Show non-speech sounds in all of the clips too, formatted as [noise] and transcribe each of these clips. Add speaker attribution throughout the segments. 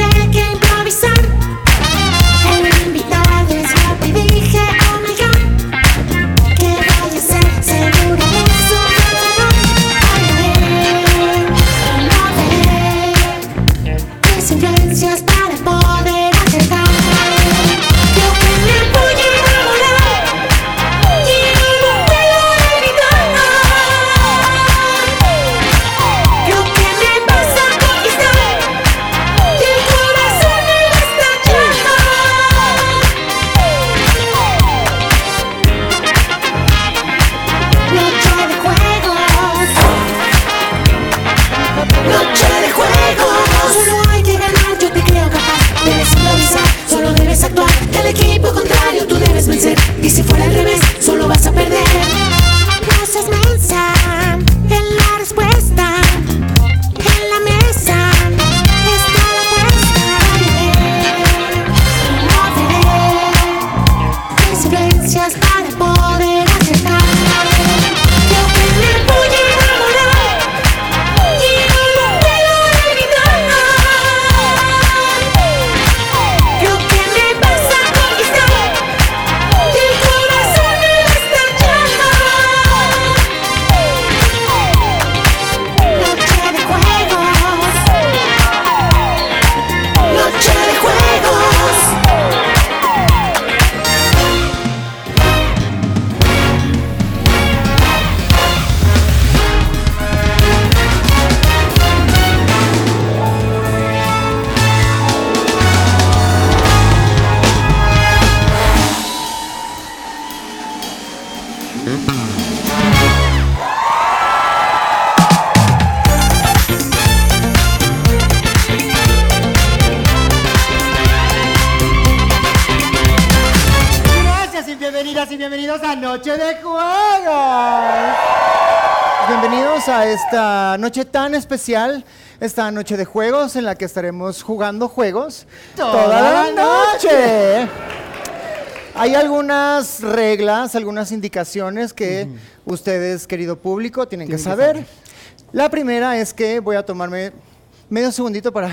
Speaker 1: "Oh
Speaker 2: Y si fuera al revés, solo vas a perder.
Speaker 1: No seas mensa, en la respuesta, en la mesa, está la puesta. No veré Influencias para poder aceptar. Yo que me voy a enamorar y no lo puedo evitar. Lo que me vas a conquistar y el corazón me va a estallar. Noche de juegos, noche de juegos.
Speaker 3: Gracias y bienvenidas y bienvenidos a Noche de Juegos. Bienvenidos a esta noche tan especial, esta noche de juegos en la que estaremos jugando juegos
Speaker 4: Toda la
Speaker 3: noche. Hay algunas reglas, algunas indicaciones que ustedes, querido público, tienen, que, saber. La primera es que voy a tomarme medio segundito [laughs] para...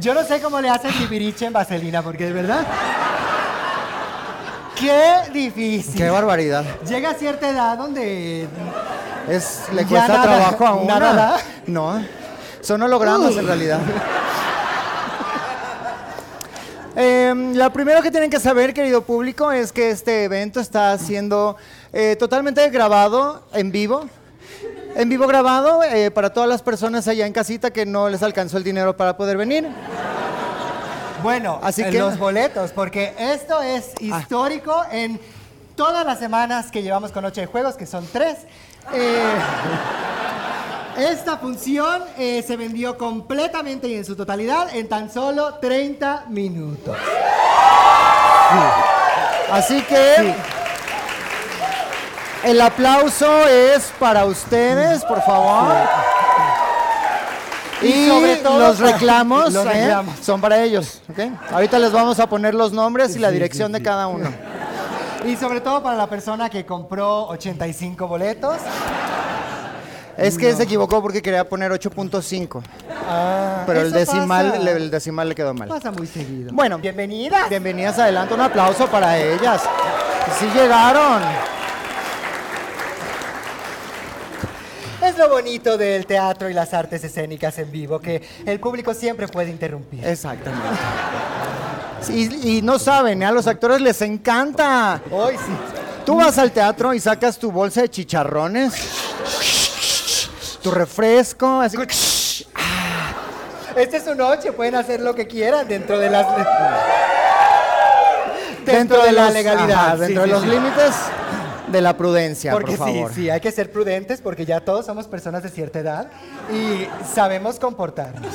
Speaker 4: Yo no sé cómo le hacen tibiriche en vaselina, porque de verdad.
Speaker 3: ¡Qué
Speaker 4: difícil!
Speaker 3: ¡Qué barbaridad!
Speaker 4: Llega a cierta edad donde.
Speaker 3: Es, le
Speaker 4: Ya
Speaker 3: cuesta
Speaker 4: nada,
Speaker 3: trabajo a una.
Speaker 4: nada Uh. da.
Speaker 3: No, son hologramas
Speaker 4: Uy.
Speaker 3: en realidad. Em, lo primero que tienen que saber, querido público, es que este evento está siendo eh, totalmente grabado en vivo. En vivo grabado eh, para todas las personas allá en casita que no les alcanzó el dinero para poder venir.
Speaker 4: Bueno,
Speaker 3: Así
Speaker 4: eh,
Speaker 3: que- Ah.
Speaker 4: los boletos, porque esto es histórico en todas las semanas que llevamos con Noche de Juegos, que son tres. Eh, esta función eh, se vendió completamente y en su totalidad en tan solo 30 minutos.
Speaker 3: Así que el aplauso es para ustedes, por favor. Y,
Speaker 4: Y sobre todo
Speaker 3: los
Speaker 4: para-
Speaker 3: reclamos,
Speaker 4: los
Speaker 3: ¿eh?
Speaker 4: reclamos.
Speaker 3: son para ellos. ¿ok? Ahorita les vamos a poner los nombres y la dirección de cada uno.
Speaker 4: Y sobre todo para la persona que compró 85 boletos.
Speaker 3: Es que se equivocó porque quería poner 8.5, pero el
Speaker 4: eso pasa.
Speaker 3: decimal, le, el decimal le quedó mal.
Speaker 4: Pasa muy seguido.
Speaker 3: Bueno,
Speaker 4: bienvenida.
Speaker 3: Bienvenidas adelante, un aplauso para ellas. Sí llegaron.
Speaker 4: Es lo bonito del teatro y las artes escénicas en vivo, que el público siempre puede interrumpir.
Speaker 3: Exactamente. Y, y no saben, ¿eh? a los actores les encanta.
Speaker 4: Hoy sí.
Speaker 3: Tú vas al teatro y sacas tu bolsa de chicharrones, tu refresco, así que-
Speaker 4: Esta es su noche, pueden hacer lo que quieran dentro de las... dentro, de la
Speaker 3: los-
Speaker 4: legalidad.
Speaker 3: ajá,
Speaker 4: sí,
Speaker 3: dentro
Speaker 4: sí,
Speaker 3: de los
Speaker 4: sí.
Speaker 3: límites de la prudencia,
Speaker 4: Porque
Speaker 3: por favor.
Speaker 4: sí, sí, hay que ser prudentes porque ya todos somos personas de cierta edad y sabemos comportarnos.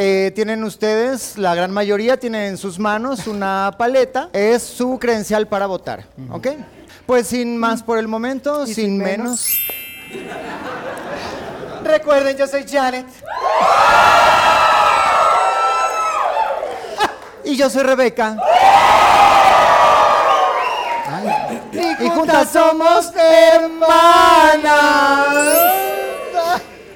Speaker 3: Eh, tienen ustedes, la gran mayoría tienen en sus manos una paleta, es su credencial para votar, ¿ok? Pues sin más por el momento, sin,
Speaker 4: sin menos.
Speaker 3: menos.
Speaker 4: Recuerden, yo soy Janet.
Speaker 3: Y yo soy Rebeca. Y juntas somos hermanas.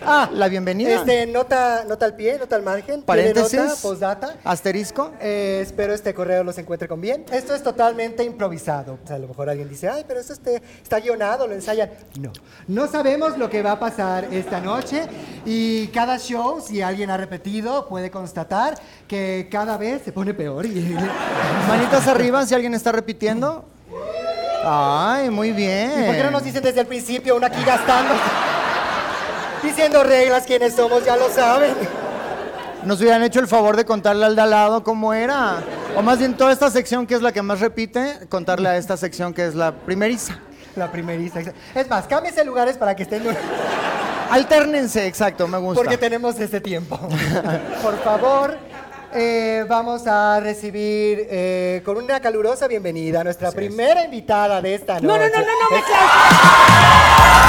Speaker 3: Ah, la bienvenida.
Speaker 4: Este, nota, nota al pie, nota al margen. tiene Nota,
Speaker 3: Paréntesis.
Speaker 4: postdata.
Speaker 3: Asterisco.
Speaker 4: Eh, espero este correo los encuentre con bien. Esto es totalmente improvisado. O sea, a lo mejor alguien dice, ay, pero esto este, está guionado, lo ensayan. No, no sabemos lo que va a pasar esta noche y cada show, si alguien ha repetido, puede constatar que cada vez se pone peor. Y...
Speaker 3: Manitas arriba si alguien está repitiendo. Ay, muy bien.
Speaker 4: ¿Y por qué no nos dicen desde el principio, una aquí gastando? [laughs] Diciendo reglas, quiénes somos, ya lo saben.
Speaker 3: Nos hubieran hecho el favor de contarle al de al lado cómo era. O más bien toda esta sección que es la que más repite, contarle a esta sección que es la primeriza.
Speaker 4: La primeriza. Es más, cámbiense lugares para que estén...
Speaker 3: Alternense, exacto, me gusta.
Speaker 4: [laughs] Porque tenemos este tiempo. Por favor, eh, vamos a recibir eh, con una calurosa bienvenida a nuestra primera invitada de esta noche.
Speaker 2: No, no, no, no,
Speaker 4: [laughs]
Speaker 2: no, me
Speaker 4: Es-
Speaker 2: claudiques.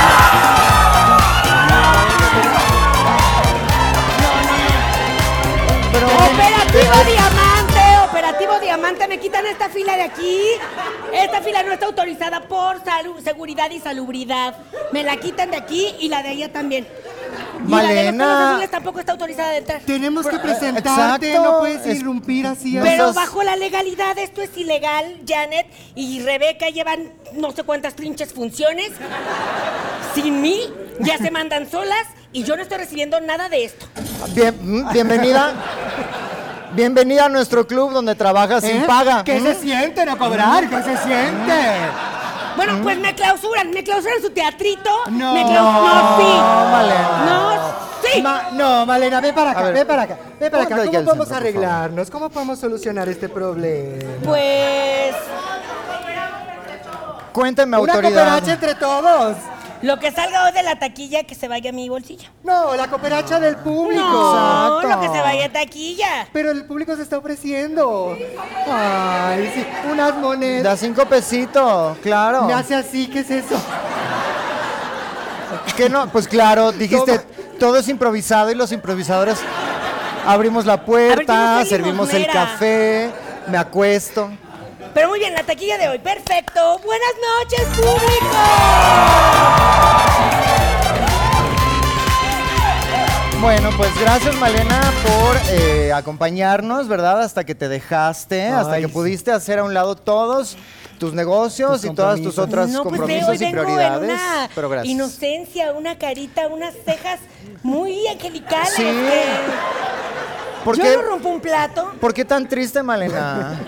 Speaker 3: Pero,
Speaker 2: Operativo Diamante, Operativo Diamante, me quitan esta fila de aquí. Esta fila no está autorizada por salu- seguridad y salubridad. Me la quitan de aquí y la de ella también. Y la de los
Speaker 3: Malena.
Speaker 2: pelos azules tampoco está autorizada de entrar.
Speaker 4: Tenemos que presentarte,
Speaker 3: exacto.
Speaker 4: no puedes
Speaker 3: Es-
Speaker 4: irrumpir así. ¿eh? a-
Speaker 2: Pero
Speaker 3: Esos-
Speaker 2: bajo la legalidad esto es ilegal, Janet y Rebeca llevan no sé cuántas trinches funciones sin mí, ya se mandan solas y yo no estoy recibiendo nada de esto.
Speaker 3: bien- mm, bienvenida. Bienvenida a nuestro club donde trabajas
Speaker 4: ¿Eh? ¿Eh?
Speaker 3: sin paga.
Speaker 4: ¿Qué
Speaker 3: Mm.
Speaker 4: se siente no cobrar? ¿Qué se siente?
Speaker 2: Bueno, pues me clausuran, me clausuran su teatrito,
Speaker 4: No,
Speaker 2: me clausuran, no, sí.
Speaker 4: Malena.
Speaker 2: No, sí.
Speaker 4: Ma- no, Malena, ve para acá,
Speaker 3: ver.
Speaker 4: ve para acá, ve para acá.
Speaker 3: Ponlo aquí
Speaker 4: ¿Cómo
Speaker 3: al
Speaker 4: podemos
Speaker 3: centro, por favor.
Speaker 4: arreglarnos? ¿Cómo podemos solucionar este problema?
Speaker 2: pues
Speaker 3: Cuénteme,
Speaker 4: Una
Speaker 3: autoridad.
Speaker 4: cooperacha entre todos.
Speaker 2: lo que salga hoy de la taquilla que se vaya a mi bolsillo.
Speaker 4: No, la cooperacha del público.
Speaker 2: No,
Speaker 3: Exacto.
Speaker 2: lo que se vaya a taquilla.
Speaker 4: Pero el público se está ofreciendo. Ay, sí, unas
Speaker 3: Da
Speaker 4: monedas.
Speaker 3: cinco pesitos, claro.
Speaker 4: Me hace así, ¿qué es eso?
Speaker 3: ¿Qué no? Pues claro,
Speaker 4: [laughs]
Speaker 3: dijiste, todo es improvisado y los improvisadores abrimos la puerta,
Speaker 2: A ver, yo no soy
Speaker 3: servimos el
Speaker 2: limosnera.
Speaker 3: café, me acuesto.
Speaker 2: Pero muy bien, la taquilla de hoy, perfecto. Buenas noches, público.
Speaker 3: Bueno, pues gracias Malena por eh, acompañarnos, ¿verdad? Hasta que te dejaste, hasta
Speaker 4: Ay,
Speaker 3: que
Speaker 4: sí.
Speaker 3: pudiste hacer a un lado todos tus negocios
Speaker 4: Tus
Speaker 3: y todas tus
Speaker 4: compromisos.
Speaker 3: otras
Speaker 2: no, pues ve,
Speaker 3: compromisos
Speaker 2: hoy
Speaker 3: y
Speaker 2: vengo
Speaker 3: prioridades.
Speaker 2: en una
Speaker 3: pero gracias.
Speaker 2: inocencia, una carita, unas cejas muy angelicales.
Speaker 3: Sí.
Speaker 2: que-
Speaker 3: ¿Por
Speaker 2: Yo
Speaker 3: qué?
Speaker 2: no rompo un plato.
Speaker 3: ¿Por qué tan triste,
Speaker 2: [laughs]
Speaker 3: Malena?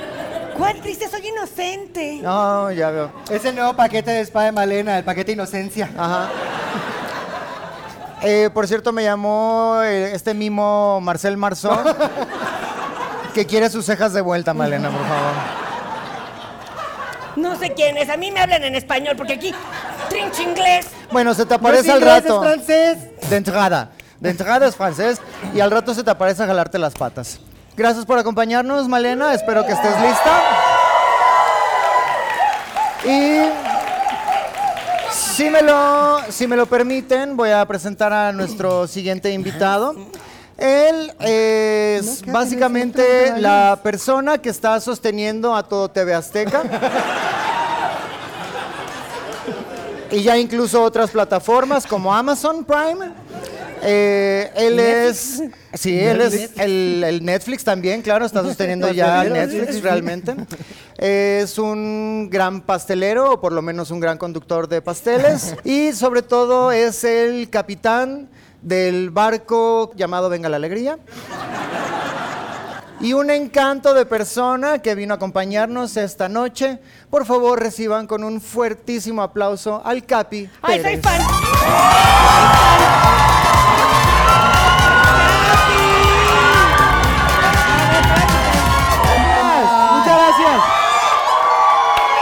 Speaker 2: ¿Cuál triste? Soy inocente.
Speaker 3: No, ya veo.
Speaker 4: Es el nuevo paquete de espada de Malena, el paquete inocencia.
Speaker 3: Ajá. Eh, por cierto, me llamó eh, este mimo Marcel Marzón,
Speaker 2: [laughs]
Speaker 3: que quiere sus cejas de vuelta, Malena, por favor.
Speaker 2: No sé quién es. A mí me hablan en español porque aquí trinch inglés.
Speaker 3: Bueno, se te
Speaker 4: No es
Speaker 3: aparece al
Speaker 4: inglés, es
Speaker 3: rato.
Speaker 4: francés.
Speaker 3: De entrada. De entrada es francés y al rato se te aparece a jalarte las patas. Gracias por acompañarnos, Malena. Espero que estés lista. Y si me lo, si me lo permiten, voy a presentar a nuestro siguiente invitado. Él es
Speaker 4: No, quédate en el
Speaker 3: básicamente
Speaker 4: centro, no te
Speaker 3: la persona que está sosteniendo a todo TV Azteca. y ya incluso otras plataformas como Amazon Prime. Eh, él es, sí, él es el, el Netflix también, claro, está sosteniendo ya el Netflix realmente. Es un gran pastelero, o por lo menos un gran conductor de pasteles, y sobre todo es el capitán del barco llamado Venga la Alegría. Y un encanto de persona que vino a acompañarnos esta noche. Por favor, reciban con un fuertísimo aplauso al Capi.
Speaker 2: Ay, soy
Speaker 3: Pérez.
Speaker 2: fan.
Speaker 4: Muchas gracias.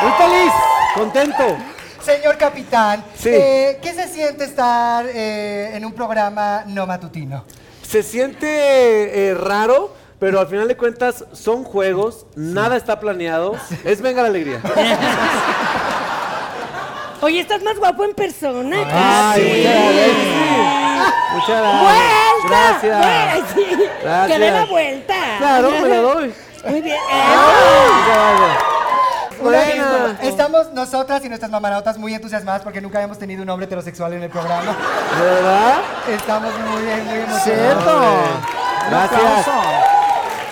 Speaker 5: Muy feliz, contento.
Speaker 4: Señor capitán,
Speaker 5: Sí.
Speaker 4: eh, ¿qué se siente estar eh, en un programa no matutino?
Speaker 5: Se siente eh, raro, pero al final de cuentas son juegos, nada está planeado. Es venga la alegría.
Speaker 2: Oye, estás más guapo en persona.
Speaker 5: Ay,
Speaker 2: Capi.
Speaker 5: muchas gracias. Muchas gracias.
Speaker 2: ¡Vuelta!
Speaker 5: Gracias.
Speaker 2: Vuelta, sí.
Speaker 5: Gracias.
Speaker 2: Que dé la vuelta.
Speaker 5: Claro, me la doy.
Speaker 2: Muy bien.
Speaker 3: Ah,
Speaker 5: Buena.
Speaker 4: Estamos nosotras y nuestras mamarautas muy entusiasmadas porque nunca habíamos tenido un hombre heterosexual en el programa.
Speaker 5: ¿Verdad?
Speaker 4: Estamos muy bien, muy emocionados.
Speaker 3: ¿Cierto?
Speaker 5: Gracias.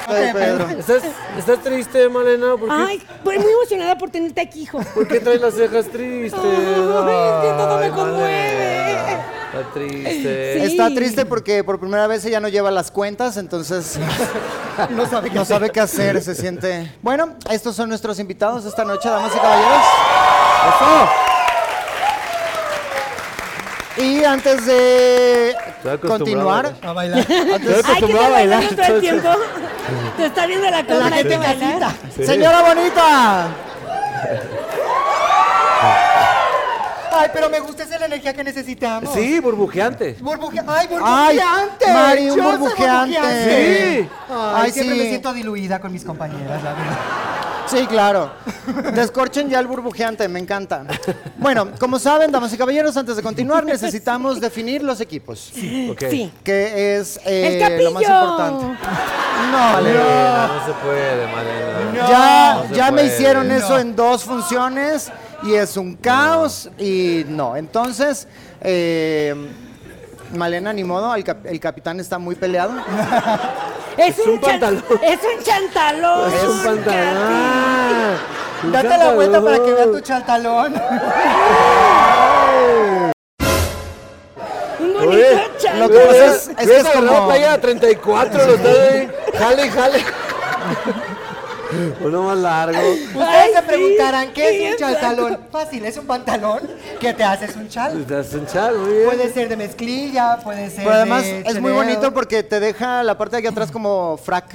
Speaker 3: Ay, Pedro.
Speaker 5: ¿Estás, estás triste, Malena? ¿Por qué,
Speaker 2: Ay, pues muy emocionada por tenerte aquí, hijo.
Speaker 3: Pues
Speaker 5: por qué traes las cejas tristes?
Speaker 2: Ay, es que todo me
Speaker 5: Ay,
Speaker 2: conmueve.
Speaker 5: Malena, Está triste.
Speaker 2: Sí.
Speaker 3: Está triste porque por primera vez ella no lleva las cuentas, entonces [laughs] no sabe qué, hacer, se siente. Bueno, estos son nuestros invitados esta noche, damas y caballeros. Y antes de
Speaker 5: acostumbrado
Speaker 3: continuar,
Speaker 4: A bailar.
Speaker 5: Estoy
Speaker 2: Ay, que
Speaker 5: acostumbrado a
Speaker 2: te
Speaker 5: bailar,
Speaker 2: bailando todo el
Speaker 5: entonces-
Speaker 2: tiempo. Te está viendo la cámara.
Speaker 4: La gente
Speaker 2: este canal.
Speaker 4: casita.
Speaker 5: Sí.
Speaker 3: señora bonita,
Speaker 4: Ay, pero me gusta esa es la energía que necesitamos.
Speaker 5: Sí, burbujeante.
Speaker 4: Burbujea-
Speaker 3: Ay,
Speaker 4: ¡Ay, burbujeante!
Speaker 3: Mari, un
Speaker 4: Yo soy
Speaker 3: burbujeante.
Speaker 5: Sí.
Speaker 4: Ay,
Speaker 3: Ay,
Speaker 4: siempre
Speaker 3: sí.
Speaker 4: me siento diluida con mis compañeras, la verdad.
Speaker 3: Sí, claro. Descorchen ya el burbujeante, me encanta. Bueno, como saben, damas y caballeros, antes de continuar necesitamos definir los equipos,
Speaker 5: Ok.
Speaker 2: Sí.
Speaker 3: que es eh,
Speaker 2: El capillo.
Speaker 3: lo más importante. No,
Speaker 5: Malena, no. se puede, Malena.
Speaker 3: ya,
Speaker 5: No se
Speaker 3: ya me
Speaker 5: puede.
Speaker 3: hicieron eso en dos funciones y es un caos y no. Entonces, eh, Malena, ni modo, el, cap- el capitán está muy peleado.
Speaker 2: Es,
Speaker 5: Es
Speaker 2: un,
Speaker 5: un
Speaker 2: chan-
Speaker 5: pantalón.
Speaker 2: Es un chantalón.
Speaker 5: Es un pantalón.
Speaker 4: [laughs]
Speaker 5: Un
Speaker 4: Date la vuelta para que vea tu
Speaker 5: pantalón.
Speaker 3: [laughs]
Speaker 4: chantalón.
Speaker 2: Katy. Un
Speaker 5: Oye,
Speaker 2: bonito
Speaker 3: lo
Speaker 2: chantalón.
Speaker 3: que pasa es- es que es
Speaker 5: agarrado
Speaker 3: como-
Speaker 5: playa 34, lo está ahí. Jale, jale. Uno más largo.
Speaker 2: Ay,
Speaker 4: Ustedes se
Speaker 2: sí.
Speaker 4: preguntarán, ¿qué
Speaker 2: Sí,
Speaker 4: es un
Speaker 2: exacto.
Speaker 4: chantalón? Fácil, es un pantalón que te haces un chal.
Speaker 5: Te haces un chal, muy bien.
Speaker 4: Puede ser de mezclilla, puede ser
Speaker 3: Pero además
Speaker 4: de
Speaker 3: es muy
Speaker 4: cheneo.
Speaker 3: bonito porque te deja la parte de aquí atrás como
Speaker 5: [laughs]
Speaker 3: frac.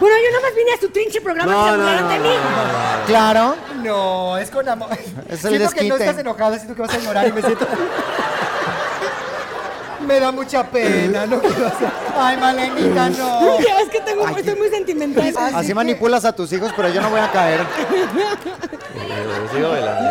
Speaker 2: Bueno, yo nomás vine a su trinche programa
Speaker 5: No,
Speaker 2: y se
Speaker 5: no,
Speaker 2: burlaron
Speaker 5: no,
Speaker 2: de
Speaker 5: no,
Speaker 2: mí.
Speaker 3: Claro.
Speaker 4: No, es con amor.
Speaker 3: [laughs] Es el
Speaker 4: siento que no
Speaker 3: desquite.
Speaker 4: estás enojada, siento que vas a llorar y me siento... me da mucha pena, no quiero hacer... Ay, Malenita, no.
Speaker 2: Ya ves que tengo, estoy muy sentimental.
Speaker 4: Así
Speaker 3: Así
Speaker 4: que-
Speaker 3: manipulas a tus hijos, pero yo no voy a caer.
Speaker 5: Eh, Sigo bailando.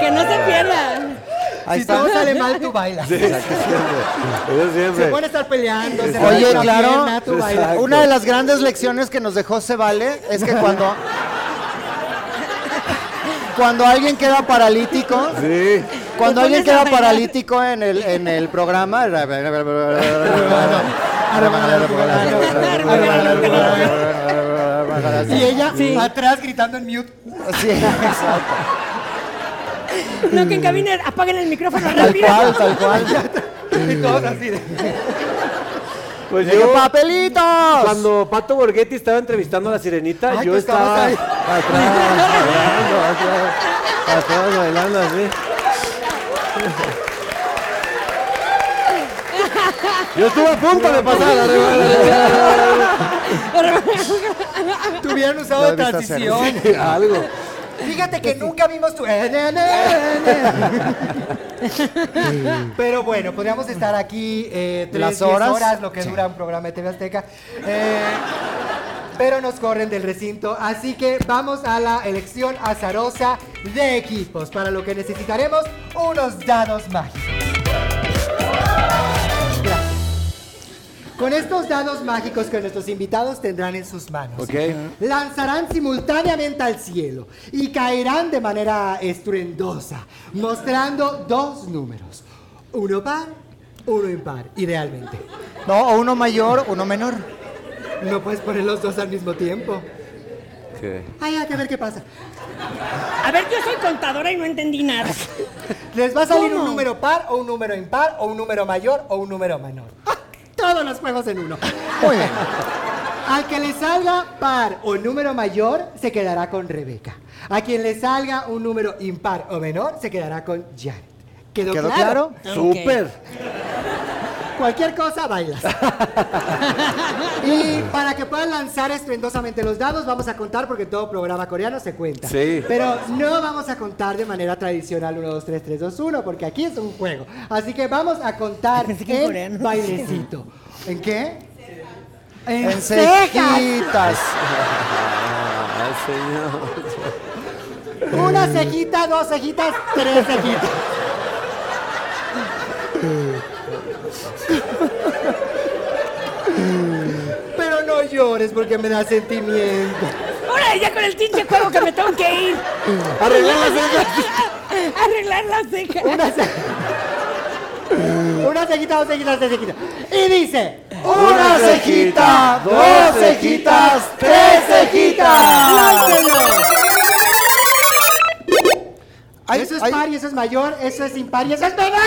Speaker 2: Que no se pierdan.
Speaker 3: Ahí
Speaker 4: si
Speaker 3: está.
Speaker 4: todo sale mal, tú bailas.
Speaker 5: Eso
Speaker 4: Se
Speaker 5: siempre.
Speaker 4: van a estar peleando. se van a
Speaker 3: Oye,
Speaker 4: estar
Speaker 3: claro,
Speaker 4: pierna, tú bailas.
Speaker 5: Exacto.
Speaker 3: una de las grandes lecciones que nos dejó Se Vale es que
Speaker 5: [laughs]
Speaker 3: cuando, cuando alguien queda paralítico,
Speaker 5: Sí.
Speaker 3: cuando
Speaker 2: Te
Speaker 3: alguien
Speaker 2: pones
Speaker 3: queda
Speaker 2: a bailar.
Speaker 3: paralítico en el, en el programa,
Speaker 4: Y ella atrás gritando en mute.
Speaker 3: Sí, exacto.
Speaker 2: No, que en cabina apaguen el micrófono
Speaker 3: tal
Speaker 2: rápido.
Speaker 3: cual, tal cual.
Speaker 4: Y todos así de...
Speaker 5: Pues
Speaker 3: ¡Qué
Speaker 5: yo,
Speaker 3: papelitos!
Speaker 5: cuando Pato Borghetti estaba entrevistando a la sirenita,
Speaker 4: Ay,
Speaker 5: yo
Speaker 4: que
Speaker 5: estaba
Speaker 4: estabas ahí.
Speaker 5: atrás, bailando, atrás, atrás, bailando así. Yo estuve a punto de pasar arriba de la-
Speaker 4: Tuvieron
Speaker 3: Lo
Speaker 4: usado
Speaker 3: he visto hacer.
Speaker 4: transición.
Speaker 5: algo.
Speaker 4: Fíjate que nunca vimos tu. Eh, Pero bueno, podríamos estar aquí eh, tres,
Speaker 3: Las
Speaker 4: diez
Speaker 3: horas.
Speaker 4: lo que dura un programa de TV Azteca. Eh, pero nos corren del recinto, así que vamos a la elección azarosa de equipos, para lo que necesitaremos unos dados mágicos. Gracias. Con estos dados mágicos que nuestros invitados tendrán en sus manos,
Speaker 5: Ok.
Speaker 4: lanzarán simultáneamente al cielo y caerán de manera estruendosa, mostrando dos números, uno par, uno impar, idealmente.
Speaker 3: No, o uno mayor, uno menor.
Speaker 4: No puedes poner los dos al mismo tiempo. Ay, hay que ver qué pasa.
Speaker 2: A ver, yo soy contadora y no entendí nada.
Speaker 4: ¿Les va a salir un
Speaker 2: ¿Cómo?
Speaker 4: número par o un número impar o un número mayor o un número menor? ¡Ah! Todos los juegos en uno.
Speaker 3: Muy bien.
Speaker 4: Al que le salga par o número mayor, se quedará con Rebeca. A quien le salga un número impar o menor, se quedará con Janet. ¿Quedó,
Speaker 3: ¿Quedó
Speaker 4: claro?
Speaker 3: claro?
Speaker 5: Súper.
Speaker 4: Cualquier cosa,
Speaker 2: [laughs]
Speaker 4: bailas. y para que puedan lanzar estruendosamente los dados, vamos a contar porque todo programa coreano se cuenta.
Speaker 5: Sí.
Speaker 4: Pero no vamos a contar de manera tradicional 1, 2, 3, 3, 2, 1, porque aquí es un juego. Así que vamos a contar
Speaker 2: Pensé que en
Speaker 4: en
Speaker 2: coreano.
Speaker 4: bailecito. ¿En qué?
Speaker 3: En cejitas.
Speaker 5: Ay, Ah, señor.
Speaker 4: Una cejita, dos cejitas, tres cejitas. Pero no llores porque me da sentimiento.
Speaker 2: Ahora ya con el pinche juego que me tengo que ir.
Speaker 5: Arreglar las cejas.
Speaker 2: Arreglar las cejas.
Speaker 4: Una, ce- Una cejita, dos cejitas, tres cejitas. Y dice...
Speaker 3: Una cejita, dos cejitas, tres cejitas. Ay,
Speaker 4: eso es
Speaker 3: ay,
Speaker 4: par y eso es mayor, eso es impar y eso es menor.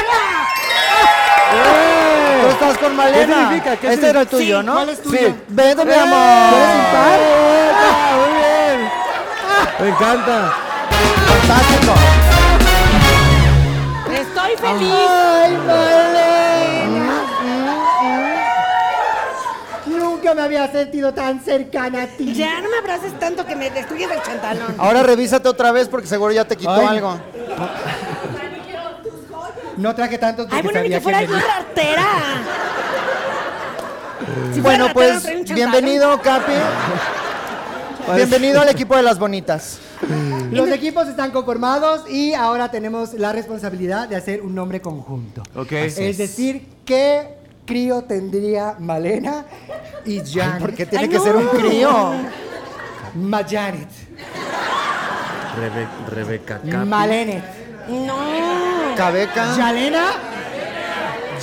Speaker 3: Tú estás con Malena.
Speaker 5: ¿Qué significa? ¿Qué
Speaker 3: este era el tuyo,
Speaker 5: significa?
Speaker 4: Sí,
Speaker 3: ¿no?
Speaker 4: ¿cuál es tuyo?
Speaker 3: Sí. Vete, mi
Speaker 5: ¡Eh!
Speaker 3: amor.
Speaker 5: ¿Quieres impar? Ah, muy bien. Me encanta.
Speaker 3: Fantástico.
Speaker 2: Estoy feliz.
Speaker 4: Ay, Malena. Nunca Nunca me había sentido tan cercana a ti.
Speaker 2: Ya no me abraces tanto que me destruyes el chantalón.
Speaker 3: Ahora revísate otra vez porque seguro ya te quitó
Speaker 4: Ay.
Speaker 3: algo.
Speaker 4: No traje tantos porque
Speaker 2: Ay, bueno, ni
Speaker 4: sabía
Speaker 2: que fuera yo
Speaker 4: venía.
Speaker 2: artera. Si fuera
Speaker 3: bueno,
Speaker 2: ratera,
Speaker 3: pues
Speaker 2: trae un chantalón.
Speaker 3: bienvenido, Capi. bienvenido al equipo de las bonitas.
Speaker 4: Los equipos están conformados y ahora tenemos la responsabilidad de hacer un nombre conjunto.
Speaker 6: Ok.
Speaker 4: Es,
Speaker 6: Así es.
Speaker 4: decir, ¿qué crío tendría Malena y Janet?
Speaker 3: Porque
Speaker 2: Ay,
Speaker 3: tiene que
Speaker 2: no.
Speaker 3: ser un crío.
Speaker 4: Mayanet.
Speaker 5: Rebe- Rebeca Capi.
Speaker 4: Malenet.
Speaker 2: No.
Speaker 3: Cabeca,
Speaker 4: Yalena.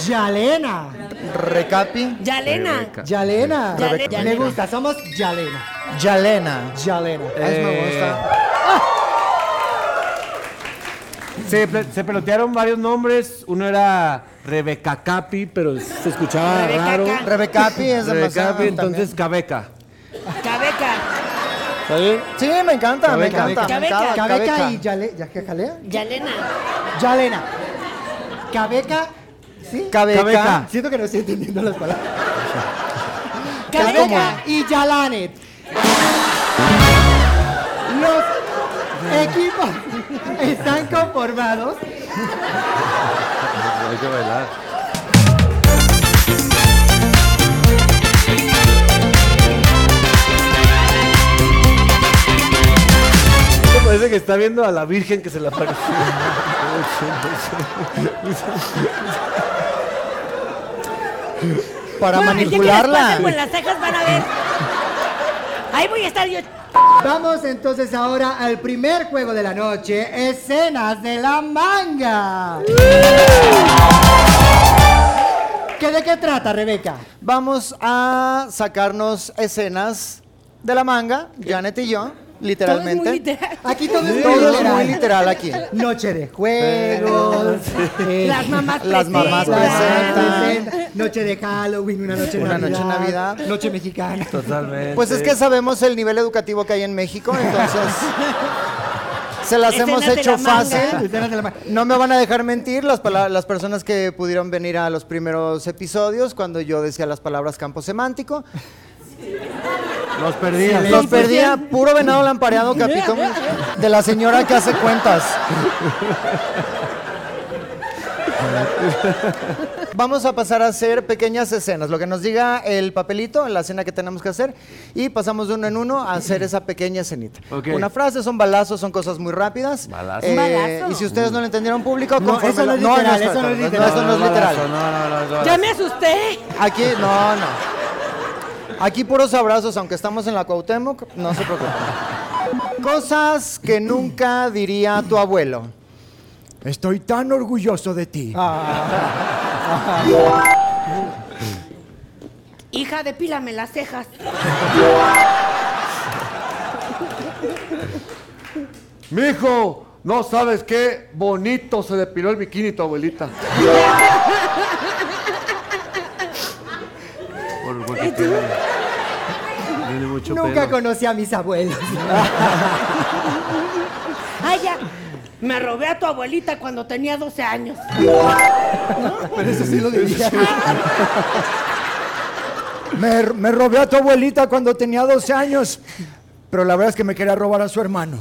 Speaker 4: Yalena.
Speaker 3: Recapi,
Speaker 2: Yalena.
Speaker 5: Rebeca.
Speaker 4: Yalena.
Speaker 2: Yale-
Speaker 4: Me
Speaker 2: Yalena.
Speaker 4: gusta, somos Yalena.
Speaker 3: Yalena.
Speaker 4: Yalena.
Speaker 3: Ay, me
Speaker 5: Eh.
Speaker 3: gusta.
Speaker 5: Se, pla- se pelotearon varios nombres. Uno era Rebeca Capi, pero se escuchaba
Speaker 2: Rebeca
Speaker 5: raro.
Speaker 2: Ca-
Speaker 3: Rebecapi es
Speaker 5: Rebeca
Speaker 3: demasiado.
Speaker 5: Capi,
Speaker 3: también.
Speaker 5: entonces Cabeca.
Speaker 2: Cabeca.
Speaker 5: ¿Está bien?
Speaker 3: Sí, me encanta, me
Speaker 5: Cabeca,
Speaker 3: encanta. me
Speaker 2: Cabeca.
Speaker 3: encanta,
Speaker 4: Cabeca y Yale, ¿ya que jalea?
Speaker 2: Yalena.
Speaker 4: Yalena. Cabeca. ¿Sí?
Speaker 3: Cabeca.
Speaker 5: Cabeca.
Speaker 4: Siento que no estoy entendiendo las palabras.
Speaker 2: Cabeca.
Speaker 4: Cabeca y Yalanet. Los equipos están conformados.
Speaker 5: Hay que bailar. Esto Parece que está viendo a la Virgen que se le apareció.
Speaker 3: Para
Speaker 2: Bueno, el día que les
Speaker 3: manipularla.
Speaker 2: pase Con las cejas van a ver. Ahí voy a estar yo.
Speaker 4: Vamos entonces ahora al primer juego de la noche, escenas de la manga. ¿Qué de qué trata, Rebeca?
Speaker 3: Vamos a sacarnos escenas de la manga, Janet y yo, literalmente.
Speaker 2: Todo es muy literal.
Speaker 4: Aquí todo es
Speaker 3: Todo es
Speaker 4: literal.
Speaker 3: muy literal aquí.
Speaker 4: Noche de juegos. eh,
Speaker 2: Las mamás
Speaker 3: Las mamás
Speaker 2: presentan.
Speaker 3: presentan.
Speaker 4: Noche de Halloween, una noche de
Speaker 3: Una
Speaker 4: Navidad.
Speaker 3: noche de Navidad.
Speaker 4: Noche mexicana.
Speaker 5: Totalmente.
Speaker 3: Pues es que sabemos el nivel educativo que hay en México, entonces se las
Speaker 2: Escenas
Speaker 3: hemos
Speaker 2: de la
Speaker 3: hecho
Speaker 2: manga.
Speaker 3: fácil.
Speaker 4: Escenas de la ma-
Speaker 3: No me van a dejar mentir las, pala- las personas que pudieron venir a los primeros episodios cuando yo decía las palabras campo semántico.
Speaker 5: Los perdías.
Speaker 3: Los perdía puro venado lampareado capitón
Speaker 2: [laughs]
Speaker 3: de la señora que hace cuentas. Vamos a pasar a hacer pequeñas escenas, lo que nos diga el papelito, la escena que tenemos que hacer, y pasamos de uno en uno a hacer esa pequeña escenita.
Speaker 5: Ok.
Speaker 3: Una frase, son balazos, son cosas muy rápidas.
Speaker 5: Balazo.
Speaker 3: Eh,
Speaker 2: Un balazo.
Speaker 3: Y si ustedes no lo entendieron público,
Speaker 4: No,
Speaker 3: conforme
Speaker 4: eso no es
Speaker 3: la-
Speaker 4: literal,
Speaker 3: no,
Speaker 4: eso no es
Speaker 3: no,
Speaker 4: literal.
Speaker 3: eso no es
Speaker 5: No,
Speaker 3: literal.
Speaker 5: no, no, no, no.
Speaker 2: Ya me asusté.
Speaker 3: Aquí, no, no. Aquí puros abrazos, aunque estamos en la Cuauhtémoc, no se preocupen. Cosas que nunca diría tu abuelo. Estoy tan orgulloso de ti.
Speaker 2: Hija, depílame las cejas.
Speaker 5: Mijo, no sabes qué bonito se depiló el bikini tu abuelita. Por- porque tiene, tiene mucho
Speaker 4: Nunca
Speaker 5: pelo.
Speaker 4: conocí a mis abuelos.
Speaker 2: Ay, ya. Me robé a tu abuelita cuando tenía 12 años.
Speaker 4: Pero eso sí lo diría.
Speaker 3: Me, me robé a tu abuelita cuando tenía 12 años, pero la verdad es que me quería robar a su hermano.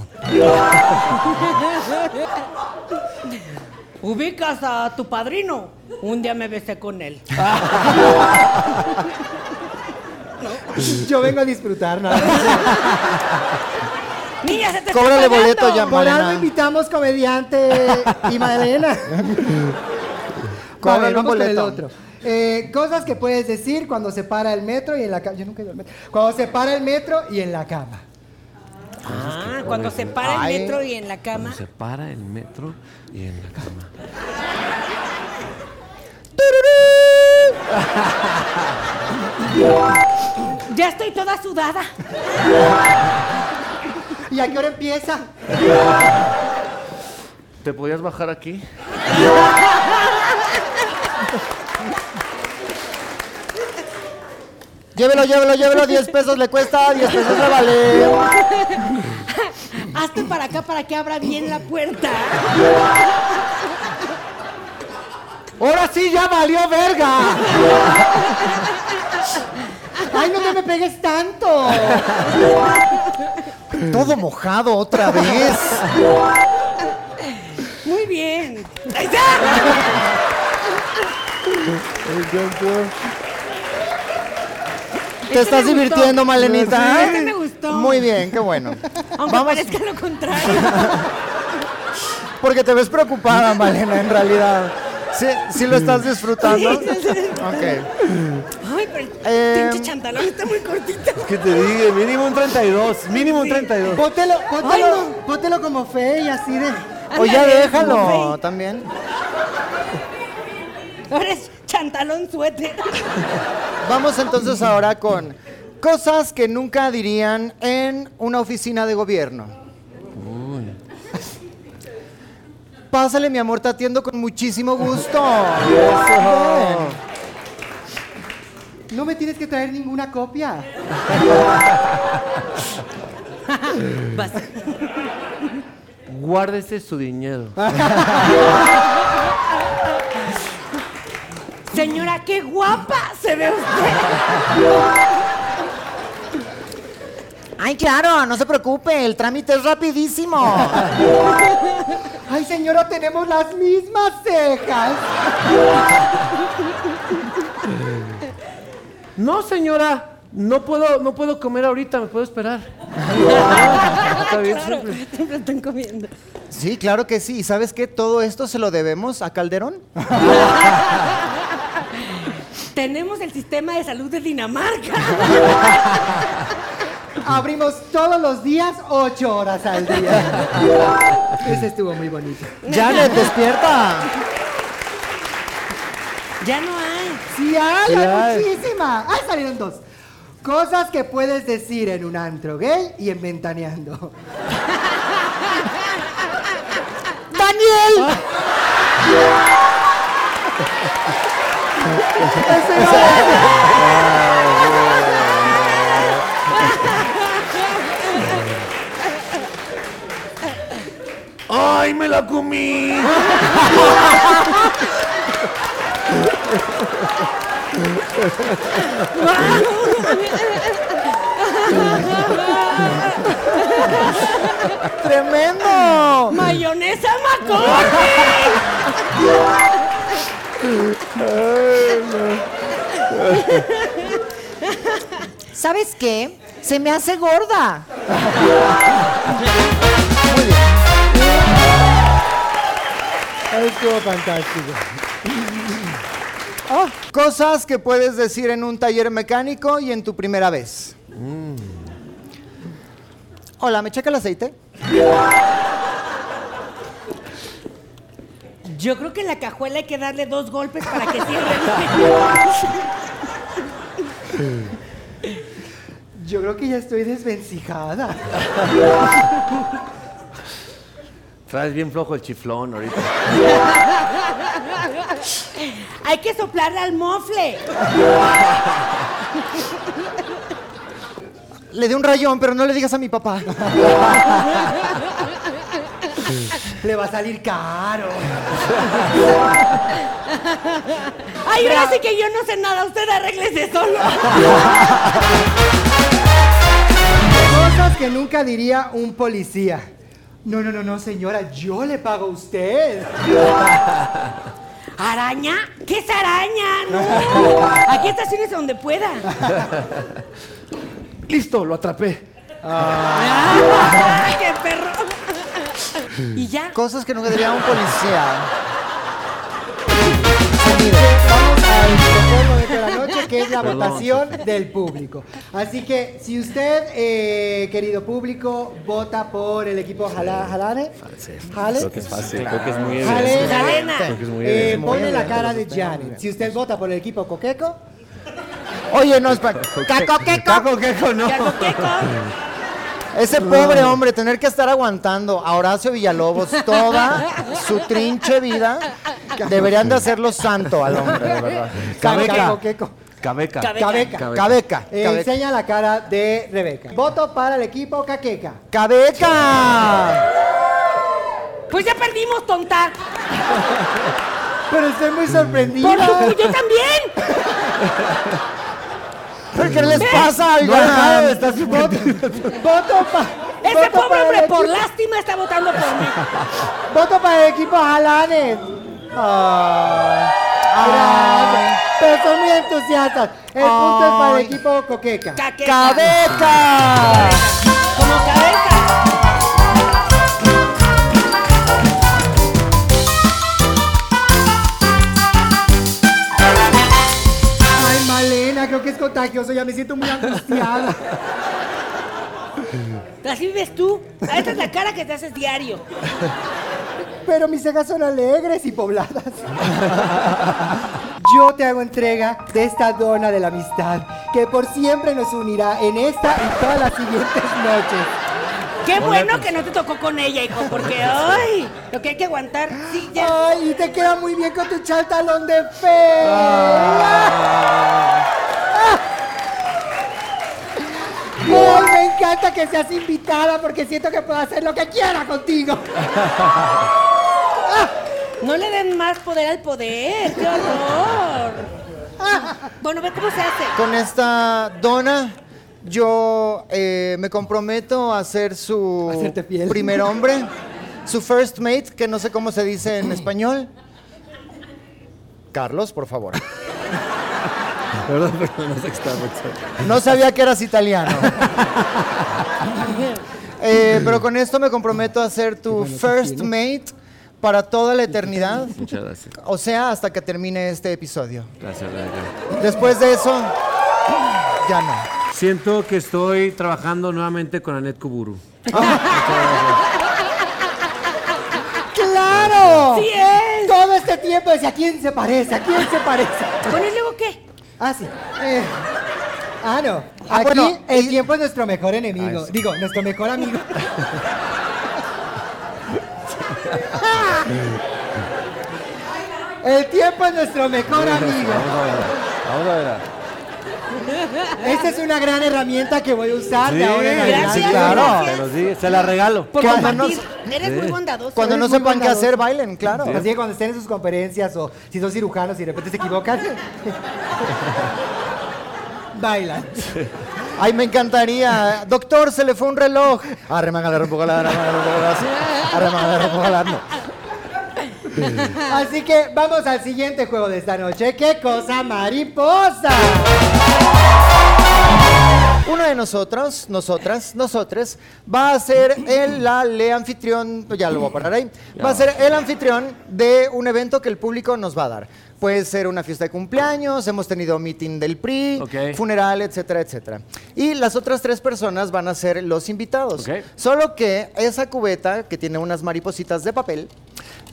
Speaker 2: Ubicas a tu padrino. Un día me besé con él.
Speaker 4: Yo vengo a disfrutar, nada más.
Speaker 2: Niña, se te está
Speaker 3: Cóbrale
Speaker 2: pagando.
Speaker 3: boleto ya,
Speaker 4: Por algo
Speaker 3: Malena.
Speaker 4: invitamos comediante y Madalena.
Speaker 3: Cóbrale
Speaker 4: Vale,
Speaker 3: un
Speaker 4: vamos con el
Speaker 3: boleto.
Speaker 4: otro. Eh, cosas que puedes decir cuando se para el metro y en la cama. Yo nunca he ido al metro. Cuando se para el metro y en la cama.
Speaker 2: Ah, cuando se para
Speaker 3: Ay.
Speaker 2: el metro y en la cama.
Speaker 5: Se para el metro y en la cama.
Speaker 2: Ya estoy toda sudada.
Speaker 4: ¿Y a qué hora empieza?
Speaker 5: ¿Te podías bajar aquí?
Speaker 3: Llévelo, llévelo, llévelo, 10 pesos le cuesta, 10 pesos le vale.
Speaker 2: Hazte para acá para que abra bien la puerta.
Speaker 5: ¡Ahora sí ya valió verga!
Speaker 4: ¡Ay, no te me pegues tanto!
Speaker 3: Todo mojado otra vez.
Speaker 2: Muy bien.
Speaker 3: ¿Te estás
Speaker 2: Este me gustó.
Speaker 3: divirtiendo, Malenita?
Speaker 2: Este me gustó.
Speaker 3: Muy bien, qué bueno.
Speaker 2: Aunque parezca lo contrario.
Speaker 3: Porque te ves preocupada, Malena, en realidad. ¿Sí, sí lo estás disfrutando?
Speaker 2: Sí, sí, sí.
Speaker 3: Ok.
Speaker 2: Ay, pero
Speaker 3: Eh,
Speaker 2: el pinche chantalón está muy cortito.
Speaker 5: ¿Qué te dije? Mínimo un 32. Mínimo un 32.
Speaker 4: Pótelo, pótelo,
Speaker 2: Ay,
Speaker 4: pótelo como fe y así de.
Speaker 3: O ya
Speaker 2: Ándale, como
Speaker 3: déjalo
Speaker 2: fey.
Speaker 3: también.
Speaker 2: Ahora es chantalón suéter.
Speaker 3: Vamos entonces ahora con cosas que nunca dirían en una oficina de gobierno. Pásale, mi amor, te atiendo con muchísimo [laughs] gusto.
Speaker 4: No me tienes que traer ninguna copia.
Speaker 2: Vas.
Speaker 5: Guárdese su dinero.
Speaker 2: Señora, qué guapa se ve usted.
Speaker 3: Ay, claro, no se preocupe, el trámite es rapidísimo.
Speaker 4: Ay, señora, tenemos las mismas cejas.
Speaker 5: No, señora. No puedo, no puedo comer ahorita, me puedo esperar. Está bien
Speaker 2: Claro,
Speaker 5: simple.
Speaker 2: siempre están comiendo.
Speaker 3: Sí, claro que sí. ¿Y sabes qué? Todo esto se lo debemos a
Speaker 4: [laughs]
Speaker 3: Calderón.
Speaker 2: Tenemos el sistema de salud de Dinamarca.
Speaker 4: Abrimos todos los días, ocho horas al día.
Speaker 3: [laughs]
Speaker 4: Ese estuvo muy bonito.
Speaker 3: Janet, despierta.
Speaker 2: Ya no hay.
Speaker 4: Sí, hay,
Speaker 3: Sí
Speaker 4: hay
Speaker 3: hay.
Speaker 4: muchísima. Ah, salieron dos. Cosas que puedes decir en un antro gay y en ventaneando.
Speaker 3: ¡Daniel!
Speaker 4: Ese era-
Speaker 5: ¡Ay, me la comí!
Speaker 3: ¡Tremendo!
Speaker 2: ¡Mayonesa McCormick!
Speaker 6: ¿Sabes qué? Se me hace gorda.
Speaker 4: Estuvo fantástico. Ah.
Speaker 3: Cosas que puedes decir en un taller mecánico y en tu primera vez.
Speaker 4: Mm.
Speaker 3: Hola, ¿me checa el aceite?
Speaker 2: Yo creo que en la cajuela hay que darle dos golpes para que cierre.
Speaker 4: Yo creo que ya estoy desvencijada.
Speaker 5: Traes bien flojo el chiflón ahorita.
Speaker 2: hay que soplarle al mofle.
Speaker 3: Le di un rayón, pero no le digas a mi papá.
Speaker 4: Le va a salir caro.
Speaker 2: Ay, ahora sí que yo no sé nada. Usted arréglese solo.
Speaker 4: Cosas que nunca diría un policía. No, no, no, no, señora, yo le pago a usted.
Speaker 2: ¿Araña? ¿Qué es araña? No.
Speaker 5: [laughs]
Speaker 2: Aquí estaciones donde pueda.
Speaker 5: Listo, lo atrapé.
Speaker 2: ¡Ay, qué perro! Y ya.
Speaker 3: Cosas que nunca diría un policía.
Speaker 4: Vamos al protocolo de toda la noche, que es la
Speaker 5: Perdón.
Speaker 4: votación del público. Así que, si usted, eh, querido público, vota por el equipo Jala- Jalane, Jale,
Speaker 5: fácil, creo que es muy
Speaker 4: Jale-
Speaker 2: evidente. Jalena.
Speaker 5: Creo que es muy
Speaker 4: eh,
Speaker 5: evidente.
Speaker 4: pone la cara de Janet. Si usted vota por el equipo Coqueco,
Speaker 3: Oye, no, espera.
Speaker 6: Caco, queco.
Speaker 5: coqueco, no.
Speaker 2: Ya [laughs] con qué con-
Speaker 3: Ese pobre hombre, tener que estar aguantando a Horacio Villalobos toda su trinche vida, deberían de hacerlo santo al hombre, de verdad.
Speaker 4: Caco
Speaker 3: Cabeca,
Speaker 4: Queco.
Speaker 5: Cabeca.
Speaker 4: Cabeca.
Speaker 3: cabeca,
Speaker 4: Eh,
Speaker 3: cabeca.
Speaker 4: enseña la cara de Rebeca. Voto para el equipo Caqueca.
Speaker 3: ¡Cabeca!
Speaker 2: Pues ya perdimos, tonta.
Speaker 4: Pero estoy muy sorprendida.
Speaker 2: [laughs] Por tu- yo también.
Speaker 3: ¿Qué les pasa?
Speaker 5: No,
Speaker 3: oigan?
Speaker 5: no, está súper-
Speaker 4: [laughs] Voto para.
Speaker 2: Ese pobre hombre por lástima está votando por mí.
Speaker 4: Voto para el equipo Alanes. Gracias. Pero son muy entusiastas. El punto es para el equipo Coqueca.
Speaker 2: Caqueta.
Speaker 3: ¡Cabeca!
Speaker 2: Como cabeza.
Speaker 4: Ay, Malena, creo que es contagioso. Ya me siento muy angustiada.
Speaker 2: Así ves tú. Ah, Esta es la cara que te haces diario.
Speaker 4: [laughs] Pero mis cejas son alegres y pobladas. [laughs] Yo te hago entrega de esta dona de la amistad que por siempre nos unirá en esta y todas las siguientes noches.
Speaker 2: Qué bueno que no te tocó con ella, hijo, porque ay, lo que hay que aguantar. Sí, ya.
Speaker 4: Ay, y te queda muy bien con tu chantalón de fe. Ay, me encanta que seas invitada porque siento que puedo hacer lo que quiera contigo.
Speaker 2: No le den más poder al poder. Qué horror. Bueno, ve cómo se hace.
Speaker 3: Con esta dona, yo eh, me comprometo a ser su
Speaker 4: Hacerte fiel.
Speaker 3: primer hombre, su first mate, que no sé cómo se dice
Speaker 5: [clears throat]
Speaker 3: en español. Carlos, por favor.
Speaker 5: Perdón, pero no sé qué está pasando.
Speaker 3: No sabía que eras italiano.
Speaker 5: [laughs]
Speaker 3: Eh, pero con esto me comprometo a ser tu first mate para toda la eternidad.
Speaker 5: Muchas gracias.
Speaker 3: O sea, hasta que termine este episodio.
Speaker 5: Gracias, Laika.
Speaker 3: Después de eso, ya no.
Speaker 5: Siento que estoy trabajando nuevamente con Anet Kuburu.
Speaker 4: ¡Claro!
Speaker 2: Sí es.
Speaker 4: Todo este tiempo decía, ¿a quién se parece? ¿A quién se parece?
Speaker 2: ¿Con él luego qué?
Speaker 4: Ah, sí. Eh, ah, no.
Speaker 3: Ah,
Speaker 4: Aquí
Speaker 3: bueno,
Speaker 4: el
Speaker 3: y-
Speaker 4: tiempo es nuestro mejor enemigo. Digo, nuestro mejor
Speaker 5: [laughs]
Speaker 4: amigo. [laughs] el tiempo es nuestro mejor amigo.
Speaker 5: Vamos a ver.
Speaker 4: Esta es una gran herramienta que voy a usar de ahora en
Speaker 2: gracias,
Speaker 4: adelante.
Speaker 5: sí, claro.
Speaker 2: gracias.
Speaker 5: Te lo dije, se la regalo.
Speaker 2: Por
Speaker 3: Cuando
Speaker 2: compartir. Eres muy
Speaker 5: Sí.
Speaker 2: bondadoso.
Speaker 3: Cuando
Speaker 2: Eres
Speaker 3: no
Speaker 2: muy
Speaker 3: sepan qué
Speaker 2: bondadoso.
Speaker 3: hacer, bailen, claro.
Speaker 4: Así que cuando estén en sus conferencias o si son cirujanos y de repente se equivocan, [laughs] bailan.
Speaker 3: Ay, me encantaría. Doctor, se le fue un reloj. Arremángale, remángale, remángale, así. Arremángale, remángale, no.
Speaker 4: Así que vamos al siguiente juego de esta noche. ¡Qué cosa mariposa!
Speaker 3: Uno de nosotros, nosotras, nosotres, va a ser el la le anfitrión, pues ya lo voy a parar ahí, va a ser el anfitrión de un evento que el público nos va a dar. Puede ser una fiesta de cumpleaños, hemos tenido meeting del PRI,
Speaker 5: Ok.
Speaker 3: funeral, etcétera, etcétera. Y las otras tres personas van a ser los invitados.
Speaker 5: Ok.
Speaker 3: Solo que esa cubeta que tiene unas maripositas de papel,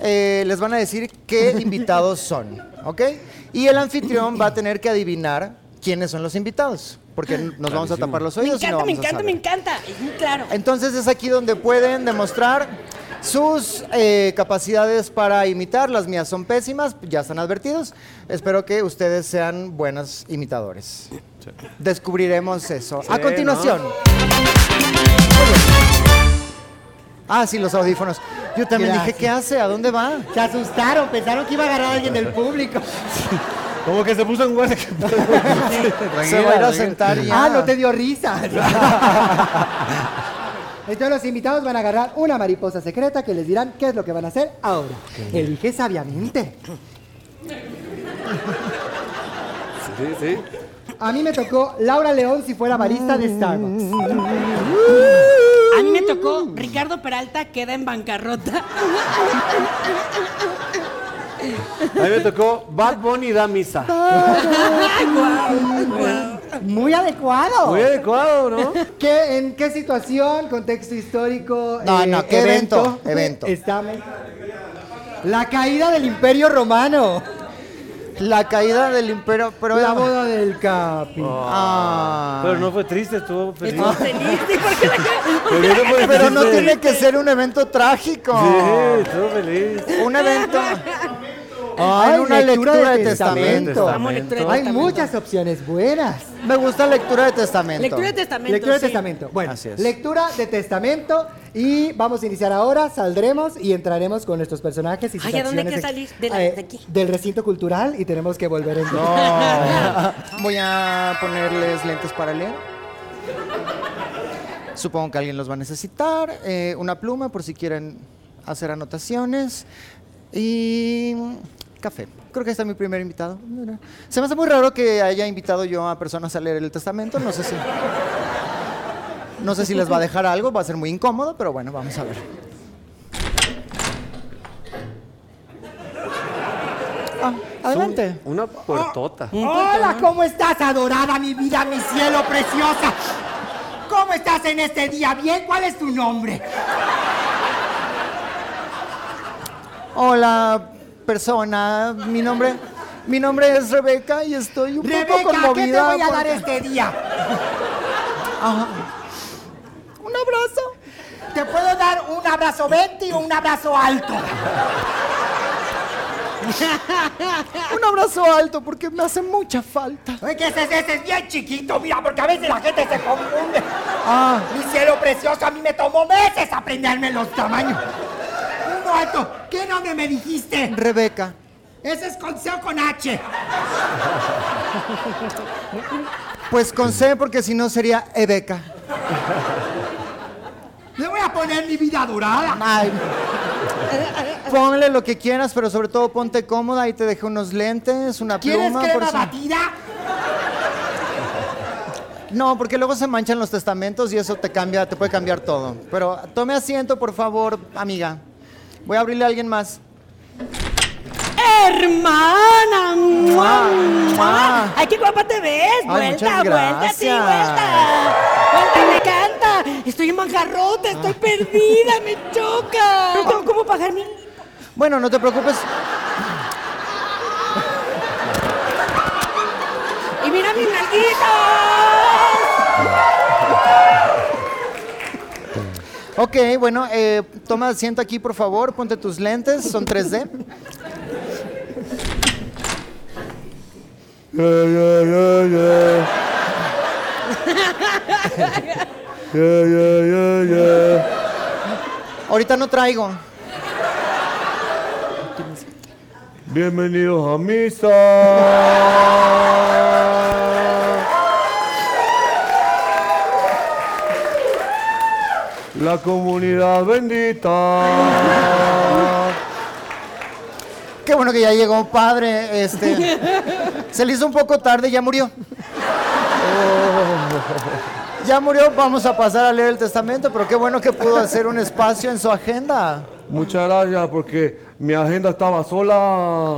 Speaker 3: eh, les van a decir qué invitados son, ¿ok? Y el anfitrión va a tener que adivinar quiénes son los invitados, porque nos vamos a tapar los
Speaker 2: Me
Speaker 3: oídos. y no
Speaker 2: encanta, me
Speaker 3: vamos a
Speaker 2: encanta,
Speaker 3: saber.
Speaker 2: me encanta. Es muy claro.
Speaker 3: Entonces es aquí donde pueden demostrar sus eh, capacidades para imitar. Las mías son pésimas, ya están advertidos. Espero que ustedes sean buenos imitadores. Descubriremos eso.
Speaker 5: Sí,
Speaker 3: A continuación. Ah, sí, los audífonos. Yo también
Speaker 4: Gracias.
Speaker 3: dije, ¿qué hace? ¿A dónde va?
Speaker 4: Se asustaron, pensaron que iba a agarrar a alguien del público.
Speaker 5: Como que se puso
Speaker 3: [laughs]
Speaker 5: en guardia. [laughs]
Speaker 3: Se va a ir a sentar ya.
Speaker 4: Ah, no te dio risa. Entonces los invitados van a agarrar una mariposa secreta que les dirán qué es lo que van a hacer ahora. Elige sabiamente.
Speaker 5: Sí, sí.
Speaker 4: A mí me tocó Laura León si fuera barista de Starbucks.
Speaker 2: A mí me tocó Ricardo Peralta queda en bancarrota.
Speaker 5: A mí me tocó Bad Bunny da misa.
Speaker 4: Muy adecuado.
Speaker 5: Muy adecuado, ¿no?
Speaker 4: ¿Qué- ¿En qué situación, contexto histórico, eh,
Speaker 3: No, no, ¿qué evento? Evento.
Speaker 4: estamos? La caída del Imperio Romano.
Speaker 3: La caída del imperio, pero...
Speaker 4: la boda del Capi.
Speaker 3: Ah.
Speaker 5: Pero no fue triste, estuvo feliz.
Speaker 2: Estoy feliz. ¿Y por qué la cara?
Speaker 5: Pero no fue
Speaker 3: Pero no
Speaker 5: triste.
Speaker 3: tiene que ser un evento trágico.
Speaker 5: Sí, estuvo feliz.
Speaker 3: Un evento. Ah, Hay una lectura de testamento.
Speaker 2: Vamos, lectura de
Speaker 4: Hay
Speaker 2: testamento.
Speaker 4: muchas opciones buenas.
Speaker 3: Me gusta lectura de testamento.
Speaker 2: Lectura de testamento.
Speaker 4: Lectura de
Speaker 2: sí.
Speaker 4: testamento. Bueno,
Speaker 5: Así es.
Speaker 4: lectura de testamento y vamos a iniciar ahora. Saldremos y entraremos con nuestros personajes y sus
Speaker 2: Ay, ¿a dónde hay
Speaker 4: acciones
Speaker 2: que
Speaker 4: ex-
Speaker 2: salir? De la- de aquí.
Speaker 4: Del recinto cultural y tenemos que volver en
Speaker 3: No. [laughs] Voy a ponerles lentes para leer. Supongo que alguien los va a necesitar. eh, una pluma por si quieren hacer anotaciones. Y mm, café. Creo que este es mi primer invitado. Mira. Se me hace muy raro que haya invitado yo a personas a leer el testamento. No sé si. No sé si les va a dejar algo, va a ser muy incómodo, pero bueno, vamos a ver. Ah, adelante.
Speaker 5: Un- una [laughs] puertota.
Speaker 4: Hola, ¿cómo estás, adorada, mi vida, mi cielo preciosa? ¿Cómo estás en este día? ¿Bien? ¿Cuál es tu nombre?
Speaker 3: Hola, persona. Mi nombre, mi nombre es Rebeca y estoy un poco
Speaker 4: Rebeca,
Speaker 3: conmovida.
Speaker 4: ¿qué te voy a dar
Speaker 3: porque-
Speaker 4: este día?
Speaker 3: Un abrazo.
Speaker 4: ¿Te puedo dar un abrazo 20 o un abrazo alto?
Speaker 3: [laughs] Un abrazo alto porque me hace mucha falta.
Speaker 4: Oye, que ese, ese es bien chiquito, mira, porque a veces la gente se confunde.
Speaker 3: Ah,
Speaker 4: Mi cielo precioso, a mí me tomó meses aprenderme los tamaños. Uno alto, ¿qué nombre me dijiste?
Speaker 3: Rebeca.
Speaker 4: Ese es con C o con H.
Speaker 3: Pues con C porque si no sería Ebeca.
Speaker 4: Le voy a poner mi vida dorada.
Speaker 3: Ay. Ponle lo que quieras, pero sobre todo ponte cómoda. Ahí te dejé unos lentes, una
Speaker 4: ¿Quieres
Speaker 3: pluma.
Speaker 4: crema
Speaker 3: si-
Speaker 4: batida?
Speaker 3: No, porque luego se manchan los testamentos y eso te cambia, te puede cambiar todo. Pero tome asiento, por favor, amiga. Voy a abrirle a alguien más.
Speaker 2: Hermana. ¡Mua,
Speaker 3: mua.
Speaker 2: mua! Ay, qué guapa te ves. Vuelta,
Speaker 3: Ah, muchas
Speaker 2: vuelta, sí,
Speaker 3: gracias.
Speaker 2: vuelta. Vuelta, me encanta. Estoy en bancarrota, estoy
Speaker 3: Ah.
Speaker 2: perdida, me choca. No tengo cómo pagar mi.
Speaker 3: Bueno, no te preocupes.
Speaker 2: Y mira mis nalguitas.
Speaker 3: Ok, bueno, eh, toma asiento aquí, por favor. Ponte tus lentes, son 3D.
Speaker 5: [laughs]
Speaker 3: Ahorita no traigo.
Speaker 5: Bienvenidos a misa. La comunidad bendita.
Speaker 3: Qué bueno que ya llegó, padre. Este, se le hizo un poco tarde, ya murió. Ya murió, vamos a pasar a leer el testamento, pero qué bueno que pudo hacer un espacio en su agenda.
Speaker 5: Muchas gracias porque mi agenda estaba sola.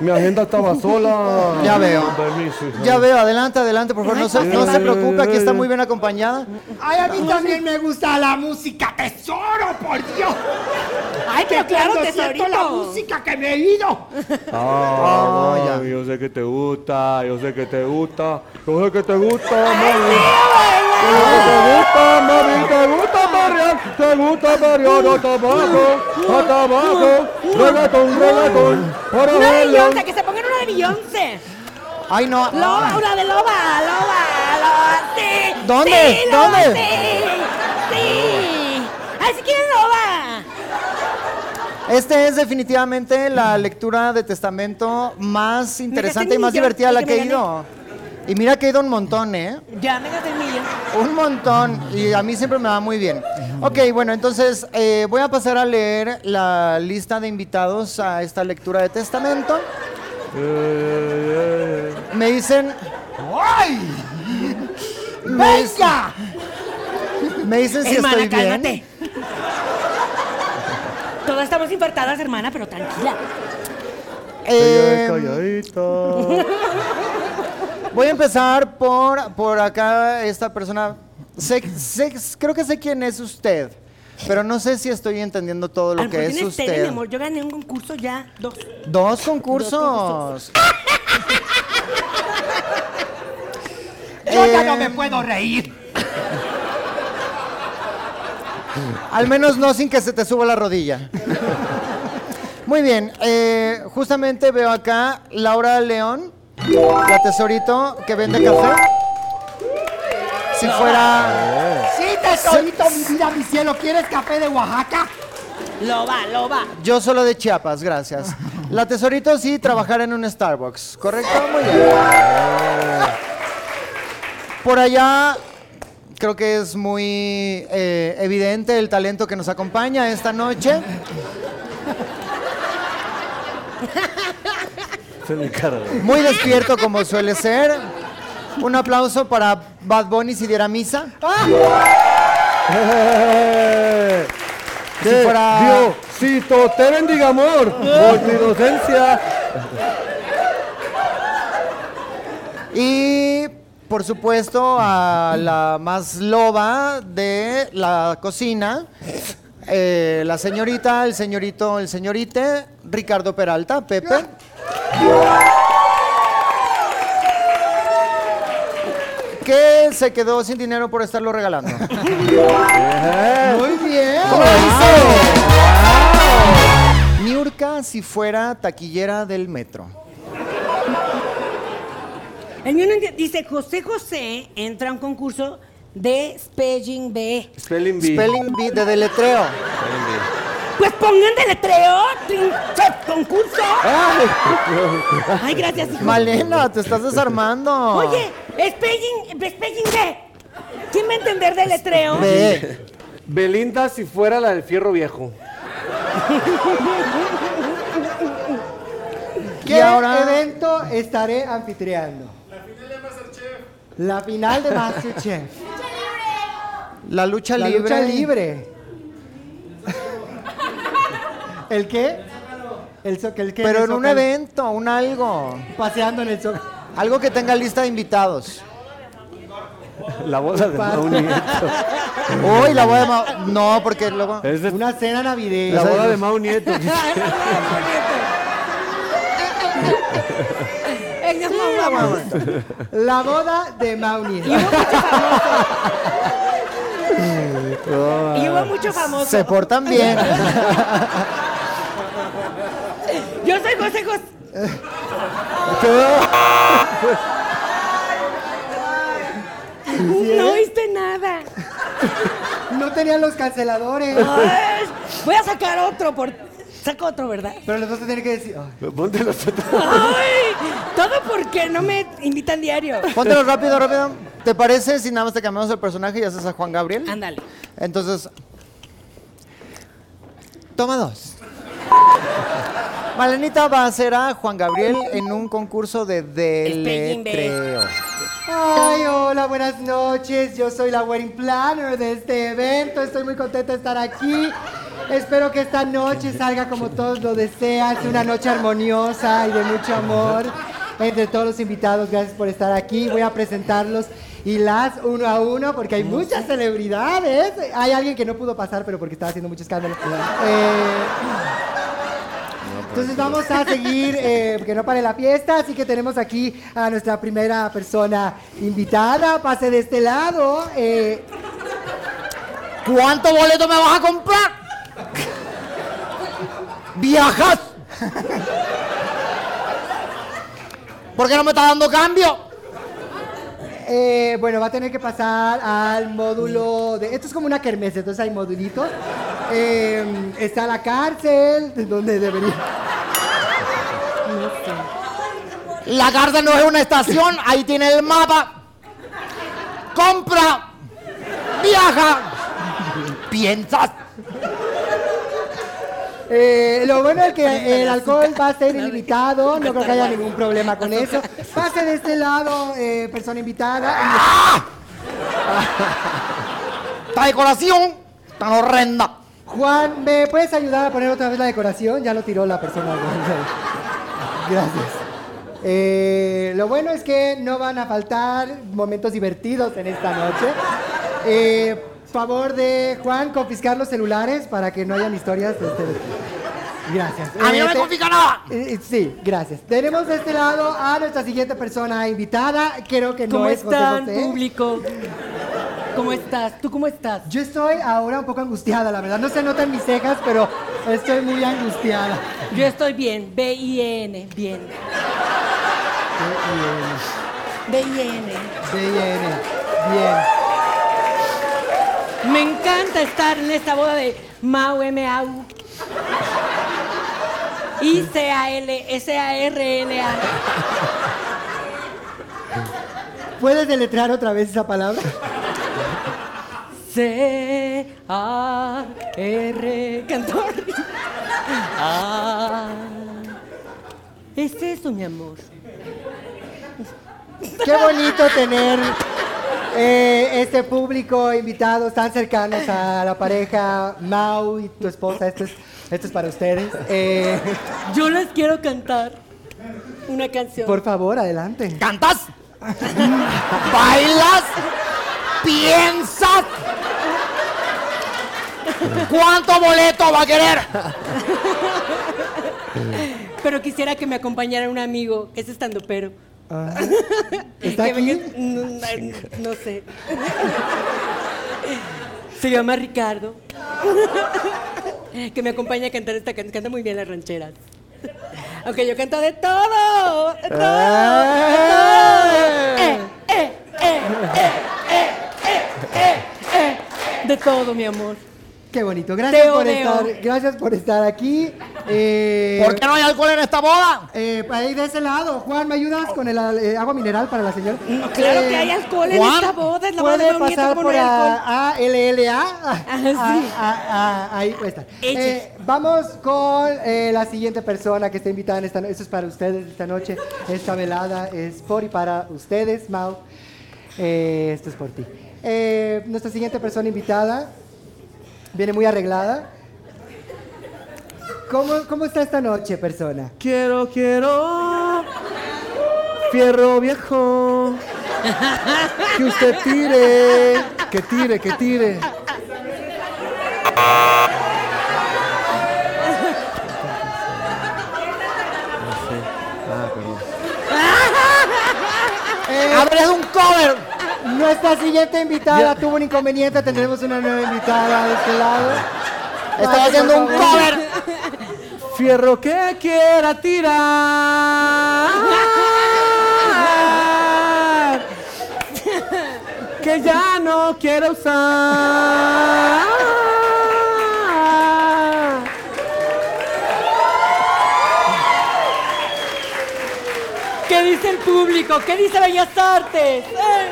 Speaker 5: Mi agenda estaba sola.
Speaker 3: Ya veo.
Speaker 5: Permiso, hija.
Speaker 3: Ya veo, adelante, adelante, por favor, no se, no se preocupe, aquí está muy bien acompañada.
Speaker 4: Ay, a mí también me gusta la música, tesoro, por Dios.
Speaker 2: Ay, pero claro,
Speaker 4: Cuando siento la
Speaker 2: tesorito.
Speaker 4: música que me he ido.
Speaker 5: Ah,
Speaker 3: Ah, ya.
Speaker 5: mami, yo sé que te gusta, yo sé que te gusta, yo sé que te gusta, mami. Yo sé que te gusta, mami, te gusta Marian, te gusta Marian, hasta abajo, hasta abajo, regatón, regatón, para
Speaker 2: Una de
Speaker 5: bailar.
Speaker 2: Beyoncé, que se pongan una de Beyoncé.
Speaker 3: Ay, no.
Speaker 2: Loba, una de Loba, Loba, Loba, sí.
Speaker 3: ¿Dónde?
Speaker 2: Sí, Loba,
Speaker 3: ¿Dónde?
Speaker 2: Sí, sí. Ay, si quieren Loba.
Speaker 3: Este es definitivamente la lectura de testamento más interesante y más divertida a la que he ido. Y mira que he ido un montón, ¿eh?
Speaker 2: Ya me gasté el millón.
Speaker 3: Un montón. Y a mí siempre me va muy bien. Ok, bueno, entonces eh, voy a pasar a leer la lista de invitados a esta lectura de testamento. Me dicen,
Speaker 4: ¡Ay!
Speaker 3: me, dicen-
Speaker 4: ¡Venga!
Speaker 3: me dicen si
Speaker 2: hermana,
Speaker 3: estoy bien.
Speaker 2: cálmate. Todas estamos infartadas, hermana, pero tranquila.
Speaker 3: Eh,
Speaker 5: [laughs] calladita.
Speaker 3: Voy a empezar por, por acá, esta persona. Sé- sé- creo que sé quién es usted, pero no sé si estoy entendiendo todo
Speaker 2: A
Speaker 3: lo
Speaker 2: lo
Speaker 3: que
Speaker 2: mejor
Speaker 3: es
Speaker 2: tienes
Speaker 3: usted.
Speaker 2: tele, mi amor. Yo gané un concurso ya, dos.
Speaker 3: Dos concursos.
Speaker 4: Yo ya
Speaker 3: Eh,
Speaker 4: no me puedo reír.
Speaker 3: Al menos no sin que se te suba la rodilla. Muy bien, eh, justamente veo acá Laura León, la tesorito que vende café. Si fuera...
Speaker 4: Sí, tesorito, mi vida, mi cielo. ¿Quieres café de Oaxaca?
Speaker 2: Loba, loba.
Speaker 3: Yo solo de Chiapas, gracias. La tesorito sí trabajar en un Starbucks, ¿correcto? Muy bien. Eh, Por allá creo que es muy eh, evidente el talento que nos acompaña esta noche.
Speaker 5: Se le encarga.
Speaker 3: Muy despierto como suele ser. Un aplauso para Bad Bunny si diera misa.
Speaker 5: ¡Eh!
Speaker 3: Si
Speaker 5: Que
Speaker 3: fuera-
Speaker 5: Diosito te bendiga, amor, por tu inocencia.
Speaker 3: Y por supuesto a la más loba de la cocina, eh, la señorita, el señorito, el señorite, Ricardo Peralta, Pepe. Que se quedó sin dinero por estarlo regalando. Muy bien. Niurka si fuera taquillera del metro.
Speaker 2: El mío no entiende. Dice, José José entra a un concurso de Spelling B.
Speaker 5: Spelling Bee.
Speaker 3: Spelling bee de deletreo.
Speaker 2: Pues pongan deletreo, pinche concurso. Ay, gracias, hijo.
Speaker 3: Malena, te estás desarmando.
Speaker 2: Oye, Spelling, Spelling B. ¿Quién va a entender deletreo?
Speaker 3: Ve.
Speaker 5: Belinda si fuera la del fierro viejo.
Speaker 4: ¿Qué
Speaker 3: Y ahora-
Speaker 4: evento estaré anfitriando? La final de Masterchef.
Speaker 3: La lucha
Speaker 4: La
Speaker 3: libre.
Speaker 4: lucha libre. ¿El qué? El so- el qué
Speaker 3: Pero en
Speaker 4: el
Speaker 3: un
Speaker 4: zócalo.
Speaker 3: evento, un algo.
Speaker 4: Paseando en el zócalo.
Speaker 3: Algo que tenga lista de invitados.
Speaker 5: La boda de Mau Nieto.
Speaker 3: Uy, la voy a... ma- No, porque luego...
Speaker 5: Es de-
Speaker 4: Una cena navideña.
Speaker 5: la boda de Mau Nieto.
Speaker 2: Ay, no, no, no, no.
Speaker 4: La boda de Mauni.
Speaker 2: Y hubo mucho famoso.
Speaker 3: Se portan bien.
Speaker 2: Yo soy José José. No oíste nada.
Speaker 4: No tenían los canceladores.
Speaker 2: Ay, voy a sacar otro por. Saco otro, ¿verdad?
Speaker 4: Pero los dos se tienen que decir. "Ay,
Speaker 5: Ponte los otros.
Speaker 2: Ay, todo porque no me invitan diario.
Speaker 3: Póntelo rápido, rápido. ¿Te parece si nada más te cambiamos el personaje y haces a Juan Gabriel?
Speaker 2: Ándale.
Speaker 3: Entonces... Toma dos. Malenita va a hacer a Juan Gabriel en un concurso de
Speaker 2: Spelling bee.
Speaker 3: deletreo.
Speaker 4: Ay, hola, buenas noches. Yo soy la wedding planner de este evento. Estoy muy contenta de estar aquí. Espero que esta noche salga como todos lo desean. Sea una noche armoniosa y de mucho amor. Entre todos los invitados, gracias por estar aquí. Voy a presentarlos y las uno a uno porque hay muchas celebridades. Hay alguien que no pudo pasar, pero porque estaba haciendo mucho escándalo. Eh, entonces vamos a seguir, eh, que no pare la fiesta, así que tenemos aquí a nuestra primera persona invitada. Pase de este lado. eh,
Speaker 3: ¿Cuánto boleto me vas a comprar? ¿Viajas? ¿Por qué no me estás dando cambio?
Speaker 4: eh, bueno, va a tener que pasar al módulo de... Esto es como una kermés, entonces hay modulitos. Eh, está la cárcel, donde debería...
Speaker 3: La cárcel no es una estación, ahí tiene el mapa. Compra, viaja, piensas.
Speaker 4: Eh, lo bueno es que el alcohol va a ser ilimitado, no creo que haya ningún problema con eso. Pase de este lado, eh, persona invitada.
Speaker 3: Esta decoración tan horrenda.
Speaker 4: Juan, ¿me puedes ayudar a poner otra vez la decoración? Ya lo tiró la persona. [laughs] Gracias. Eh, lo bueno es que no van a faltar momentos divertidos en esta noche. Eh, favor de Juan, confiscar los celulares para que no hayan historias. este, Gracias.
Speaker 3: A mí no
Speaker 4: Eh,
Speaker 3: me
Speaker 4: te-
Speaker 3: confisca nada.
Speaker 4: eh, eh, Sí, gracias. Tenemos de este lado a nuestra siguiente persona invitada. Creo que no
Speaker 2: ¿Cómo
Speaker 4: es José
Speaker 2: están,
Speaker 4: José.
Speaker 2: público? ¿Cómo estás? ¿Tú cómo estás?
Speaker 4: Yo estoy ahora un poco angustiada, la verdad. No se notan mis cejas, pero estoy muy angustiada.
Speaker 2: Yo estoy bien. B-I-N. Bien. E B-I-N.
Speaker 4: Bien, bien.
Speaker 2: Me encanta estar en esta boda de Mau M-A-U. I-C-A-L-S-A-R-L-A.
Speaker 4: ¿Puedes deletrear otra vez esa palabra?
Speaker 2: C-A-R. Cantor. Ah. Es eso, mi amor.
Speaker 4: Qué bonito tener eh, este público, invitados tan cercanos a la pareja, Mau y tu esposa. Esto es, esto es para ustedes. Eh,
Speaker 2: Yo les quiero cantar una canción.
Speaker 4: por favor, adelante.
Speaker 3: ¿Cantas? ¿Bailas? ¿Piensas? ¿Cuánto boleto va a querer?
Speaker 2: Pero quisiera que me acompañara un amigo que es estandopero. [laughs]
Speaker 4: Ah, ¿Está
Speaker 2: Que venga-
Speaker 4: aquí? Ah,
Speaker 2: No, no- no sé. Se llama Ricardo. Que me acompaña a cantar esta canción. Canta muy bien las rancheras. Aunque yo canto de todo. De todo. de todo. Eh, eh, eh, eh, eh, eh, eh, eh. De todo, mi amor.
Speaker 4: Qué bonito. Gracias
Speaker 2: Teo,
Speaker 4: por
Speaker 2: Teo.
Speaker 4: estar, gracias por estar aquí. Eh,
Speaker 3: ¿Por qué no hay alcohol en esta boda?
Speaker 4: eh, ahí de ese lado, Juan, ¿me ayudas con el eh, agua mineral para la señora?
Speaker 2: Claro que
Speaker 4: Eh,
Speaker 2: hay alcohol en
Speaker 3: Juan,
Speaker 2: esta boda. Es la boda de
Speaker 4: Puede
Speaker 2: Don Nieto,
Speaker 4: pasar
Speaker 2: ¿cómo no
Speaker 4: por
Speaker 2: hay alcohol?
Speaker 4: a, ALLA. [laughs]
Speaker 2: sí.
Speaker 4: Ah, ah, ah, ahí puede estar.
Speaker 2: Eche.
Speaker 4: Eh, vamos con eh, la siguiente persona que está invitada en esta noche. Esto es para ustedes esta noche. Esta velada es por y para ustedes, Mau. Eh, esto es por ti. Eh, nuestra siguiente persona invitada viene muy arreglada. ¿Cómo, ¿Cómo está esta noche, persona?
Speaker 7: Quiero, quiero. Fierro viejo. Que usted tire. Que tire, que tire.
Speaker 3: ¡Abres un cover!
Speaker 4: Eh, Nuestra siguiente invitada tuvo un inconveniente, tendremos una nueva invitada de este lado.
Speaker 3: Estaba haciendo un cover.
Speaker 7: Fierro que quiera tirar. Que ya no quiero usar.
Speaker 2: ¿Qué dice el público? ¿Qué dice Bellas Artes? Eh.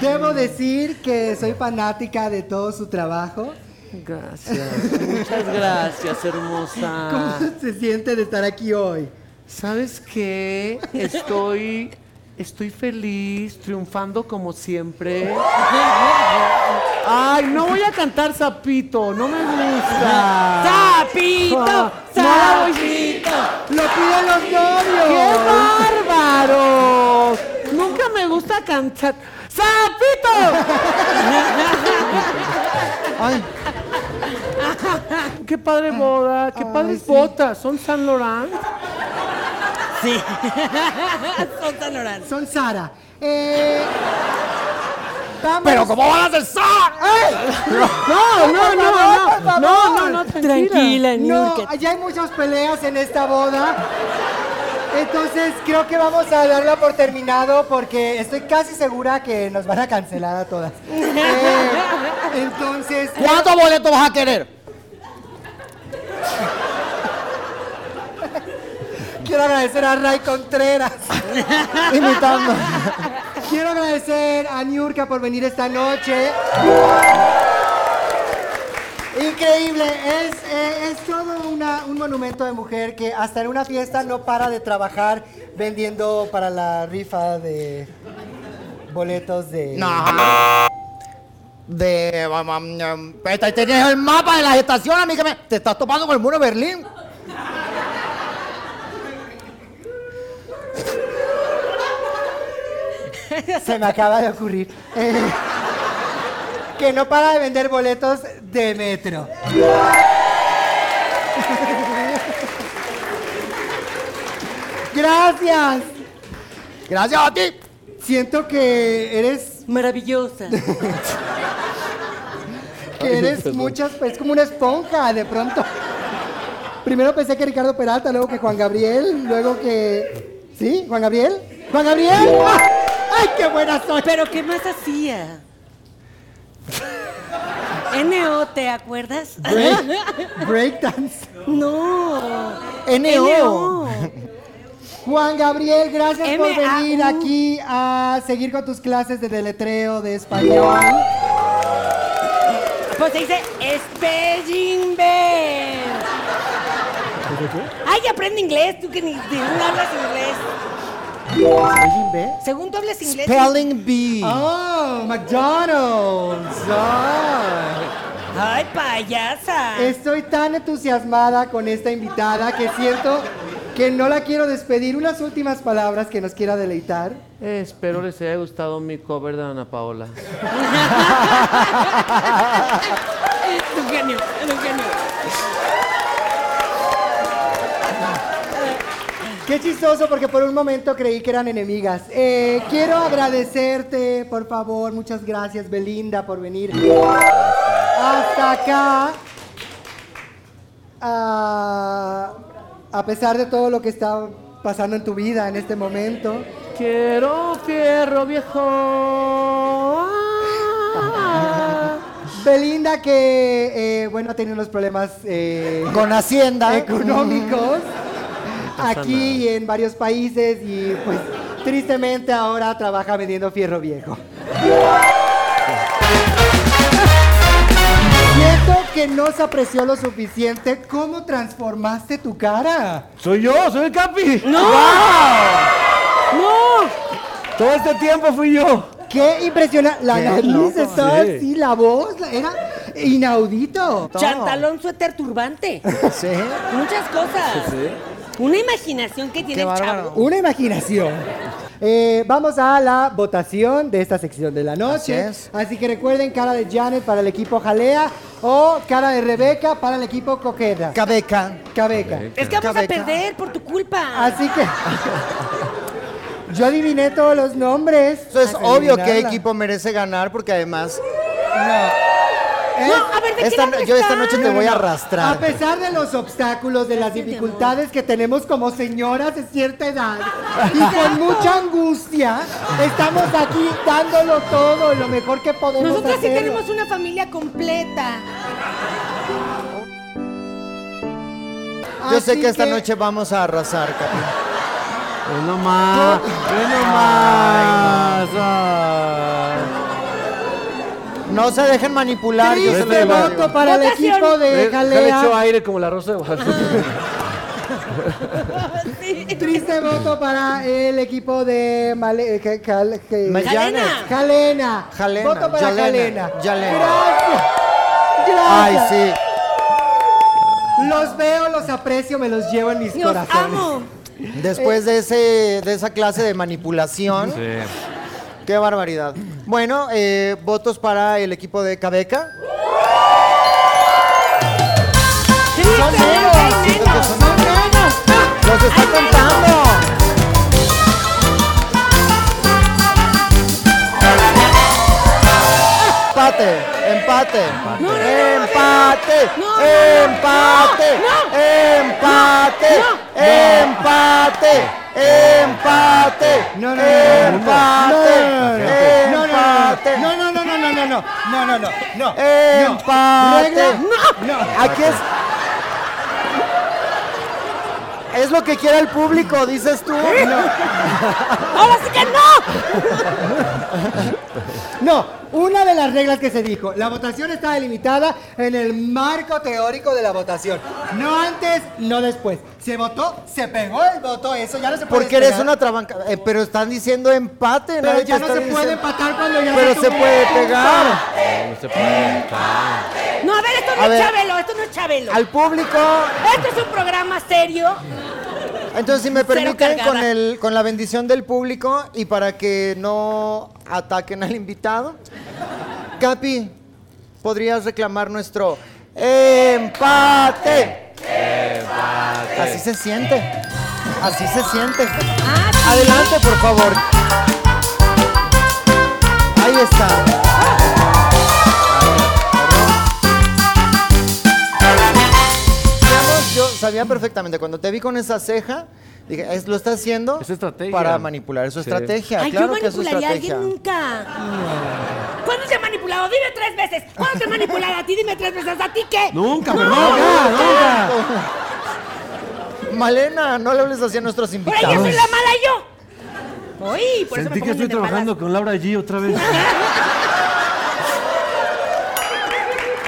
Speaker 4: Debo decir que soy fanática de todo su trabajo.
Speaker 5: Gracias, muchas gracias, hermosa.
Speaker 4: ¿Cómo se siente de estar aquí hoy?
Speaker 5: ¿Sabes qué? Estoy, estoy feliz, triunfando como siempre. Ay, no voy a cantar sapito, no me gusta.
Speaker 4: Ah.
Speaker 5: Ah,
Speaker 2: ¡Sapito! ¡Sapito!
Speaker 4: ¡Lo piden los
Speaker 5: ¡Qué
Speaker 4: novios!
Speaker 5: bárbaro! Oh, Nunca me gusta cantar. ¡Sapito!
Speaker 4: Ay,
Speaker 5: ¡Qué padre boda! ¡Qué padres
Speaker 4: sí.
Speaker 5: botas! ¿Son San Laurent?
Speaker 4: Ah.
Speaker 2: Son tan orales.
Speaker 4: son Sara. Eh, vamos.
Speaker 3: cómo van a cesar?
Speaker 4: ¡Ay!
Speaker 5: No, no, no, no.
Speaker 4: por favor.
Speaker 5: No, no, no, tranquila.
Speaker 2: Tranquila, Niurka.
Speaker 4: No, ya hay muchas peleas en esta boda. Entonces creo que vamos a darla por terminado porque estoy casi segura que nos van a cancelar a
Speaker 5: [laughs]
Speaker 4: todas. Eh, entonces,
Speaker 3: ¿Cuánto boleto vas a querer?
Speaker 4: Quiero agradecer a Ray Contreras. Imitando. Quiero agradecer a Niurka por venir esta noche. Increíble, es, eh, es todo una- un monumento de mujer que hasta en una fiesta no para de trabajar vendiendo para la rifa de boletos de...
Speaker 3: No. De. um, um, um, ahí Tienes el mapa de las estaciones, a mí que me. Te estás topando con el muro de Berlín.
Speaker 4: Se me acaba de ocurrir. Eh, que no para de vender boletos de metro. Gracias.
Speaker 3: Gracias a ti.
Speaker 4: Siento que eres
Speaker 2: maravillosa.
Speaker 4: Que eres muchas, pues, es como una esponja de pronto. Primero pensé que Ricardo Peralta, luego que Juan Gabriel, luego que. ¿Sí? ¿Juan Gabriel? ¡Juan Gabriel! ¡Ah! ¡Ay, qué buena soy!
Speaker 2: Pero ¿qué más hacía? NO, ¿te acuerdas?
Speaker 4: Break, break dance.
Speaker 2: no.
Speaker 4: NO. Juan Gabriel, gracias por
Speaker 2: M.A.U..
Speaker 4: venir aquí a seguir con tus clases de deletreo de español.
Speaker 2: Pues se dice Spelling Bell. Ay, aprende inglés, tú que ni, ni no hablas inglés.
Speaker 4: ¿Alguien ve?
Speaker 2: Según tú hablas inglés.
Speaker 3: Spelling Bee.
Speaker 4: Oh, McDonald's. Ah.
Speaker 2: Ay, payasa.
Speaker 4: Estoy tan entusiasmada con esta invitada que siento que no la quiero despedir. Unas últimas palabras que nos quiera deleitar.
Speaker 8: Espero les haya gustado mi cover de Ana Paola.
Speaker 2: Es un genio, es un genio.
Speaker 4: Qué chistoso porque por un momento creí que eran enemigas. Eh, quiero agradecerte, por favor, muchas gracias Belinda por venir hasta acá. Ah, a pesar de todo lo que está pasando en tu vida en este momento.
Speaker 8: Quiero fierro viejo. Ah.
Speaker 4: [laughs] Belinda que, eh, bueno, ha tenido unos problemas eh,
Speaker 6: Con Hacienda.
Speaker 4: económicos aquí y en varios países y pues tristemente ahora trabaja vendiendo fierro viejo. Siento que no se apreció lo suficiente cómo transformaste tu cara.
Speaker 5: Soy yo, soy el Capi. ¡No! ¡No! Todo este tiempo fui yo.
Speaker 4: Qué impresionante. La nariz
Speaker 5: loco.
Speaker 4: estaba
Speaker 5: Sí.
Speaker 4: así, la voz la- era inaudito.
Speaker 2: Chantalón, suéter, turbante.
Speaker 6: Sí.
Speaker 2: Muchas cosas. Una imaginación que tiene el
Speaker 6: bárbaro.
Speaker 2: chavo.
Speaker 4: Una imaginación. Eh, vamos a la votación de esta sección de la noche.
Speaker 6: Así
Speaker 4: Así,
Speaker 6: es.
Speaker 4: que recuerden cara de Janet para el equipo Jalea o cara de Rebeca para el equipo Coqueda.
Speaker 6: Cabeca.
Speaker 4: Cabeca.
Speaker 2: Es que vamos a
Speaker 6: Cabeca.
Speaker 2: perder por tu culpa.
Speaker 4: Así que [laughs] yo adiviné todos los nombres.
Speaker 3: Eso es
Speaker 4: Ay,
Speaker 3: obvio que
Speaker 4: adivinarla.
Speaker 3: equipo merece ganar porque además
Speaker 2: no, a ver, ¿de
Speaker 3: esta-
Speaker 2: qué lado
Speaker 3: yo esta
Speaker 2: estás?
Speaker 3: noche te voy a arrastrar.
Speaker 4: A pesar de los obstáculos, de las dificultades que tenemos como señoras de cierta edad y con mucha angustia, estamos aquí dándolo todo, lo mejor que podemos
Speaker 2: Nosotras sí
Speaker 4: hacer.
Speaker 2: tenemos una familia completa.
Speaker 3: Yo sé que esta noche vamos a arrasar, Capi.
Speaker 8: Ve nomás, ve nomás. Ay.
Speaker 3: No se dejen manipular. yo se los
Speaker 4: Triste
Speaker 3: digo.
Speaker 4: voto para el
Speaker 2: Votación.
Speaker 4: equipo de
Speaker 8: Ve, se le echó
Speaker 4: Jalea.
Speaker 8: aire como la rosa de Guadalupe.
Speaker 4: Triste voto para el equipo de Male- eh, que- Cal- que-
Speaker 2: Jalena.
Speaker 4: Jalena.
Speaker 3: Jalena,
Speaker 4: Voto para
Speaker 3: Yalena,
Speaker 4: Jalena.
Speaker 3: Yalena.
Speaker 4: Gracias.
Speaker 3: Ay,
Speaker 4: Gracias.
Speaker 3: sí.
Speaker 4: Los veo, los aprecio, me los llevo en mis
Speaker 2: Dios,
Speaker 4: corazones.
Speaker 2: amo.
Speaker 3: Después de, ese, de esa clase de manipulación. Qué barbaridad. Bueno, eh, votos para el equipo de Cabeca.
Speaker 2: Son
Speaker 3: menos, siento que son Los está contando. Empate, empate, empate,
Speaker 2: no, no,
Speaker 3: empate,
Speaker 2: no,
Speaker 3: empate,
Speaker 2: no.
Speaker 3: empate, empate,
Speaker 4: No, no, no,
Speaker 3: empate,
Speaker 4: No, no,
Speaker 3: empate.
Speaker 4: no, no, no, no, no, no, no, no, no, no, no,
Speaker 3: Empate.
Speaker 4: No, no.
Speaker 3: Aquí es. Es lo que quiera el público, dices tú.
Speaker 2: ¡Ahora sí que no!
Speaker 4: No, una de las reglas que se dijo, la votación está delimitada en el marco teórico de la votación. No antes, no después. Se votó, se pegó el voto, eso ya no se puede
Speaker 3: Porque eres
Speaker 4: esperar.
Speaker 3: una trabanca. eh, pero están diciendo empate.
Speaker 4: Pero
Speaker 3: nadie
Speaker 4: ya
Speaker 3: te
Speaker 4: no
Speaker 3: está
Speaker 4: se puede
Speaker 3: diciendo-
Speaker 4: empatar cuando ya
Speaker 3: Pero se
Speaker 4: tuvo
Speaker 3: puede
Speaker 4: un
Speaker 3: pegar.
Speaker 2: No, a ver, esto no
Speaker 3: A
Speaker 2: es
Speaker 3: ver.
Speaker 2: Chabelo, esto no es Chabelo.
Speaker 3: Al público.
Speaker 2: Esto es un programa serio.
Speaker 3: Entonces, si me permiten,
Speaker 2: cargada.
Speaker 3: con, el, con la bendición del público y para que no ataquen al invitado, Capi, podrías reclamar nuestro empate. Empate. Así se siente. Así se siente.
Speaker 2: Ah, sí.
Speaker 3: Adelante, por favor. Ahí
Speaker 9: está.
Speaker 3: Digamos, Yo sabía perfectamente, cuando te vi con esa ceja, dije, es- lo está haciendo
Speaker 5: Es estrategia.
Speaker 3: para manipular, es su
Speaker 5: Sí.
Speaker 3: estrategia,
Speaker 2: Ay,
Speaker 3: claro
Speaker 2: yo
Speaker 3: que es su
Speaker 2: manipularía a
Speaker 3: estrategia.
Speaker 2: alguien nunca. ¿Cuándo te he manipulado? Dime tres veces. ¿Cuándo te he manipulado a ti? Dime tres veces. ¿A ti qué?
Speaker 5: Nunca, pero nunca, nunca.
Speaker 3: Malena, no le hables así a nuestros
Speaker 2: Por ahí yo
Speaker 3: invitados.
Speaker 2: soy la mala yo. Uy, por eso me pongo
Speaker 8: Sentí que estoy
Speaker 2: bien de malas.
Speaker 8: trabajando con Laura G otra vez.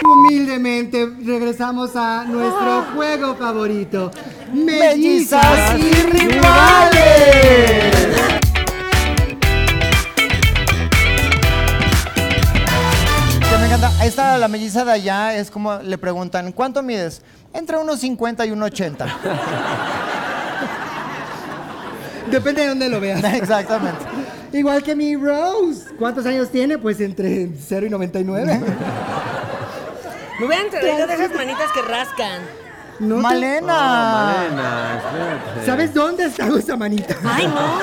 Speaker 4: Humildemente regresamos a nuestro juego favorito.
Speaker 3: Mellizas y
Speaker 4: rivales.
Speaker 3: Que me encanta. Esta, la melliza de allá, es como le preguntan, ¿cuánto mides? Entre 1,50 y 1,80.
Speaker 4: Depende de dónde lo veas.
Speaker 3: [laughs] Exactamente.
Speaker 4: [laughs] Igual que mi Rose. ¿Cuántos años tiene? Pues entre 0 y [laughs] 99.
Speaker 2: Me hubieran traído de esas manitas que rascan.
Speaker 4: No te- Oh,
Speaker 3: Malena.
Speaker 5: Malena, espérate.
Speaker 4: ¿Sabes dónde está esa manita?
Speaker 2: Ay, no.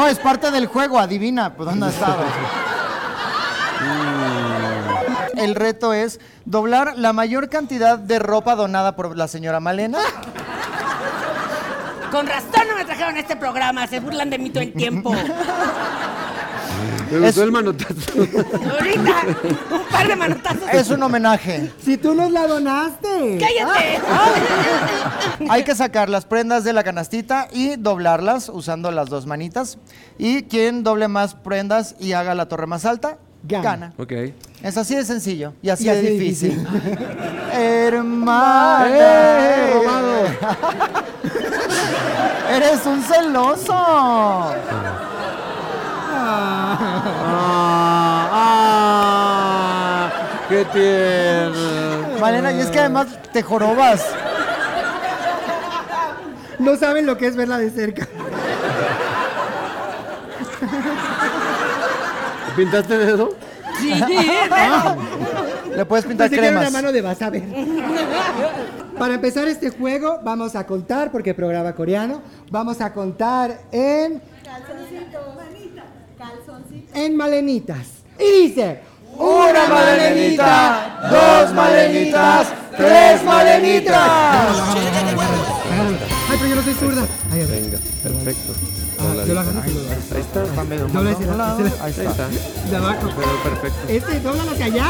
Speaker 3: No, es parte del juego, adivina, pues
Speaker 4: [laughs]
Speaker 3: dónde estaba. El reto es doblar la mayor cantidad de ropa donada por la señora Malena.
Speaker 2: Con razón no me trajeron a este programa. Se burlan de mí todo el tiempo.
Speaker 5: Me gustó
Speaker 3: Es-
Speaker 5: el manotazo.
Speaker 2: Ahorita, un par de manotazos.
Speaker 3: Es un homenaje.
Speaker 4: Si tú nos la donaste.
Speaker 2: ¡Cállate!
Speaker 3: Ah. Hay que sacar las prendas de la canastita y doblarlas usando las dos manitas. Y quien doble más prendas y haga la torre más alta,
Speaker 4: Gana.
Speaker 3: gana.
Speaker 5: Ok.
Speaker 3: Es así de sencillo y así,
Speaker 4: Y así
Speaker 3: de
Speaker 4: de
Speaker 3: difícil.
Speaker 5: ¡Eh,
Speaker 3: Hermana.
Speaker 5: robado!
Speaker 3: Eres un celoso.
Speaker 5: ¡Ah! ¡Ah! ¡Qué tierno!
Speaker 3: Malena, y es que además te jorobas.
Speaker 4: No saben lo que es verla de cerca.
Speaker 5: ¿Pintaste dedo?
Speaker 2: Sí, pero-
Speaker 3: Le puedes pintar
Speaker 4: Pensé que era una
Speaker 3: cremas.
Speaker 4: mano de vas Pues a ver. Para empezar este juego, vamos a contar, porque programa coreano, vamos a contar en. Calzoncitos. En malenitas. Y dice.
Speaker 3: Una malenita, dos malenitas, tres malenitas.
Speaker 4: Ay, pero yo no soy zurda. Ay, ay,
Speaker 5: Venga, perfecto.
Speaker 4: ay, yo la agarro.
Speaker 5: Ahí está.
Speaker 4: Dobla ese lado, ese lado.
Speaker 5: Ahí está.
Speaker 4: De abajo.
Speaker 5: Pero perfecto.
Speaker 4: Este, doblan hacia allá.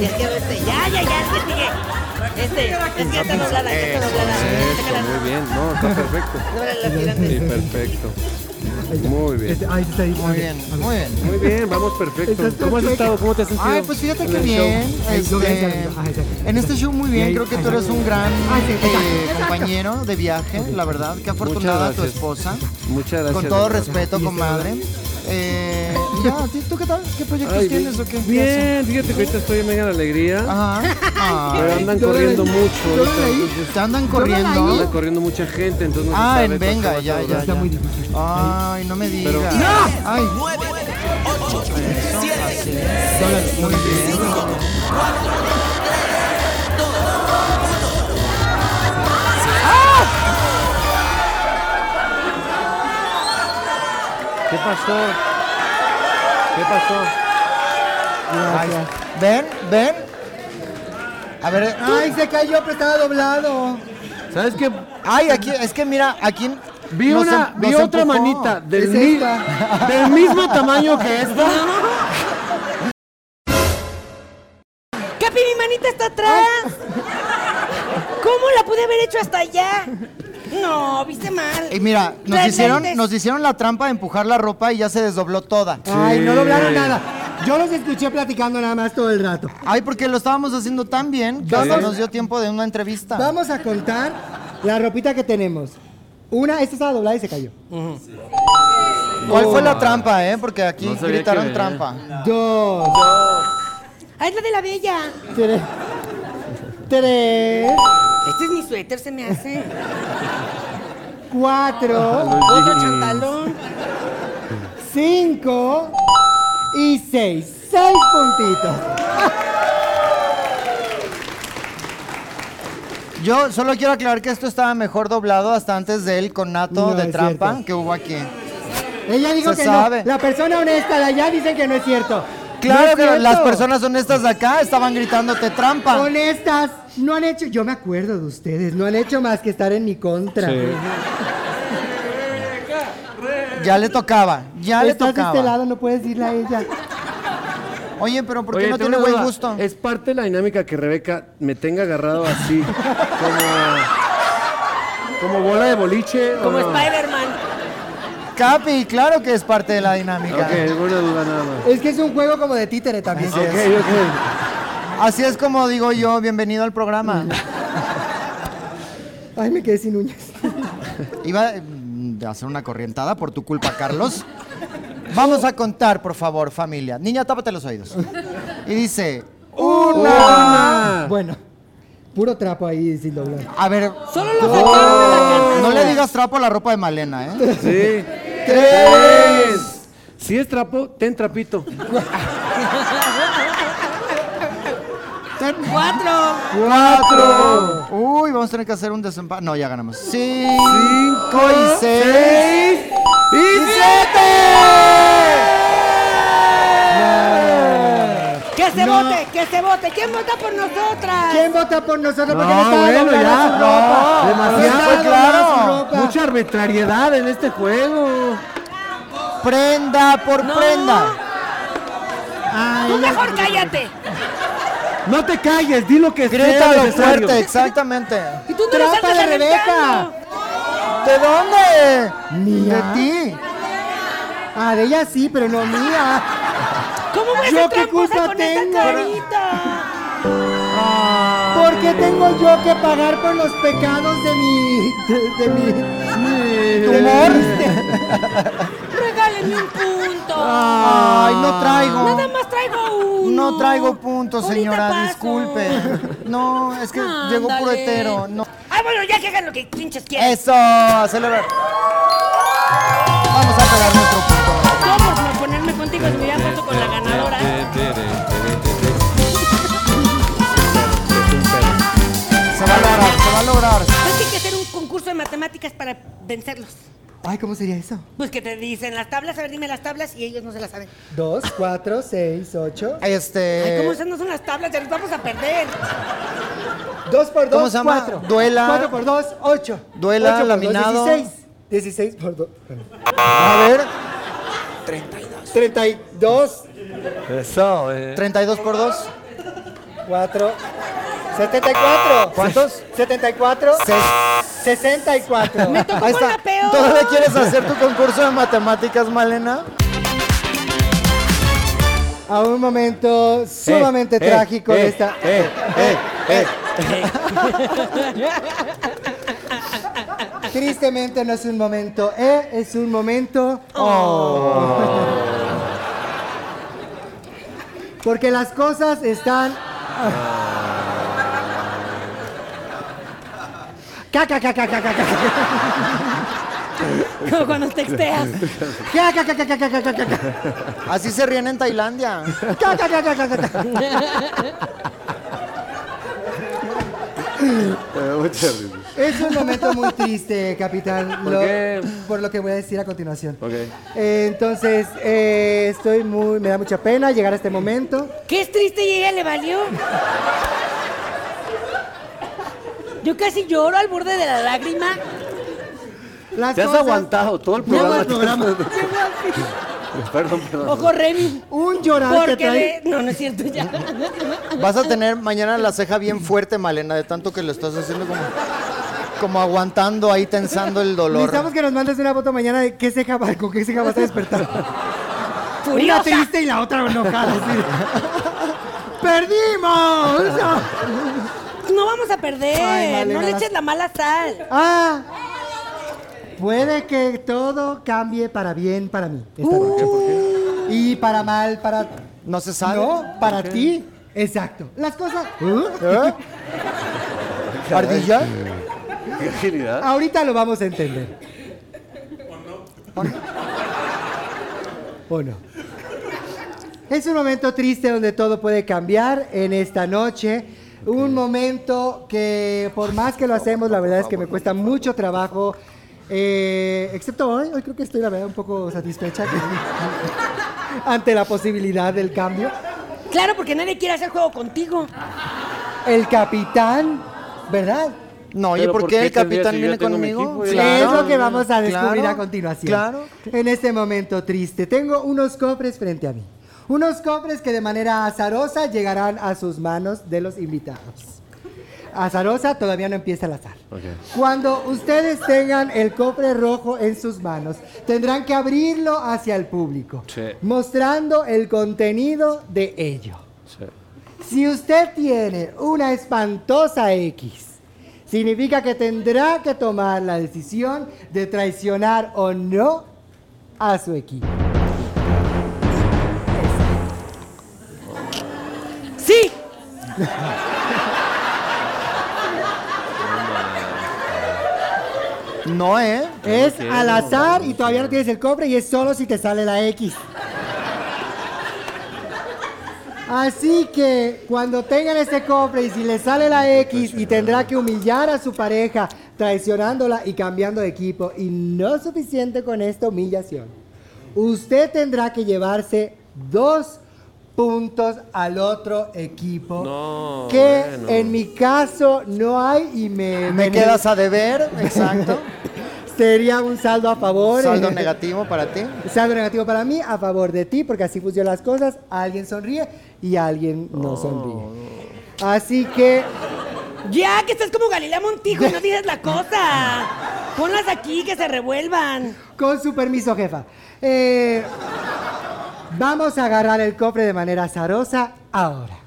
Speaker 2: Y es que este, ya, ya, ya, es que sigue. Este, es que ya está doblada, ya está doblada.
Speaker 5: Eso, muy bien. No, está perfecto. Sí, perfecto. Muy
Speaker 4: Este,
Speaker 5: bien.
Speaker 4: ay, está ahí.
Speaker 3: Muy bien, muy bien.
Speaker 5: Muy bien, vamos perfecto.
Speaker 4: Estás
Speaker 5: ¿Cómo has
Speaker 4: perfecto.
Speaker 5: estado? ¿Cómo te has sentido?
Speaker 3: Ay, pues fíjate
Speaker 5: en
Speaker 3: que
Speaker 5: el
Speaker 3: bien.
Speaker 5: show?
Speaker 4: Ay,
Speaker 3: este,
Speaker 4: no, gracias, amigo. Ay, gracias.
Speaker 3: en este show muy
Speaker 4: Y
Speaker 3: bien.
Speaker 4: ahí-
Speaker 3: Creo que
Speaker 4: ay,
Speaker 3: tú eres un gran
Speaker 4: Ay, sí, exacto,
Speaker 3: eh,
Speaker 4: exacto.
Speaker 3: [laughs] compañero de viaje, la verdad. Qué afortunada tu
Speaker 5: gracias.
Speaker 3: esposa.
Speaker 5: Muchas gracias.
Speaker 3: Con
Speaker 5: de
Speaker 3: todo
Speaker 5: verdad.
Speaker 3: respeto, comadre. Eh, ya, ¿tú- ¿tú qué tal? ¿Qué proyectos
Speaker 5: Ay,
Speaker 3: tienes
Speaker 5: bien.
Speaker 3: pues, o qué?
Speaker 5: Bien, fíjate que ahorita estoy en mega alegría.
Speaker 3: Ajá. Ah,
Speaker 5: Pero andan
Speaker 4: Yo lo
Speaker 5: corriendo
Speaker 4: leí,
Speaker 5: mucho.
Speaker 4: yo lo
Speaker 5: ahorita,
Speaker 4: leí.
Speaker 5: entonces,
Speaker 3: ¿Te andan
Speaker 5: Anda
Speaker 3: corriendo?
Speaker 5: corriendo mucha gente, entonces no se
Speaker 3: Ah,
Speaker 5: sabe
Speaker 3: en
Speaker 5: cuánto vas
Speaker 3: venga,
Speaker 5: a
Speaker 3: ya, ya,
Speaker 5: durar.
Speaker 3: ya.
Speaker 4: muy difícil.
Speaker 3: Ay, no me digas. Ay. Eso, así. Muy bien.
Speaker 5: ¿Qué pasó? ¿Qué pasó?
Speaker 3: Ay, ven, ven. A ver,
Speaker 4: Ay, se cayó, pero estaba doblado.
Speaker 5: ¿Sabes qué?
Speaker 3: Ay, aquí, es que mira, aquí.
Speaker 8: Vi
Speaker 3: nos
Speaker 8: una,
Speaker 3: em-
Speaker 8: vi
Speaker 3: nos
Speaker 8: otra
Speaker 3: empujó.
Speaker 8: manita del,
Speaker 4: Es
Speaker 8: mi-
Speaker 4: esta.
Speaker 8: del
Speaker 5: [laughs]
Speaker 8: mismo tamaño que esta.
Speaker 2: Capi, mi manita está atrás. ¿Cómo la pude haber hecho hasta allá? No, viste mal.
Speaker 3: Y mira, nos
Speaker 2: Trae
Speaker 3: hicieron,
Speaker 2: lentes.
Speaker 3: nos hicieron la trampa de empujar la ropa y ya se desdobló toda.
Speaker 4: Ay, no doblaron nada. Yo los escuché platicando nada más todo el rato.
Speaker 3: Ay, porque lo estábamos haciendo tan bien que
Speaker 4: Vamos.
Speaker 3: hasta nos dio tiempo de una entrevista.
Speaker 4: Vamos a contar la ropita que tenemos. Una, esta estaba doblada y se cayó.
Speaker 3: ¿Cuál fue la trampa, eh? Porque aquí
Speaker 5: No sabía que
Speaker 3: gritaron
Speaker 5: venía.
Speaker 3: trampa.
Speaker 4: Dos,
Speaker 2: Ah, es la de la bella.
Speaker 4: tres, tres,
Speaker 2: Este es mi suéter, se me hace.
Speaker 3: [laughs]
Speaker 4: cuatro,
Speaker 2: Otro chantalón.
Speaker 4: cinco y seis. Seis puntitos.
Speaker 3: Yo solo quiero aclarar que esto estaba mejor doblado hasta antes del conato
Speaker 4: No,
Speaker 3: de
Speaker 4: es
Speaker 3: trampa
Speaker 4: cierto.
Speaker 3: que hubo aquí.
Speaker 4: Ella dijo
Speaker 3: Se
Speaker 4: que
Speaker 3: sabe.
Speaker 4: no. La persona honesta de allá dicen que no es cierto.
Speaker 3: Claro
Speaker 4: No es
Speaker 3: que
Speaker 4: cierto.
Speaker 3: las personas honestas de acá estaban gritándote trampa.
Speaker 4: honestas no han hecho. Yo me acuerdo de ustedes. No han hecho más que estar en mi contra.
Speaker 3: Ya le tocaba, ya le
Speaker 4: Estás de este
Speaker 3: tocaba.
Speaker 4: lado, no puedes irle a ella.
Speaker 3: Oye, pero ¿por qué
Speaker 5: Oye,
Speaker 3: no
Speaker 5: tengo
Speaker 3: tiene
Speaker 5: una
Speaker 3: buen
Speaker 5: duda.
Speaker 3: gusto?
Speaker 5: Es parte de la dinámica que Rebeca me tenga agarrado así, como, como bola de boliche. ¿o
Speaker 2: Como
Speaker 5: no?
Speaker 2: Spider-Man.
Speaker 3: Capi, claro que es parte de la dinámica.
Speaker 5: Ok, es buena duda nada más.
Speaker 4: Es que es un juego como de títere también.
Speaker 5: Ok, ok.
Speaker 3: Así es como digo yo, bienvenido al programa.
Speaker 4: Ay, me quedé sin uñas.
Speaker 3: Iba mm, a hacer una corrientada por tu culpa, Carlos. Vamos a contar, por favor, familia. Niña, tápate los oídos. Y dice, Ah.
Speaker 4: Bueno, puro trapo ahí sin doblar.
Speaker 3: a ver,
Speaker 2: Solo lo sacaron de la canasta.
Speaker 3: no le digas trapo a la ropa de Malena, ¿eh?
Speaker 5: Sí. Tres. Si es trapo, ten trapito.
Speaker 2: Cuatro.
Speaker 5: Cuatro.
Speaker 3: Uy, vamos a tener que hacer un desempate. No, ya ganamos. Sí.
Speaker 5: Cinco
Speaker 3: y seis.
Speaker 5: Y siete.
Speaker 2: Que se vote, que se vote. ¿Quién vota por nosotras?
Speaker 4: ¿Quién vota por nosotros? ¿Por qué
Speaker 5: No,
Speaker 4: no estaba
Speaker 5: bueno,
Speaker 4: doblada
Speaker 5: ya,
Speaker 4: su
Speaker 5: no.
Speaker 4: ropa?
Speaker 5: Demasiado,
Speaker 4: No estaba doblada su
Speaker 3: pues, claro.
Speaker 4: ropa.
Speaker 5: Mucha arbitrariedad en este juego.
Speaker 3: Prenda por prenda.
Speaker 2: Tú mejor cállate.
Speaker 5: No te calles, di lo que sea
Speaker 3: Grítalo
Speaker 5: necesario.
Speaker 3: fuerte, exactamente.
Speaker 2: Y tú no lo
Speaker 4: Trapa
Speaker 2: andas
Speaker 4: de Rebeca.
Speaker 2: alentando.
Speaker 3: ¿De dónde?
Speaker 4: Mía.
Speaker 3: De ti.
Speaker 4: Ah, de ella sí, pero no mía.
Speaker 2: ¿Cómo voy a
Speaker 4: ¿Yo
Speaker 2: ser
Speaker 4: qué
Speaker 2: tramposa
Speaker 4: culpa
Speaker 2: con
Speaker 4: tengo?
Speaker 2: esta carita?
Speaker 4: ¿Por qué tengo yo que pagar por los pecados de mi. de, de mi.
Speaker 3: ¿Tumor?
Speaker 2: Regálenme un punto.
Speaker 4: Ah.
Speaker 3: Ay, no traigo.
Speaker 2: Nada más traigo uno.
Speaker 3: No traigo puntos,
Speaker 2: Uh, Ahorita
Speaker 3: señora,
Speaker 2: paso. [laughs]
Speaker 3: disculpe. No, es que llegó puro
Speaker 2: Ándale.
Speaker 3: hetero. No.
Speaker 2: Ay, Ah, bueno, ya que hagan lo que pinches quieran.
Speaker 3: Eso, a celebrar. Vamos a pegar nuestro punto.
Speaker 2: Yo por ponerme contigo si me hubiera puesto con la ganadora.
Speaker 3: Se va a lograr, se va a lograr.
Speaker 2: Es Pues que hay que hacer un concurso de matemáticas para vencerlos.
Speaker 4: Ay, ¿cómo sería eso?
Speaker 2: Pues que te dicen las tablas, a ver, dime las tablas y ellos no se las saben.
Speaker 4: Dos, cuatro, seis, ocho.
Speaker 2: Ay, ¿cómo
Speaker 4: Eh.
Speaker 3: Este.
Speaker 2: esas no son las tablas? Ya nos vamos a perder.
Speaker 4: Dos por dos,
Speaker 3: ¿Cómo se llama?
Speaker 4: cuatro.
Speaker 3: Duela.
Speaker 4: Cuatro por dos, ocho.
Speaker 3: Duela,
Speaker 4: Ocho por dos,
Speaker 3: laminado.
Speaker 4: dieciséis. Dieciséis por dos.
Speaker 3: A ver,
Speaker 4: Treinta y dos,
Speaker 8: Eso, eh.
Speaker 3: 32 por 2.
Speaker 4: cuatro. Setenta y cuatro.
Speaker 3: ¿Cuántos?
Speaker 4: Setenta y cuatro. Sesenta y
Speaker 3: [laughs]
Speaker 4: cuatro.
Speaker 2: Me tocó
Speaker 3: Ahí
Speaker 2: con
Speaker 3: está.
Speaker 2: la peor.
Speaker 3: ¿Todavía quieres hacer tu concurso de matemáticas, Malena?
Speaker 4: A un momento sumamente
Speaker 8: eh,
Speaker 4: trágico
Speaker 8: eh,
Speaker 4: de esta.
Speaker 8: eh, eh, eh.
Speaker 4: Tristemente no es un momento, eh, es un momento.
Speaker 5: Oh.
Speaker 4: [laughs] Porque las cosas
Speaker 5: [laughs]
Speaker 4: están. Caca, caca, caca, caca, caca.
Speaker 2: Como cuando texteas.
Speaker 4: Caca, caca, caca, caca, caca, caca.
Speaker 3: Así se ríen en Tailandia.
Speaker 4: Ca, ca, ca, ca, ca, ca, ca. Es un momento muy triste, capitán,
Speaker 5: ¿Por
Speaker 4: lo-
Speaker 5: qué?
Speaker 4: por lo que voy a decir a continuación.
Speaker 5: Ok.
Speaker 4: Eh, entonces, eh, estoy muy, me da mucha pena llegar a este momento.
Speaker 2: ¿Qué es triste y ella le valió? Yo casi lloro al borde de la lágrima.
Speaker 4: Las
Speaker 5: Te has
Speaker 4: cosas-
Speaker 5: aguantado todo el
Speaker 4: Todo
Speaker 5: programa.
Speaker 4: el programa.
Speaker 5: [laughs] Perdón, perdón.
Speaker 2: Ojo, Remy.
Speaker 4: Un llorar que
Speaker 2: Porque
Speaker 4: trae.
Speaker 2: de... No, no es cierto ya.
Speaker 4: [laughs]
Speaker 3: Vas a tener mañana la ceja bien fuerte, Malena, de tanto que lo estás haciendo como, como aguantando ahí, tensando el dolor.
Speaker 4: Necesitamos que nos mandes una foto mañana de qué ceja va, con qué ceja vas a despertar. Una
Speaker 2: Furiosa.
Speaker 4: triste y la otra enojada. así. [laughs] ¡Perdimos!
Speaker 2: No vamos a perder.
Speaker 4: Ay, Malena,
Speaker 2: no le
Speaker 4: las-
Speaker 2: eches la mala sal.
Speaker 4: Ah, puede que todo cambie para bien para mí. esta noche. Y para mal para...
Speaker 3: No se sabe.
Speaker 4: No, para ti. Exacto. Las cosas...
Speaker 3: ¿Eh? ¿Ardilla?
Speaker 5: Qué agilidad.
Speaker 4: Ahorita lo vamos a entender. ¿O no? Es un momento triste donde todo puede cambiar en esta noche. Un momento que por más que lo hacemos, la verdad es que me cuesta mucho trabajo Eh, excepto hoy, hoy creo que estoy la verdad un poco satisfecha que- [laughs] ante la posibilidad del cambio.
Speaker 2: Claro, porque nadie quiere hacer juego contigo.
Speaker 4: El capitán, ¿verdad?
Speaker 3: No, oye,
Speaker 5: Pero
Speaker 3: ¿por
Speaker 5: ¿por
Speaker 3: qué
Speaker 5: qué
Speaker 3: el
Speaker 5: tendría
Speaker 3: capitán
Speaker 5: si yo
Speaker 3: viene
Speaker 5: tengo mi
Speaker 3: conmigo?
Speaker 5: equipo? Sí,
Speaker 4: es lo que vamos a descubrir
Speaker 3: claro,
Speaker 4: a continuación.
Speaker 3: Claro.
Speaker 4: En este momento triste, tengo unos cofres frente a mí. Unos cofres que de manera azarosa llegarán a sus manos de los invitados. Azarosa todavía no empieza el azar.
Speaker 5: Ok.
Speaker 4: Cuando ustedes tengan el cofre rojo en sus manos, tendrán que abrirlo hacia el público,
Speaker 5: Sí.
Speaker 4: mostrando el contenido de ello.
Speaker 5: Sí.
Speaker 4: Si usted tiene una espantosa X, significa que tendrá que tomar la decisión de traicionar o no a su equipo.
Speaker 2: Sí,
Speaker 3: No, ¿eh?
Speaker 4: Es al azar y todavía no tienes el cofre y es solo si te sale la X. Así que cuando tengan este cofre y si le sale la X y tendrá que humillar a su pareja traicionándola y cambiando de equipo y no es suficiente con esta humillación, usted tendrá que llevarse dos puntos al otro equipo
Speaker 5: No,
Speaker 4: que
Speaker 5: bueno.
Speaker 4: en mi caso no hay y me
Speaker 3: Me quedas a deber, exacto.
Speaker 4: sería un saldo a favor eh,
Speaker 3: Saldo negativo para ti.
Speaker 4: Saldo negativo para mí, a favor de ti, porque así funcionan las cosas. Alguien sonríe y alguien
Speaker 3: Oh.
Speaker 4: no sonríe. Así que,
Speaker 2: ya que estás como Galilea Montijo y no dices la cosa. Ponlas aquí que se revuelvan.
Speaker 4: con su permiso, jefa. eh, vamos a agarrar el cofre de manera azarosa ahora.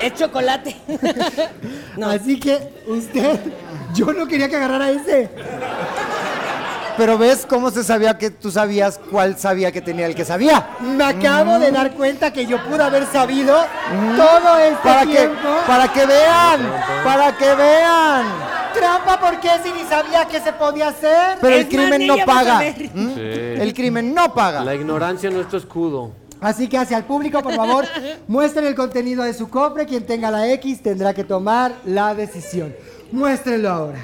Speaker 2: Es chocolate. [laughs]
Speaker 4: Así que usted, yo no quería que agarrara ese.
Speaker 3: Pero ves cómo se sabía que tú sabías cuál sabía que tenía el que sabía.
Speaker 4: Me acabo de dar cuenta que yo pude haber sabido todo este
Speaker 3: Mm. Para que,
Speaker 4: tiempo.
Speaker 3: para que vean, para que vean.
Speaker 4: Trampa, ¿por qué si ni sabía que se podía hacer?
Speaker 3: Pero
Speaker 2: Es
Speaker 3: el
Speaker 2: más,
Speaker 3: crimen
Speaker 2: ni
Speaker 3: no
Speaker 2: ella va a
Speaker 3: paga.
Speaker 2: saber.
Speaker 3: ¿Mm?
Speaker 5: Sí.
Speaker 3: El crimen no paga.
Speaker 5: La ignorancia no es tu escudo.
Speaker 4: Así que hacia el público, por
Speaker 2: [laughs]
Speaker 4: favor, muestren el contenido de su cofre. Quien tenga la X tendrá que tomar la decisión. Muéstrenlo ahora.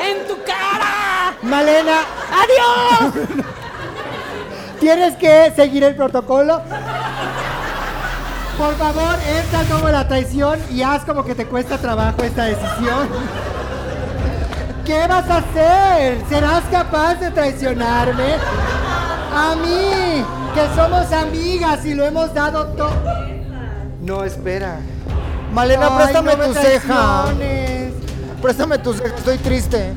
Speaker 2: ¡En tu cara!
Speaker 4: Malena,
Speaker 2: ¡Adiós!
Speaker 4: [laughs] tienes que seguir el protocolo. Por favor, entra como la traición y haz como que te cuesta trabajo esta decisión. ¿Qué vas a hacer? ¿Serás capaz de traicionarme? A mí, que somos amigas y lo hemos dado todo.
Speaker 3: No, espera. Malena,
Speaker 4: Ay,
Speaker 3: préstame
Speaker 4: no me
Speaker 3: tu ceja.
Speaker 4: traiciones.
Speaker 3: Préstame tu ceja, estoy triste.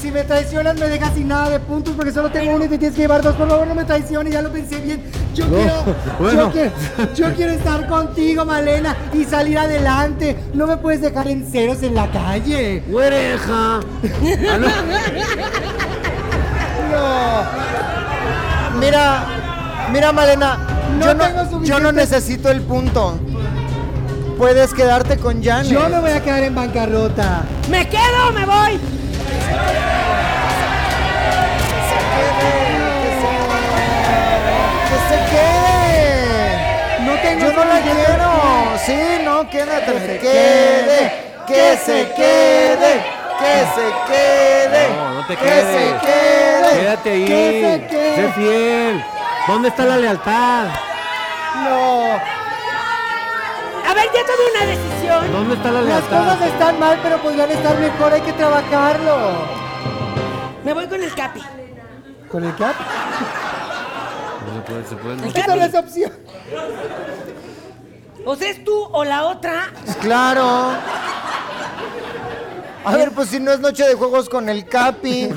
Speaker 4: Si me traicionas me dejas sin nada de puntos porque solo tengo uno y te tienes que llevar dos. Por favor, no me traiciones, ya lo pensé bien. Yo
Speaker 5: [laughs]
Speaker 4: quiero, yo
Speaker 5: bueno. [laughs]
Speaker 4: quiero, yo quiero estar contigo, Malena, y salir adelante. No me puedes dejar en ceros en la calle.
Speaker 5: ¡Güereja! Ah, no.
Speaker 3: Mira, mira Malena,
Speaker 4: No
Speaker 3: yo, no,
Speaker 4: tengo
Speaker 3: yo no
Speaker 4: suficiente-
Speaker 3: necesito el punto. Puedes quedarte con Janet.
Speaker 4: Yo me voy a quedar en bancarrota.
Speaker 2: ¿Me quedo o me voy?
Speaker 3: Que se quede.
Speaker 4: No tengo
Speaker 3: Yo no la
Speaker 4: suficiente-
Speaker 3: quiero. Sí, no, quédate. Que
Speaker 4: se
Speaker 3: se quede. Que se quede. Que se quede.
Speaker 5: No, no te
Speaker 3: que
Speaker 5: quedes.
Speaker 3: se quede.
Speaker 5: Quédate ahí.
Speaker 4: Que se quede.
Speaker 5: Sé fiel. ¿Dónde está la lealtad?
Speaker 4: No,
Speaker 2: A ver, ya tomé una decisión.
Speaker 5: ¿Dónde está la
Speaker 4: las
Speaker 5: lealtad?
Speaker 4: cosas están mal, pero podrían estar mejor. Hay que trabajarlo.
Speaker 2: Me voy con el Capi.
Speaker 4: ¿Con el cap?
Speaker 5: No se puede, se puede. no.
Speaker 2: Capi.
Speaker 4: Esa no es opción.
Speaker 2: O sea, es tú o la otra.
Speaker 3: Pues Claro. A ver, pues si no es noche de juegos con el Capi,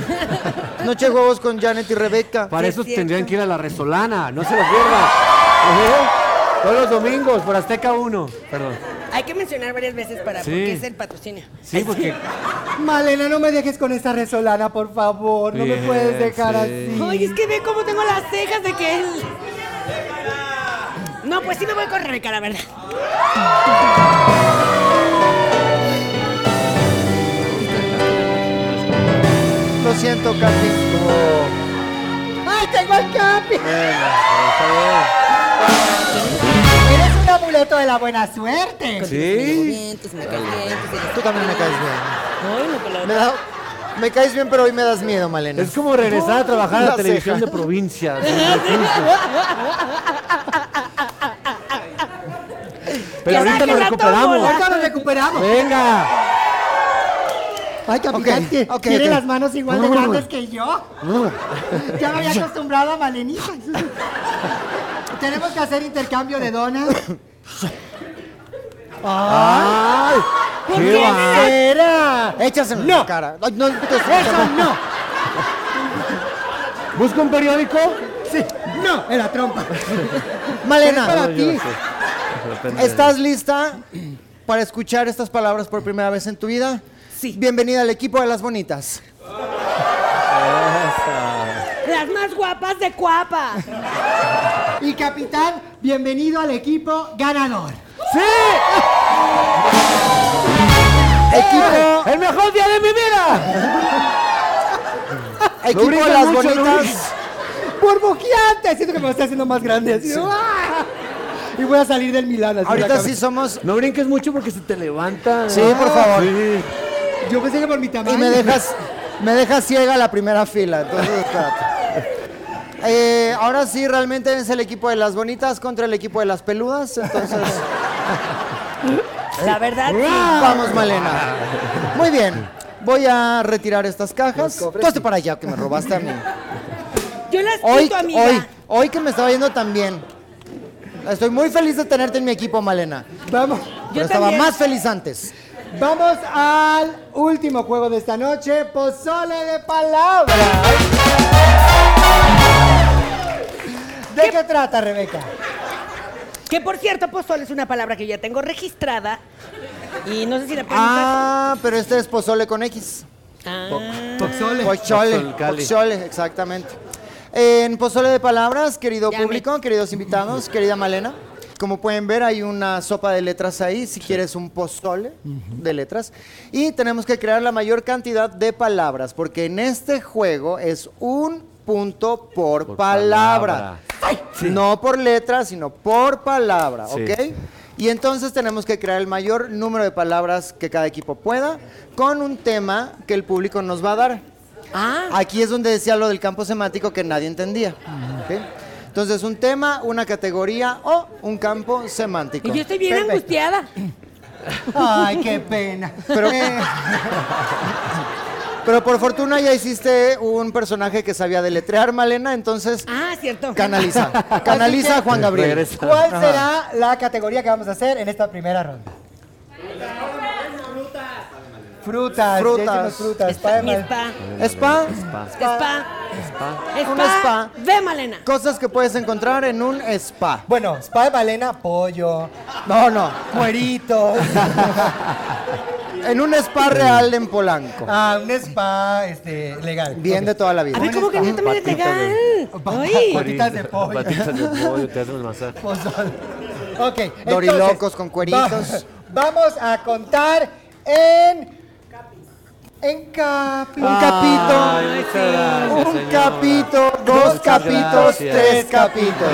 Speaker 3: noche de juegos con Janet y Rebeca.
Speaker 5: Para
Speaker 2: Sí,
Speaker 5: eso
Speaker 2: es cierto.
Speaker 5: tendrían que ir a la Resolana. No se lo pierda. Ajá. Todos los domingos por Azteca 1. Perdón.
Speaker 2: Hay que mencionar varias veces para
Speaker 5: Sí.
Speaker 2: porque es el patrocinio.
Speaker 5: Sí, porque.
Speaker 4: Malena, no me dejes con esa resolana, por favor. No me
Speaker 5: Bien,
Speaker 4: puedes dejar
Speaker 5: sí.
Speaker 4: así.
Speaker 2: Ay, es que ve cómo tengo las cejas de que él. No, pues sí me voy con Rebeca, la verdad.
Speaker 3: siento, Capi.
Speaker 4: ¡Ay, tengo el capi!
Speaker 10: Venga,
Speaker 4: Eres un amuleto de la buena suerte.
Speaker 5: por favor. Sí.
Speaker 2: Vientos, me caes
Speaker 3: Tú también me caes bien.
Speaker 2: Ay, no, que la-
Speaker 3: Me, da- me caes bien, pero hoy me das miedo, Malena.
Speaker 5: Es como regresar a trabajar a
Speaker 3: La
Speaker 5: la televisión
Speaker 3: ceja.
Speaker 4: [laughs]
Speaker 5: de provincia. Pero
Speaker 2: Ya
Speaker 5: ahorita
Speaker 2: sáquenla
Speaker 5: lo
Speaker 2: a todo
Speaker 5: recuperamos.
Speaker 2: volar.
Speaker 4: Ahorita nos recuperamos.
Speaker 5: Venga.
Speaker 4: Ay, capitán,
Speaker 3: Ok,
Speaker 4: que
Speaker 3: ok,
Speaker 4: tiene
Speaker 3: ok.
Speaker 4: las manos igual de
Speaker 3: Mm.
Speaker 4: grandes que yo. ya me había acostumbrado a Malenita. [laughs] Tenemos que hacer intercambio de donas.
Speaker 5: Ay, qué va.
Speaker 4: ¡Era!
Speaker 3: Échaselo en la cara. Ay, no, puto,
Speaker 4: ¡Eso no!
Speaker 5: Busca un periódico.
Speaker 4: ¡Sí! ¡No! Era trompa.
Speaker 3: Malena,
Speaker 4: Pero es para ti.
Speaker 3: ¿Estás lista para escuchar estas palabras por primera vez en tu vida?
Speaker 2: Sí.
Speaker 3: Bienvenida al equipo de las bonitas.
Speaker 2: Las más guapas de Cuapa.
Speaker 4: Y capitán, bienvenido al equipo ganador.
Speaker 8: ¡Eh!
Speaker 3: Equipo,
Speaker 5: ¡El mejor día de mi vida!
Speaker 3: equipo de
Speaker 5: brinca
Speaker 3: las
Speaker 5: mucho, lo
Speaker 3: bonitas.
Speaker 4: ¡Burbujeante! Siento que me lo estoy haciendo más grande. así. ¡Ah! Y voy a salir del Milán. así, la
Speaker 3: Ahorita sí
Speaker 4: cabeza.
Speaker 3: somos.
Speaker 5: No brinques mucho porque se te levanta.
Speaker 3: Sí, por favor.
Speaker 5: Sí.
Speaker 4: Yo pensé que por mi tamaño.
Speaker 3: Y me dejas, me dejas ciega la primera fila. Entonces, espérate. Eh, ahora sí, realmente es el equipo de las bonitas contra el equipo de las peludas.
Speaker 5: [laughs]
Speaker 3: Entonces,
Speaker 2: La verdad, sí.
Speaker 3: vamos, Malena. Muy bien. Voy a retirar estas cajas. Tú hazte para allá que me robaste a mí.
Speaker 2: Yo las
Speaker 3: Hoy,
Speaker 2: quito, amiga.
Speaker 3: hoy, hoy que me estaba yendo tan bien. Estoy muy feliz de tenerte en mi equipo, Malena.
Speaker 4: Vamos.
Speaker 3: Pero estaba
Speaker 2: también.
Speaker 3: más feliz antes.
Speaker 4: Vamos al último juego de esta noche, pozole de palabras. ¿De qué, trata, Rebeca?
Speaker 2: Que por cierto, pozole es una palabra que ya tengo registrada. Y no sé si la preguntas.
Speaker 3: Ah, pero este es pozole con X.
Speaker 2: Ah.
Speaker 3: Pozole,
Speaker 4: Pozole.
Speaker 5: Pozolcali.
Speaker 3: pozole, exactamente. En Pozole de Palabras, querido
Speaker 2: Ya me-
Speaker 3: público, queridos invitados, querida Malena, como pueden ver hay una sopa de letras ahí, si quieres un pozole de letras. Y tenemos que crear la mayor cantidad de palabras, porque en este juego es un punto por,
Speaker 5: Por
Speaker 3: palabra.
Speaker 5: palabra.
Speaker 3: No por letra, sino por palabra,
Speaker 5: Sí.
Speaker 3: ¿ok? Y entonces tenemos que crear el mayor número de palabras que cada equipo pueda con un tema que el público nos va a dar.
Speaker 2: Ah.
Speaker 3: Aquí es donde decía lo del campo semántico que nadie entendía. ¿ok? Entonces, un tema, una categoría o un campo semántico.
Speaker 2: Y yo estoy bien
Speaker 3: Perfecto.
Speaker 2: angustiada.
Speaker 4: Ay, qué pena.
Speaker 3: Pero, eh, pero por fortuna ya hiciste un personaje que sabía deletrear, Malena, entonces
Speaker 2: Ah, cierto. [laughs]
Speaker 3: canaliza. Canaliza a Juan Gabriel.
Speaker 5: Regresa.
Speaker 4: ¿Cuál será la categoría que vamos a hacer en esta primera ronda? Frutas.
Speaker 3: Frutas.
Speaker 4: ya hicimos frutas.
Speaker 2: Spa, mi
Speaker 4: Padre,
Speaker 2: spa.
Speaker 3: Spa,
Speaker 2: Spa.
Speaker 3: Un
Speaker 2: Spa.
Speaker 3: spa.
Speaker 2: Ve, Malena.
Speaker 3: cosas que puedes encontrar en un spa.
Speaker 4: Bueno, spa de Malena, pollo,
Speaker 3: No, no.
Speaker 4: cueritos.
Speaker 3: En un spa real en Polanco.
Speaker 4: [laughs] ah, un spa este, legal.
Speaker 3: Bien de toda la vida.
Speaker 2: A ver, ¿cómo que no también es
Speaker 5: Patitas
Speaker 2: legal?
Speaker 5: de-
Speaker 2: Ay.
Speaker 4: Patitas de pollo.
Speaker 5: Patitas de pollo, te hacen el masaje.
Speaker 3: Pues, [laughs]
Speaker 4: Pozole. Ok.
Speaker 3: Dorilocos
Speaker 4: entonces,
Speaker 3: con cueritos.
Speaker 4: va-
Speaker 3: [laughs]
Speaker 4: Vamos a contar en. En capi.
Speaker 3: Un capito.
Speaker 5: Ay, muchas gracias,
Speaker 3: Un
Speaker 5: señora.
Speaker 3: capito, dos
Speaker 5: Muchas
Speaker 3: capitos,
Speaker 5: gracias.
Speaker 3: tres capitos.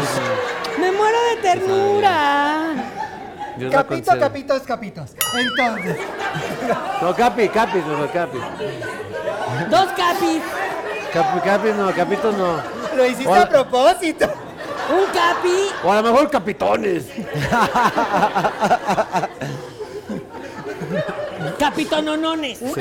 Speaker 2: Me muero de ternura.
Speaker 5: Dios la
Speaker 4: Capito,
Speaker 5: conceda.
Speaker 4: capitos, capitos. Entonces,
Speaker 5: No, Capi, Capi, no, no, Capi.
Speaker 2: Dos capis.
Speaker 5: Capi, Capi, no, Capitos no.
Speaker 4: lo hiciste
Speaker 5: Hola.
Speaker 4: a propósito.
Speaker 2: Un capi.
Speaker 5: O a lo mejor Capitones.
Speaker 2: Capitononones.
Speaker 4: Un,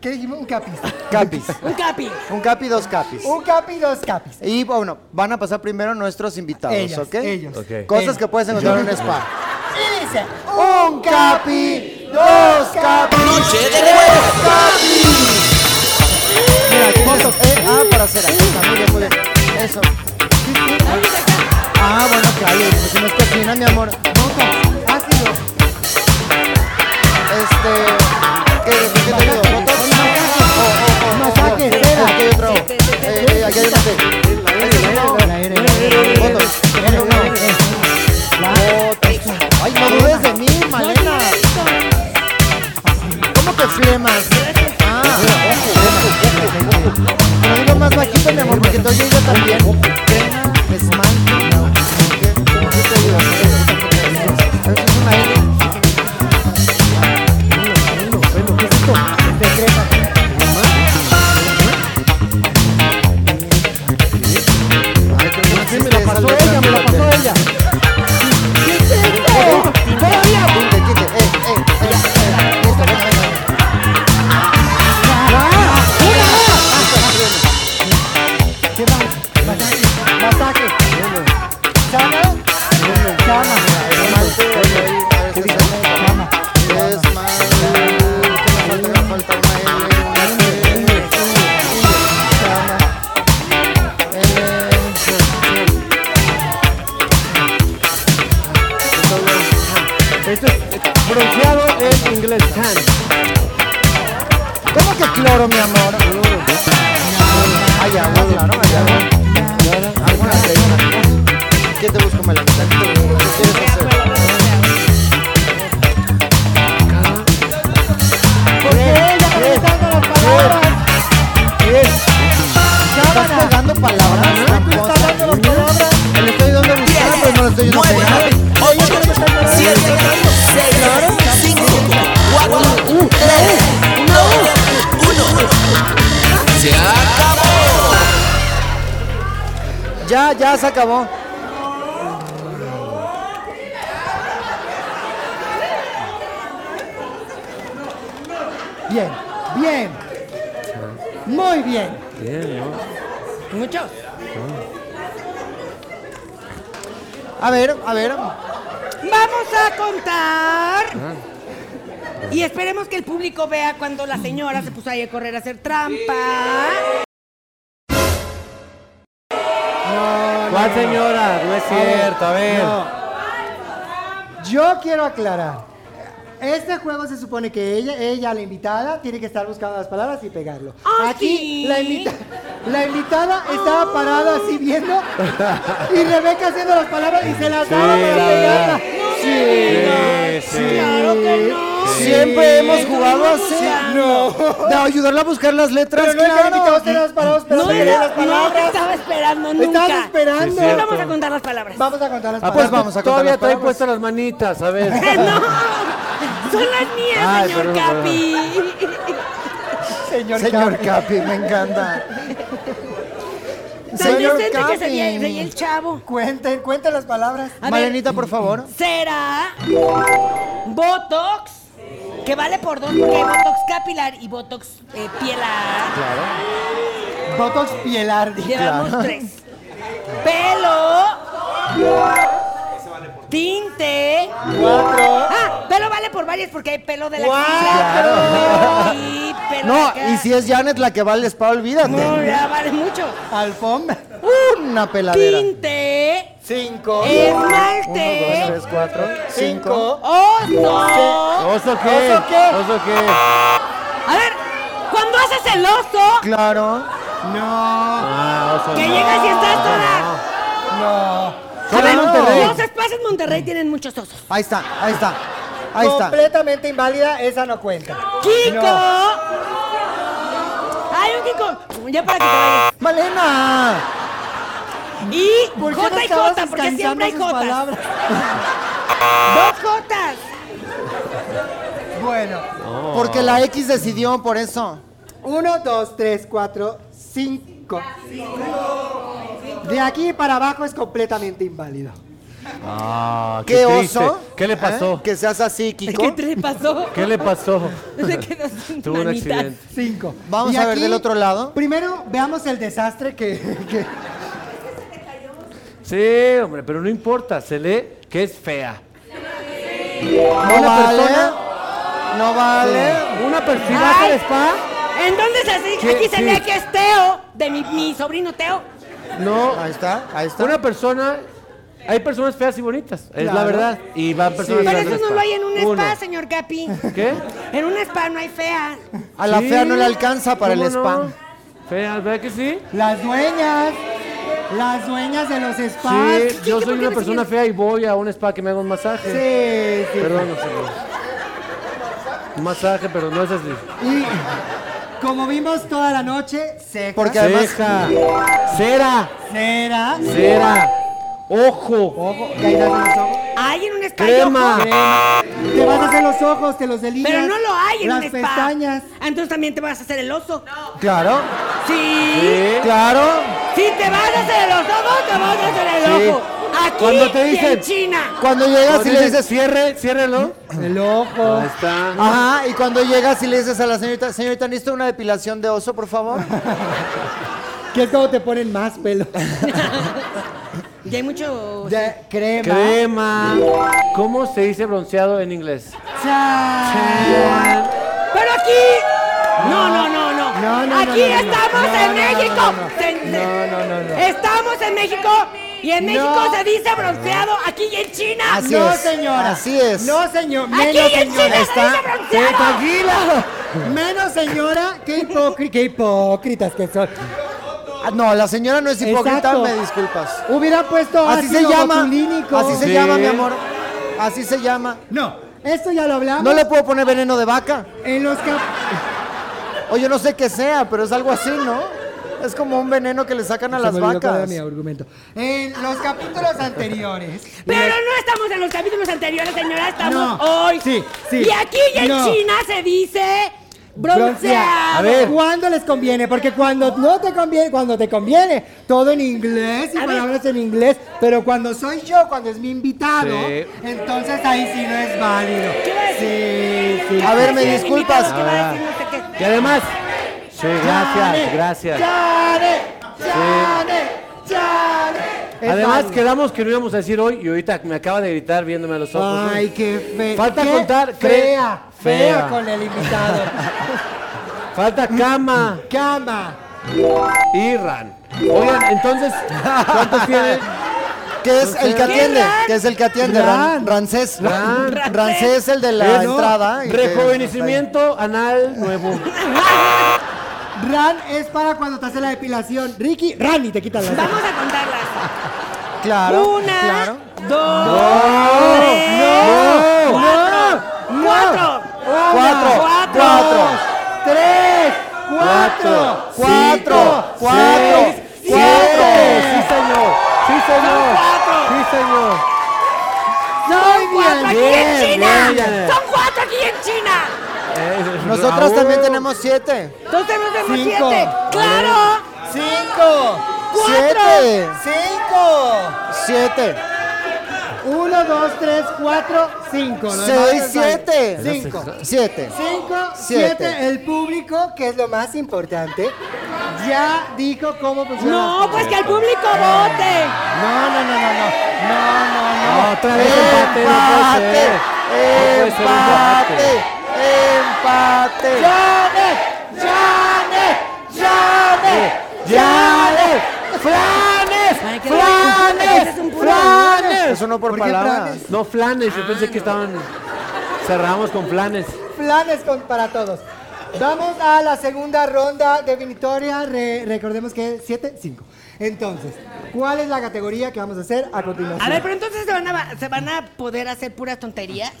Speaker 4: ¿Qué dijimos? Un capis.
Speaker 3: [laughs] Capis.
Speaker 2: Un capi.
Speaker 3: Un capi, dos capis.
Speaker 4: Un capi, dos capis.
Speaker 3: Y bueno, van a pasar primero nuestros invitados,
Speaker 4: Ellas,
Speaker 3: ¿ok?
Speaker 4: ellos.
Speaker 5: Ok.
Speaker 3: Cosas que puedes encontrar en un spa.
Speaker 4: Y dice:
Speaker 3: Un capi, dos capis. Noche de capis. Mira, ¿cómo to- eh, ah, para hacer ahí. Ah, Muy bien, muy bien. Eso. Ah, bueno, claro. pues Si no es cocina, mi amor.
Speaker 4: Boca, ácido.
Speaker 3: Este. ¿Qué es ¿Qué te digo? ¿Botox? Oh, oh, oh,
Speaker 4: Masaje,
Speaker 3: oh, oh.
Speaker 4: cera.
Speaker 3: Aquí hay otro. Eh, eh, aquí hay otro.
Speaker 4: La R, la R, la R.
Speaker 3: Botox. Botox. Ay, no dudes de mí, Malena. ¿Cómo que flemas? Ah, más bajito, mi amor, porque entonces yo digo también crema, esmalte, no, ¿qué? ¿Cómo que te digo? Es una L.
Speaker 5: Sí, me la pasó ella, me la pasó ella.
Speaker 3: Quite, quite, eh, eh, eh, eh, esto, venga, venga, venga.
Speaker 4: ¿Qué más? Masaje. Masaje. Chama. Chama.
Speaker 3: ¿Qué dice? Es mal, que me falta, me falta una L, una C, una C, chama. L, C,
Speaker 5: Esto es bronceado en inglés. Tan.
Speaker 3: ¿Cómo que cloro, mi amor? Ay, agua, claro, ay, agua. Alguna crema. ¿Qué te busco, Melanita? ¿Qué te busco? ¿Qué quieres hacer? ¿Estás pegando palabras? tramposas? Le estoy dando buscada, pero no le estoy dando pegada.
Speaker 11: 7, 6, 5, 4, 3, 2, 1. Se acabó.
Speaker 3: Ya, ya se acabó.
Speaker 4: Bien. Bien. Muy bien.
Speaker 2: Mucho.
Speaker 3: A ver, a ver.
Speaker 2: Vamos a contar. Y esperemos que el público vea cuando la señora se puso ahí a correr a hacer trampa.
Speaker 12: ¿Cuál señora? No es cierto, a ver.
Speaker 4: Yo quiero aclarar. Este juego se supone que ella, ella, la invitada, tiene que estar buscando las palabras y pegarlo.
Speaker 2: Ah,
Speaker 4: Aquí
Speaker 2: ¿sí? Ah.
Speaker 4: la, invita- la invitada estaba parada así viendo y Rebeca haciendo las palabras y se las daba para pegarla.
Speaker 12: Sí, sí.
Speaker 2: Claro que no.
Speaker 3: Siempre hemos jugado así.
Speaker 2: No.
Speaker 3: De ayudarla a buscar las letras,
Speaker 4: Pero Pues no era
Speaker 3: claro.
Speaker 4: invitado, eran las palabras, pero
Speaker 2: No,
Speaker 4: pegué
Speaker 2: era-
Speaker 4: las
Speaker 2: no te
Speaker 4: palabras.
Speaker 2: estaba esperando nunca.
Speaker 4: Estabas esperando.
Speaker 2: No vamos a contar las palabras. [laughs]
Speaker 4: Vamos a contar las
Speaker 3: Ah,
Speaker 4: palabras.
Speaker 3: pues vamos a contar
Speaker 5: Todavía
Speaker 3: las
Speaker 5: trae
Speaker 3: palabras.
Speaker 5: puestas las manitas, a ver.
Speaker 2: Eh, no. Son las mías,
Speaker 5: Ay,
Speaker 2: señor
Speaker 5: perdón,
Speaker 2: Capi.
Speaker 4: Señor,
Speaker 3: Señor
Speaker 4: Capi.
Speaker 3: Capi, me encanta.
Speaker 2: Tan
Speaker 3: Señor
Speaker 2: decente que
Speaker 3: Capi.
Speaker 2: se veía- veía el chavo.
Speaker 4: Cuenten, cuenten las palabras.
Speaker 2: A ver.
Speaker 3: Malenita, por favor.
Speaker 2: será Botox, que vale por dos, porque hay Botox capilar y Botox eh, pielar.
Speaker 4: Botox Pielardi.
Speaker 2: Llevamos tres. Pelo. Tinte.
Speaker 4: Cuatro.
Speaker 2: Ah, pelo vale por varias porque hay pelo de la axila.
Speaker 4: Cuatro.
Speaker 2: Y pelo
Speaker 3: No,
Speaker 2: acá.
Speaker 3: y si es Janet la que va al spa,
Speaker 2: No,
Speaker 3: olvídate.
Speaker 2: ya vale mucho.
Speaker 4: Alfombra.
Speaker 3: Una peladera.
Speaker 2: Tinte.
Speaker 4: Cinco.
Speaker 3: Uno,
Speaker 2: Esmalte.
Speaker 3: dos, tres, cuatro, cinco.
Speaker 4: Cinco.
Speaker 2: Oso.
Speaker 5: ¿Oso qué?
Speaker 4: ¿Oso qué?
Speaker 5: ¿Oso qué?
Speaker 2: A ver, cuando haces el oso,
Speaker 3: Claro.
Speaker 5: Ah, oso.
Speaker 2: que llegas y estás toda.
Speaker 3: Solo en
Speaker 2: No.
Speaker 3: Monterrey.
Speaker 2: Los spas en Monterrey tienen muchos osos.
Speaker 3: Ahí está, ahí está. Ahí está.
Speaker 4: Completamente inválida, esa no cuenta.
Speaker 2: ¡Kiko! ¡Ay, un Kiko! Ya para que te vayas.
Speaker 3: Malena.
Speaker 2: Y
Speaker 4: ¿Por qué no
Speaker 2: J y
Speaker 4: estabas
Speaker 2: J, porque siempre hay
Speaker 4: descansando sus
Speaker 2: J.
Speaker 4: palabras?
Speaker 2: Dos Jotas.
Speaker 4: Bueno,
Speaker 3: Porque la X decidió por eso.
Speaker 4: uno, dos, tres, cuatro, cinco. De aquí para abajo es completamente inválido.
Speaker 5: [laughs] Ah,
Speaker 3: ¿Qué,
Speaker 5: triste.
Speaker 3: oso?
Speaker 5: ¿Qué le
Speaker 3: ¿Eh?
Speaker 5: pasó?
Speaker 3: Que seas así,
Speaker 2: ¿Qué
Speaker 3: Kiko.
Speaker 2: te le pasó?
Speaker 5: ¿Qué le pasó?
Speaker 2: Se quedó sin
Speaker 5: Tuvo un
Speaker 2: manitas.
Speaker 5: accidente.
Speaker 4: Cinco.
Speaker 3: Vamos
Speaker 4: Y
Speaker 3: a ver del otro lado.
Speaker 4: Primero veamos el desastre que, que-
Speaker 5: Sí, hombre, pero no importa, se lee que es fea.
Speaker 3: No
Speaker 5: Una
Speaker 3: vale.
Speaker 5: persona-
Speaker 3: No vale.
Speaker 5: Una persona
Speaker 2: Ay.
Speaker 5: al spa.
Speaker 2: ¿En dónde se hace?
Speaker 5: ¿Qué?
Speaker 2: Aquí se
Speaker 5: Sí.
Speaker 2: ve que es Teo, de mi, mi sobrino Teo.
Speaker 5: No,
Speaker 3: Ahí está, ahí está.
Speaker 5: una persona. Hay personas feas y bonitas, es la
Speaker 4: Claro.
Speaker 5: verdad. Y van personas
Speaker 2: Pero
Speaker 5: feas al
Speaker 2: eso no
Speaker 5: spa.
Speaker 2: lo hay en un
Speaker 5: Uno.
Speaker 2: spa, señor Capi.
Speaker 5: ¿Qué?
Speaker 2: En un spa no hay fea.
Speaker 3: A la
Speaker 5: Sí.
Speaker 3: fea no le alcanza para el
Speaker 5: ¿Cómo
Speaker 3: spam.
Speaker 5: no? Feas, ¿verdad que sí?
Speaker 4: las dueñas, las dueñas de los spas.
Speaker 5: Sí, yo
Speaker 2: ¿Por
Speaker 5: soy
Speaker 2: qué
Speaker 5: una
Speaker 2: me
Speaker 5: persona
Speaker 2: sigues?
Speaker 5: fea y voy a un spa que me haga un masaje.
Speaker 4: Sí, sí.
Speaker 5: Perdón, no sé. Un masaje, pero no es así.
Speaker 4: Y Como vimos toda la noche, cejas.
Speaker 3: Porque además.
Speaker 5: Ceja. Cera.
Speaker 4: Cera.
Speaker 5: Cera. Ojo.
Speaker 4: Ojo, caídas en los ojos.
Speaker 2: Ay, en un escayojo.
Speaker 5: Crema.
Speaker 4: Te vas a hacer los ojos, te los delineas.
Speaker 2: Pero no lo hay en
Speaker 4: Las
Speaker 2: un spa.
Speaker 4: pestañas.
Speaker 2: Ah, Entonces también te vas a hacer el oso.
Speaker 3: Claro,
Speaker 2: Sí.
Speaker 3: Ah, claro.
Speaker 2: Si te vas a hacer los ojos, te vas a hacer el
Speaker 3: Sí.
Speaker 2: ojo. Aquí
Speaker 3: Cuando te
Speaker 2: y en
Speaker 3: dicen-
Speaker 2: China.
Speaker 3: Cuando llegas y le dices. Ah,
Speaker 5: cierre, ciérrelo.
Speaker 4: El ojo.
Speaker 5: Ahí está.
Speaker 3: Ajá, y cuando llegas y le dices a la señorita, señorita, necesito una depilación de oso, por favor.
Speaker 4: Que es como te ponen más
Speaker 3: [laughs]
Speaker 4: pelo.
Speaker 2: Ya hay mucho.
Speaker 4: Ya, crema.
Speaker 5: Crema. ¿Cómo se dice bronceado en inglés?
Speaker 2: Pero aquí. No, no, no, no.
Speaker 4: No, no, no,
Speaker 2: aquí
Speaker 4: no, no, no.
Speaker 2: estamos
Speaker 4: No,
Speaker 2: en
Speaker 4: no, no,
Speaker 2: México.
Speaker 4: no, no, no.
Speaker 2: Se- Eh, se-
Speaker 4: No, no, no, no.
Speaker 2: Estamos en México y en México se dice bronceado aquí y en China.
Speaker 3: Así
Speaker 4: no,
Speaker 3: es.
Speaker 4: señora.
Speaker 3: Así es.
Speaker 4: No, señor.
Speaker 2: aquí
Speaker 4: Menos,
Speaker 2: y en China
Speaker 4: señora.
Speaker 2: se dice bronceado.
Speaker 4: Tranquila. Menos, señora. Qué, hipócri- qué hipócritas que son.
Speaker 3: Ah, No, la señora no es hipócrita,
Speaker 4: Exacto.
Speaker 3: me disculpas.
Speaker 4: Hubiera puesto
Speaker 3: Así se
Speaker 4: ácido
Speaker 3: llama.
Speaker 4: botulínico.
Speaker 3: Así se
Speaker 5: Sí.
Speaker 3: llama, mi amor. Así se llama.
Speaker 4: No, esto ya lo hablamos.
Speaker 3: No le puedo poner veneno de vaca.
Speaker 4: En los cap-
Speaker 3: O yo no sé qué sea, pero es algo así, ¿no? Es como un veneno que le sacan a
Speaker 4: Se
Speaker 3: las
Speaker 4: me olvidó cuál era
Speaker 3: vacas.
Speaker 4: mi argumento. En los capítulos
Speaker 3: [laughs]
Speaker 4: anteriores.
Speaker 2: Pero no estamos en los capítulos anteriores, señora, estamos
Speaker 4: No.
Speaker 2: hoy.
Speaker 4: Sí, sí.
Speaker 2: Y aquí y en
Speaker 4: No.
Speaker 2: China se dice bronceado.
Speaker 4: A ver. ¿Cuándo les conviene? Porque cuando no te conviene, cuando te conviene, todo en inglés y
Speaker 2: A ver.
Speaker 4: palabras en inglés. Pero cuando soy yo, cuando es mi invitado,
Speaker 5: Sí.
Speaker 4: entonces ahí sí no es válido.
Speaker 2: ¿Qué va a
Speaker 4: Sí,
Speaker 2: decir?
Speaker 4: sí.
Speaker 2: ¿Qué va
Speaker 3: A ver, me
Speaker 2: decir el
Speaker 3: disculpas.
Speaker 2: invitado? ¿Qué va a decir? No sé qué.
Speaker 5: Y además. Sí, gracias, gracias.
Speaker 4: Chale, chale, chale. Es
Speaker 5: Además,
Speaker 4: válido.
Speaker 5: quedamos que no íbamos a decir hoy y ahorita me acaba de gritar viéndome a los ojos.
Speaker 4: Ay, qué fea.
Speaker 5: Falta contar, cre-
Speaker 4: Fea, fea
Speaker 5: fea.
Speaker 4: con el invitado.
Speaker 5: Falta cama
Speaker 4: [laughs] Cama.
Speaker 5: y ran. Oigan, entonces, ¿cuántos tienen?
Speaker 3: Que es el que atiende,
Speaker 2: Ran?
Speaker 3: que es el que atiende, Ran-
Speaker 4: Ran.
Speaker 3: Rancés.
Speaker 5: Ran.
Speaker 3: Rancés, el de la
Speaker 5: Eh, no.
Speaker 3: entrada. y que-
Speaker 5: Rejuvenecimiento anal nuevo.
Speaker 4: Ran es para cuando te hace la depilación. Ricky, Ran y te quitan la
Speaker 2: Vamos a contarlas.
Speaker 3: Claro,
Speaker 2: Una,
Speaker 3: claro.
Speaker 2: dos,
Speaker 5: No,
Speaker 2: tres,
Speaker 5: no,
Speaker 2: cuatro, cuatro,
Speaker 3: Cuatro,
Speaker 2: cuatro,
Speaker 3: cuatro,
Speaker 4: ¡Tres! ¡Cuatro!
Speaker 5: Cuatro,
Speaker 3: cuatro,
Speaker 5: cinco,
Speaker 3: cuatro,
Speaker 5: seis,
Speaker 3: cuatro.
Speaker 5: siete. Sí, señor. Sí,
Speaker 4: Oh,
Speaker 5: señor.
Speaker 2: cuatro.
Speaker 5: Sí, señor.
Speaker 4: ¡Soy
Speaker 2: cuatro aquí en
Speaker 5: Bien,
Speaker 2: China.
Speaker 5: bien, bien.
Speaker 2: Son cuatro aquí en
Speaker 3: [laughs]
Speaker 2: China.
Speaker 3: Nosotras
Speaker 5: Ah,
Speaker 3: también
Speaker 5: bueno.
Speaker 3: tenemos siete.
Speaker 2: Entonces tenemos
Speaker 4: Cinco.
Speaker 2: siete. Claro.
Speaker 4: ¡Cinco!
Speaker 3: Siete.
Speaker 4: ¡Cinco!
Speaker 3: Siete.
Speaker 4: Uno, dos, tres, cuatro, cinco. Los
Speaker 3: Seis,
Speaker 4: demás son
Speaker 3: siete.
Speaker 4: Cinco.
Speaker 3: Siete.
Speaker 4: Cinco,
Speaker 3: Siete.
Speaker 4: siete. El público, que es lo más importante, ya dijo cómo funciona.
Speaker 2: No, pues que el público vote.
Speaker 4: No, no, no, no, no. No, no, no.
Speaker 5: Otra vez empate, no puede ser. No puede ser un empate.
Speaker 3: Empate. Empate.
Speaker 4: ¡Janet! ¡Janet! ¡Janet! ¡Janet! ¡Franes!
Speaker 2: Ay, qué bonito.
Speaker 4: ¡Franes!
Speaker 2: Es un puro
Speaker 4: ¡Franes!
Speaker 3: Eso no por,
Speaker 4: ¿Por qué
Speaker 3: palabras.
Speaker 4: planes?
Speaker 5: No, flanes. Yo pensé que estaban. Cerramos con flanes.
Speaker 2: pues-
Speaker 4: Planes con- para todos. Vamos a la segunda ronda definitoria. Re- recordemos que es 7-5. Entonces, ¿cuál es la categoría que vamos a hacer a continuación?
Speaker 2: A ver, pero entonces se van a, se van a poder hacer puras tonterías.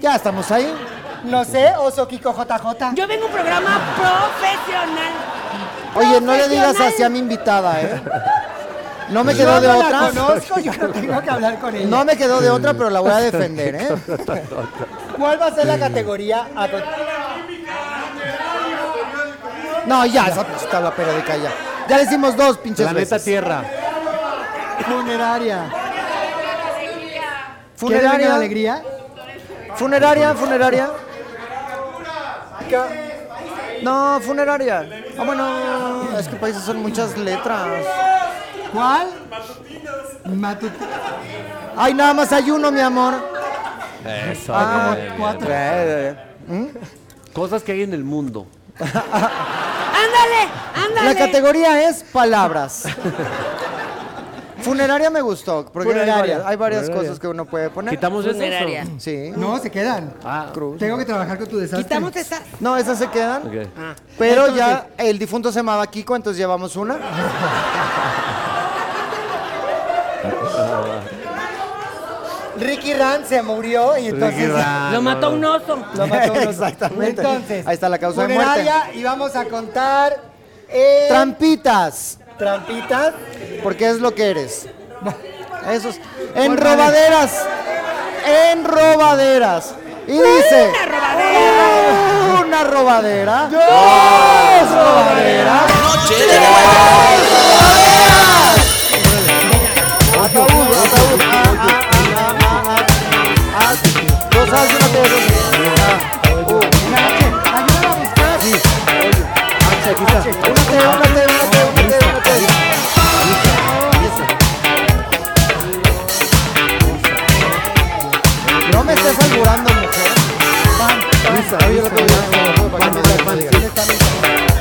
Speaker 3: Ya estamos ahí.
Speaker 4: No sé, Oso Kiko
Speaker 3: Ah.
Speaker 4: JJ.
Speaker 2: Yo vengo a un programa profesional.
Speaker 3: Oye, no le digas
Speaker 2: Profesional.
Speaker 3: así a mi invitada, ¿eh? No me
Speaker 4: Yo
Speaker 3: quedó de
Speaker 4: no
Speaker 3: otra.
Speaker 4: la conozco, yo no tengo que hablar con ella.
Speaker 3: No me quedó de otra, pero la voy a defender, ¿eh?
Speaker 4: ¿Cuál va a ser la categoría a continuación?
Speaker 3: No, ya, esa pinche tabla periódica ya. Ya le hicimos dos pinches
Speaker 5: Planeta
Speaker 3: veces.
Speaker 5: Tierra.
Speaker 4: Funeraria. ¿Quieres una
Speaker 3: Funeraria,
Speaker 4: alegría?
Speaker 3: funeraria, funeraria. No, funeraria. Ah, bueno, es que países son muchas letras.
Speaker 4: ¿Cuál? Matutinos.
Speaker 3: Ay, nada más hay uno, mi amor.
Speaker 5: Eso.
Speaker 4: Ah,
Speaker 5: bien,
Speaker 4: como
Speaker 5: bien.
Speaker 4: cuatro.
Speaker 5: Cosas que hay en el mundo.
Speaker 2: Ándale, ándale.
Speaker 3: La categoría es palabras. Funeraria me gustó, porque hay
Speaker 4: Funeraria.
Speaker 3: varias, hay varias
Speaker 5: Funeraria.
Speaker 3: cosas que uno puede poner.
Speaker 5: Quitamos eso.
Speaker 2: Funeraria.
Speaker 3: Sí.
Speaker 4: No, se quedan.
Speaker 5: Ah,
Speaker 3: Cruz.
Speaker 4: Tengo que trabajar con tu desastre.
Speaker 2: Quitamos esa.
Speaker 3: No, esas se quedan.
Speaker 5: ok.
Speaker 3: Pero
Speaker 4: Ah. Entonces-
Speaker 3: ya el difunto se llamaba Kiko, entonces llevamos una.
Speaker 4: Ricky Ran se murió y entonces...
Speaker 2: Lo mató un oso.
Speaker 3: [laughs]
Speaker 4: Lo mató uno.
Speaker 3: Exactamente.
Speaker 4: Entonces,
Speaker 3: Ahí está la causa de
Speaker 4: funeraria, Y vamos a contar... eh,
Speaker 3: Trampitas,
Speaker 4: trampitas.
Speaker 3: porque es lo que eres. Esos. En robaderas. En robaderas. Y dice. "Oh,
Speaker 2: ¡Una robadera!
Speaker 3: Una robadera.
Speaker 13: Noche de huevos.
Speaker 3: Dos as y una T, dos as.
Speaker 4: Una H. Ayúdame a buscar.
Speaker 3: Una T, una T, una T, una T, una T. No me estés alburando, mujer. Oye, lo que voy a- para que no veas, oye.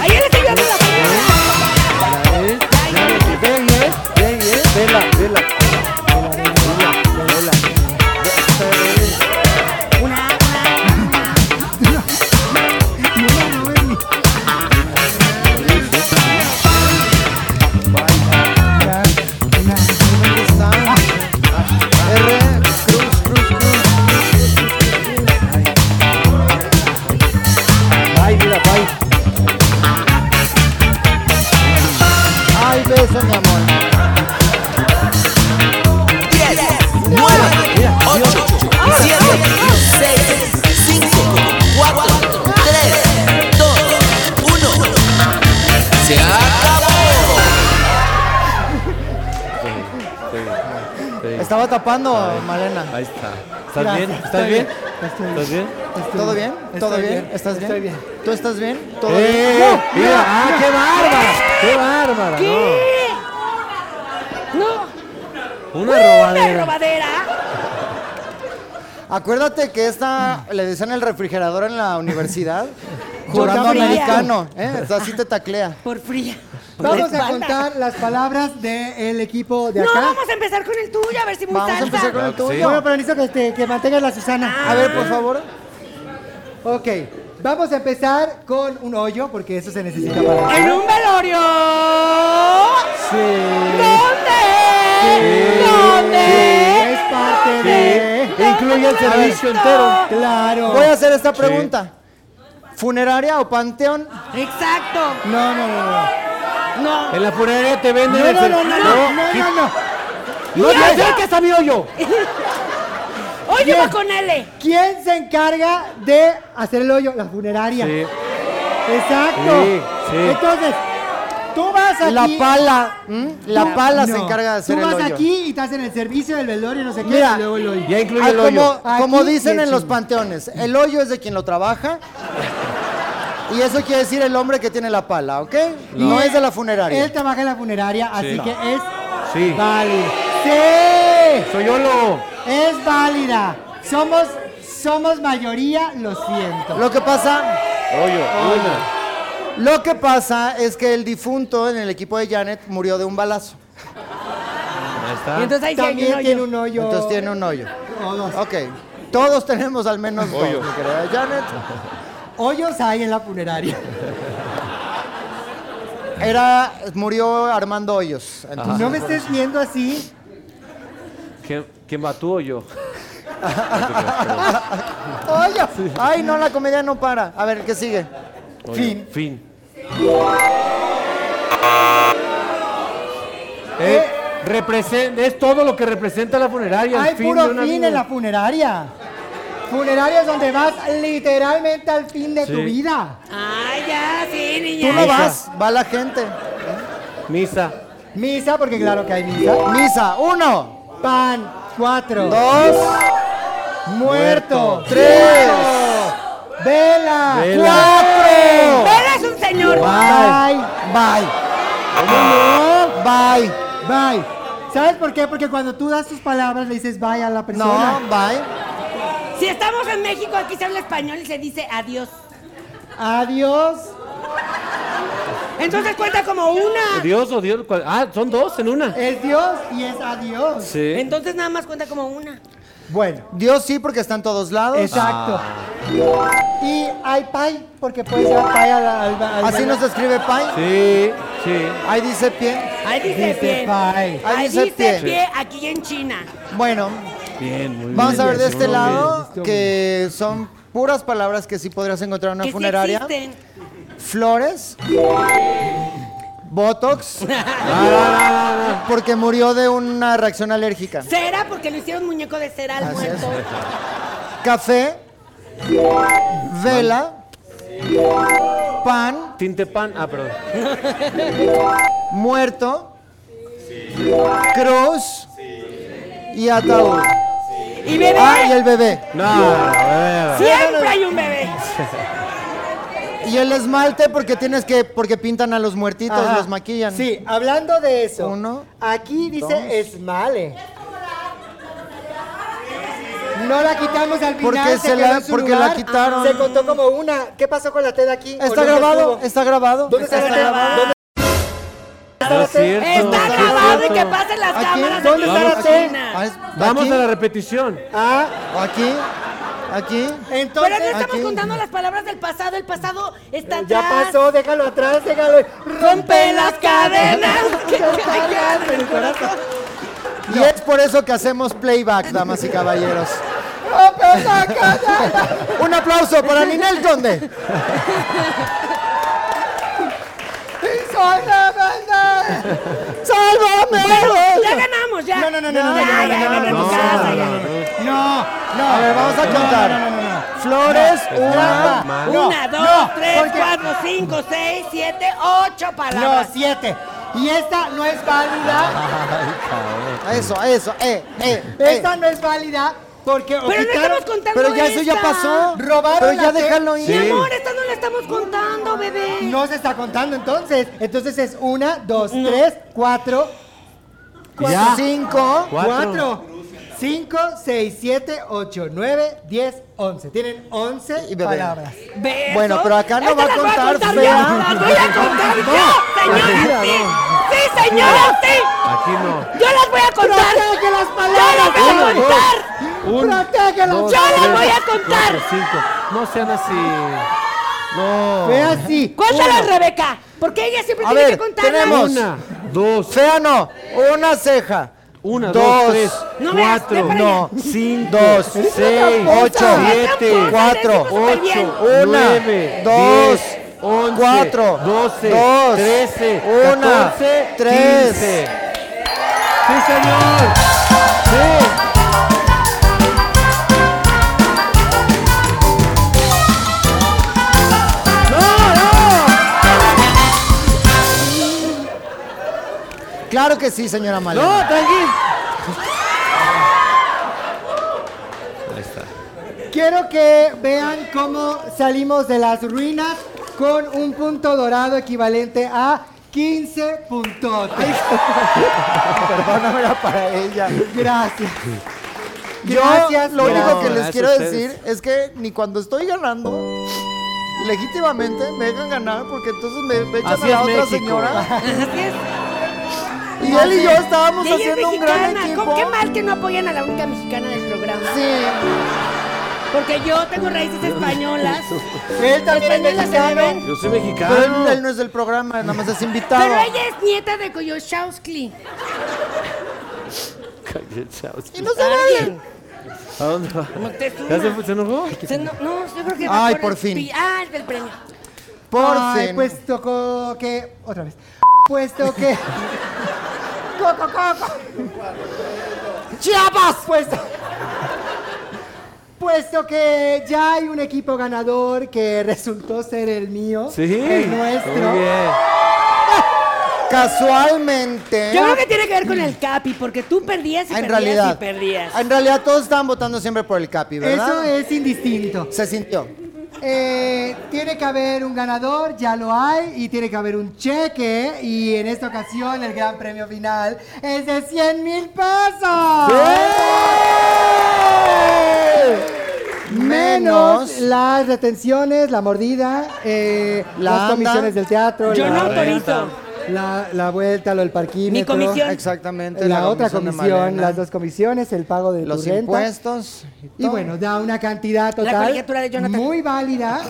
Speaker 2: ¡Ahí le estoy viendo la señora!
Speaker 3: Ay, beso, mi amor.
Speaker 13: 10, 9, 8, 7, 6, 5, 4, 3, 2, 1. Se acabó.
Speaker 3: Estaba tapando, Malena.
Speaker 5: Ahí está. ¿Estás bien? ¿Estás bien? ¿Estás bien?
Speaker 3: ¿Todo bien? ¿Todo
Speaker 4: Estoy
Speaker 3: bien?
Speaker 4: bien,
Speaker 3: ¿Estás bien?
Speaker 4: estoy bien.
Speaker 3: ¿Tú estás bien? ¿Todo
Speaker 5: ¡Eh!
Speaker 3: bien?
Speaker 5: mira, ¡Ah, qué bárbara! ¡Qué bárbara! No. Una
Speaker 2: ¡Una
Speaker 5: robadera.
Speaker 2: robadera!
Speaker 3: Acuérdate que esta le decían el refrigerador en la universidad. Jurando
Speaker 2: Por fría.
Speaker 3: americano, ¿eh? O sea, así te taclea.
Speaker 2: Por fría. Por la
Speaker 4: Vamos a
Speaker 2: espalda.
Speaker 4: contar las palabras del equipo de
Speaker 2: No,
Speaker 4: acá.
Speaker 2: vamos a empezar con el tuyo, a ver si muy
Speaker 3: Vamos a empezar con el
Speaker 5: Claro que sí.
Speaker 3: tuyo.
Speaker 4: Bueno, pero necesito que, este, que mantengas la Susana.
Speaker 2: Ah.
Speaker 3: A ver, por favor.
Speaker 4: Ok, vamos a empezar con un hoyo, porque eso se necesita para...
Speaker 2: En un velorio. ¿Dónde? ¿Dónde?
Speaker 4: Es parte de...
Speaker 8: e Incluye el servicio entero.
Speaker 4: Claro.
Speaker 3: Voy a hacer esta pregunta. ¿Funeraria o panteón?
Speaker 2: Exacto. [laughs]
Speaker 4: No, no, no, no.
Speaker 2: No.
Speaker 8: En la funeraria te venden
Speaker 4: No,
Speaker 8: el
Speaker 4: no,
Speaker 8: ser-
Speaker 4: no, no, no, no, no, no.
Speaker 8: No te acerques a mi hoyo.
Speaker 2: Oye, va con L.
Speaker 4: ¿Quién se encarga de hacer el hoyo? La funeraria.
Speaker 5: Sí.
Speaker 4: Exacto.
Speaker 5: Sí, sí.
Speaker 4: Entonces, tú vas aquí... ¿Mm?
Speaker 3: La pala. ¿m? La pala se
Speaker 4: No,
Speaker 3: encarga de hacer
Speaker 4: Tú
Speaker 3: el
Speaker 4: vas
Speaker 3: hoyo.
Speaker 4: aquí y estás en el servicio del velorio, no sé qué,
Speaker 3: Mira,
Speaker 4: y luego el hoyo.
Speaker 8: Ya incluye
Speaker 3: Ah,
Speaker 8: el hoyo.
Speaker 3: como,
Speaker 4: Aquí
Speaker 3: como
Speaker 4: y
Speaker 3: dicen
Speaker 4: el
Speaker 3: en los
Speaker 4: chingo.
Speaker 3: panteones, el hoyo es de quien lo trabaja. Y eso quiere decir el hombre que tiene la pala, ¿ok? No, es de la funeraria.
Speaker 4: Él trabaja en la funeraria, así
Speaker 5: Sí.
Speaker 4: que es
Speaker 5: Sí.
Speaker 4: válida. ¡Sí!
Speaker 5: Soy Yolo.
Speaker 4: Es válida. Somos, somos mayoría, lo siento.
Speaker 3: Lo que pasa,
Speaker 5: Hoyo. Una.
Speaker 3: lo que pasa es que el difunto en el equipo de Janet murió de un balazo.
Speaker 5: Ahí
Speaker 2: Y
Speaker 5: está.
Speaker 2: entonces ahí sí hay
Speaker 4: También
Speaker 2: un
Speaker 4: tiene
Speaker 2: hoyo.
Speaker 4: un hoyo.
Speaker 3: Entonces tiene un hoyo.
Speaker 4: Todos.
Speaker 3: Ok. Todos tenemos al menos dos,
Speaker 5: Hoyo.
Speaker 3: mi querida Janet.
Speaker 4: Hoyos hay en la funeraria.
Speaker 3: Era, murió Armando Hoyos. Entonces,
Speaker 4: No me estés viendo así.
Speaker 5: ¿Quién, ¿Quién va tú o yo?
Speaker 3: ¡Hoyo! Ay, no, la comedia no para. A ver, ¿qué sigue?
Speaker 5: Hoyo.
Speaker 4: Fin.
Speaker 5: Fin.
Speaker 8: Eh, represen- es todo lo que representa la funeraria. el
Speaker 4: Hay
Speaker 8: fin de
Speaker 4: puro
Speaker 8: una
Speaker 4: fin
Speaker 8: vida.
Speaker 4: en la funeraria. Funeraria es donde vas literalmente al fin de tu
Speaker 5: Sí.
Speaker 4: vida.
Speaker 2: Ah, ya, sí,
Speaker 3: Tú
Speaker 2: niña.
Speaker 3: no vas, va la gente.
Speaker 8: Misa.
Speaker 4: Misa, porque claro que hay misa.
Speaker 3: Misa, uno,
Speaker 4: Pan, cuatro.
Speaker 3: dos,
Speaker 4: Muerto.
Speaker 3: tres,
Speaker 4: Vela.
Speaker 3: cuatro.
Speaker 2: Vela es un señor.
Speaker 4: Bye.
Speaker 3: Bye. Bye.
Speaker 4: Bye. ¿Sabes por qué? Porque cuando tú das tus palabras le dices bye a la
Speaker 3: No,
Speaker 4: persona.
Speaker 3: bye.
Speaker 2: Si estamos en México, aquí se habla español y se dice adiós.
Speaker 4: Adiós.
Speaker 2: Entonces cuenta como una.
Speaker 5: Dios o Dios. ¿cuál? Ah, son dos en una.
Speaker 4: Es Dios y es adiós.
Speaker 5: Sí.
Speaker 2: Entonces nada más cuenta como una.
Speaker 4: Bueno.
Speaker 3: Dios sí, porque está en todos lados.
Speaker 4: Exacto.
Speaker 3: Ah.
Speaker 4: Y hay pay, porque puedes dar pay al, al, al-
Speaker 3: Así nos escribe Pai.
Speaker 5: Sí, sí.
Speaker 3: Ahí dice pie.
Speaker 2: Ahí dice,
Speaker 4: Dice
Speaker 2: pie.
Speaker 4: pie.
Speaker 2: Ahí
Speaker 3: Ahí
Speaker 2: dice
Speaker 3: dice
Speaker 2: pie.
Speaker 3: pie.
Speaker 2: aquí en China.
Speaker 3: Bueno,
Speaker 5: Bien, muy bien.
Speaker 3: vamos a ver de
Speaker 5: Muy
Speaker 3: este
Speaker 5: bien.
Speaker 3: lado que son puras palabras que sí podrías encontrar en
Speaker 2: Que
Speaker 3: una
Speaker 2: sí
Speaker 3: funeraria.
Speaker 2: existen.
Speaker 3: Flores. Botox. Ah, Porque murió de una reacción alérgica.
Speaker 2: Cera, porque le hicieron muñeco de cera al muerto.
Speaker 3: Café. Vela. Pan.
Speaker 5: Tinte pan. Ah, perdón.
Speaker 3: Muerto. Cruz. Y ataúd.
Speaker 2: Y bebé,
Speaker 3: Ah, y el bebé.
Speaker 5: No,
Speaker 2: siempre hay un bebé.
Speaker 3: Y el esmalte porque tienes que porque pintan a los muertitos,
Speaker 4: Ajá.
Speaker 3: los maquillan.
Speaker 4: Sí, hablando de eso.
Speaker 3: Uno,
Speaker 4: Aquí dice
Speaker 3: dos.
Speaker 4: esmale. No la quitamos al final.
Speaker 3: Porque se
Speaker 4: quedó
Speaker 3: la-
Speaker 4: en su
Speaker 3: porque la
Speaker 4: lugar.
Speaker 3: quitaron.
Speaker 4: Se contó como una. ¿Qué pasó con la T de aquí? ¿O
Speaker 3: Está
Speaker 4: dónde
Speaker 3: grabado,
Speaker 4: estuvo?
Speaker 3: está grabado.
Speaker 4: ¿Dónde está, la T? ¿Dónde está
Speaker 5: No
Speaker 4: la
Speaker 5: es
Speaker 4: T?
Speaker 5: cierto.
Speaker 2: Está
Speaker 5: no,
Speaker 2: grabado y
Speaker 5: cierto.
Speaker 2: que pasen las
Speaker 3: Aquí,
Speaker 2: cámaras.
Speaker 4: ¿dónde
Speaker 2: aquí
Speaker 4: está
Speaker 2: en
Speaker 4: la T?
Speaker 2: China.
Speaker 3: Ah, es-
Speaker 5: Vamos
Speaker 3: aquí,
Speaker 5: a la repetición.
Speaker 4: Ah,
Speaker 3: aquí, aquí.
Speaker 4: entonces.
Speaker 2: Pero no estamos
Speaker 3: aquí.
Speaker 2: contando las palabras del pasado. El pasado está atrás.
Speaker 4: Ya pasó, déjalo atrás, déjalo.
Speaker 2: Rompe las
Speaker 3: [laughs]
Speaker 4: [laughs]
Speaker 2: cadenas.
Speaker 4: Ya está grande el corazón.
Speaker 3: Y es por eso que hacemos playback, damas y
Speaker 4: [laughs]
Speaker 3: caballeros. Un aplauso para Ninel Conde.
Speaker 4: ¡Soy la banda!
Speaker 2: Bueno, ya
Speaker 3: ¡Sálvame!
Speaker 2: ganamos, ya.
Speaker 3: No, no, no, no, no, no,
Speaker 2: Ya,
Speaker 3: no,
Speaker 2: ya,
Speaker 3: no,
Speaker 2: vete a tu
Speaker 3: no,
Speaker 2: casa, ya.
Speaker 4: No, no.
Speaker 3: A ver, vamos a contar. Flores, una.
Speaker 2: Una, dos,
Speaker 4: no,
Speaker 2: tres,
Speaker 4: porque-
Speaker 2: cuatro, cinco, seis, siete, ocho
Speaker 4: No,
Speaker 2: palabras.
Speaker 4: siete. Y esta no es válida.
Speaker 3: Eso, eso, eh, eh. eh.
Speaker 4: Esta no es válida porque o
Speaker 2: Pero no
Speaker 4: quitaron-
Speaker 2: estamos contando
Speaker 3: Pero ya eso ya
Speaker 2: esta.
Speaker 3: pasó.
Speaker 4: Robaron
Speaker 3: Pero ya
Speaker 4: la T.
Speaker 3: déjalo ir.
Speaker 2: Mi amor, esta no la estamos contando, bebé.
Speaker 4: No se está contando entonces. Entonces es una, dos, tres, cuatro,
Speaker 3: Ya. Cinco.
Speaker 4: cuatro, cinco, seis, siete, ocho, nueve, diez, once. Tienen once
Speaker 3: Y bebé.
Speaker 4: palabras.
Speaker 2: Besos.
Speaker 3: Bueno, pero acá no
Speaker 2: Estas
Speaker 3: va a
Speaker 2: las voy
Speaker 3: contar,
Speaker 2: contar
Speaker 3: fea.
Speaker 2: yo, Las voy a contar yo, señora, sí. Sí, señora, sí.
Speaker 5: Aquí no.
Speaker 2: Yo las voy a contar.
Speaker 4: ¡Protege las
Speaker 2: Yo las
Speaker 4: palabras!
Speaker 2: voy a contar.
Speaker 5: Un,
Speaker 4: ¡Protégelas!
Speaker 5: dos,
Speaker 2: Yo las
Speaker 5: tres,
Speaker 2: voy a contar.
Speaker 5: cuatro, cinco. No sean así.
Speaker 4: Ve así.
Speaker 2: Cuéntalas, Rebeca. Porque ella siempre
Speaker 3: A
Speaker 2: tiene
Speaker 3: ver,
Speaker 2: que contarlas.
Speaker 3: tenemos-
Speaker 5: Una, dos,
Speaker 3: Fea no, una ceja.
Speaker 5: Una,
Speaker 3: dos,
Speaker 5: dos, tres,
Speaker 2: No me hagas,
Speaker 5: cuatro,
Speaker 2: ven para
Speaker 3: No,
Speaker 5: cinco,
Speaker 3: dos,
Speaker 5: seis,
Speaker 3: ocho,
Speaker 5: siete,
Speaker 2: Tampoco,
Speaker 3: cuatro,
Speaker 2: Rebeca, súper bien.
Speaker 5: ocho,
Speaker 3: Una,
Speaker 5: nueve,
Speaker 3: dos,
Speaker 5: diez, once,
Speaker 3: cuatro,
Speaker 5: doce,
Speaker 3: dos,
Speaker 5: trece,
Speaker 3: una,
Speaker 5: catorce,
Speaker 3: tres.
Speaker 5: quince. ¡Sí, señor! ¡Sí!
Speaker 3: Claro que sí, señora Malena.
Speaker 5: ¡No, tranquilo!
Speaker 4: Quiero que vean cómo salimos de las ruinas con un punto dorado equivalente a 15 puntos.
Speaker 3: Perdónamela para ella.
Speaker 4: Gracias.
Speaker 3: Yo
Speaker 4: Gracias,
Speaker 3: lo
Speaker 4: Lola.
Speaker 3: único que les
Speaker 5: gracias
Speaker 3: quiero
Speaker 5: a ustedes.
Speaker 3: decir es que ni cuando estoy ganando, legítimamente me dejan ganar porque entonces me, me echan
Speaker 5: Así
Speaker 3: a la
Speaker 5: es
Speaker 3: otra
Speaker 5: México. [laughs]
Speaker 3: señora.
Speaker 2: Así es.
Speaker 3: Y él y yo estábamos
Speaker 2: Y ella es
Speaker 3: haciendo un gran
Speaker 2: mexicana. ¿Cómo
Speaker 3: equipo.
Speaker 2: qué mal que no apoyan a la única mexicana del programa?
Speaker 3: Sí.
Speaker 2: Porque yo tengo
Speaker 3: [laughs]
Speaker 2: raíces españolas.
Speaker 4: Él también es
Speaker 2: Españolas se me
Speaker 4: mexicano.
Speaker 2: ven.
Speaker 5: Yo soy
Speaker 3: Pero él,
Speaker 5: mexicano.
Speaker 3: él no es del programa, nada más es invitado.
Speaker 2: Pero ella es nieta de Coyoshauscli.
Speaker 5: [laughs]
Speaker 3: Y no se vale.
Speaker 5: ¿A dónde va?
Speaker 2: Moctezuma.
Speaker 5: ¿Ya se, fue- se enojó?
Speaker 2: Se- No, no, yo creo que
Speaker 3: Ay,
Speaker 2: el
Speaker 3: por fin.
Speaker 2: pi- Ah, el del premio.
Speaker 3: Por
Speaker 4: Ay,
Speaker 3: fin.
Speaker 4: pues tocó que. Otra vez. Pues Puesto que.
Speaker 3: [laughs]
Speaker 4: coco, coco. ¡Chiapas! Pues Puesto. Puesto que ya hay un equipo ganador que resultó ser el mío.
Speaker 5: Sí.
Speaker 4: El nuestro.
Speaker 5: Muy bien.
Speaker 3: Casualmente.
Speaker 2: Yo creo que tiene que ver con el Capi, porque tú perdías y
Speaker 3: Ah, en
Speaker 2: perdías
Speaker 3: realidad. Ah,
Speaker 2: y perdías.
Speaker 3: En realidad todos estaban votando siempre por el Capi,
Speaker 4: Eso
Speaker 3: ¿verdad?
Speaker 4: es indistinto.
Speaker 3: Se sintió.
Speaker 4: Eh, tiene que haber un ganador, ya lo hay, y tiene que haber un cheque. Y en esta ocasión el gran premio final es de 100 mil pesos. Menos
Speaker 3: Menos.
Speaker 4: las retenciones, la mordida, eh,
Speaker 3: La
Speaker 4: las
Speaker 3: anda.
Speaker 4: comisiones del teatro.
Speaker 2: Yo
Speaker 4: la,
Speaker 2: no autorizo.
Speaker 4: La, la vuelta, lo del parquímetro.
Speaker 2: Mi comisión.
Speaker 3: Exactamente.
Speaker 4: La, otra
Speaker 3: comisión de
Speaker 4: comisión,
Speaker 3: Malena,
Speaker 4: las dos comisiones, el pago de
Speaker 3: Los
Speaker 4: tu renta.
Speaker 3: impuestos.
Speaker 4: Y bueno, da una cantidad total
Speaker 2: colegiatura de Jonathan.
Speaker 4: muy válida,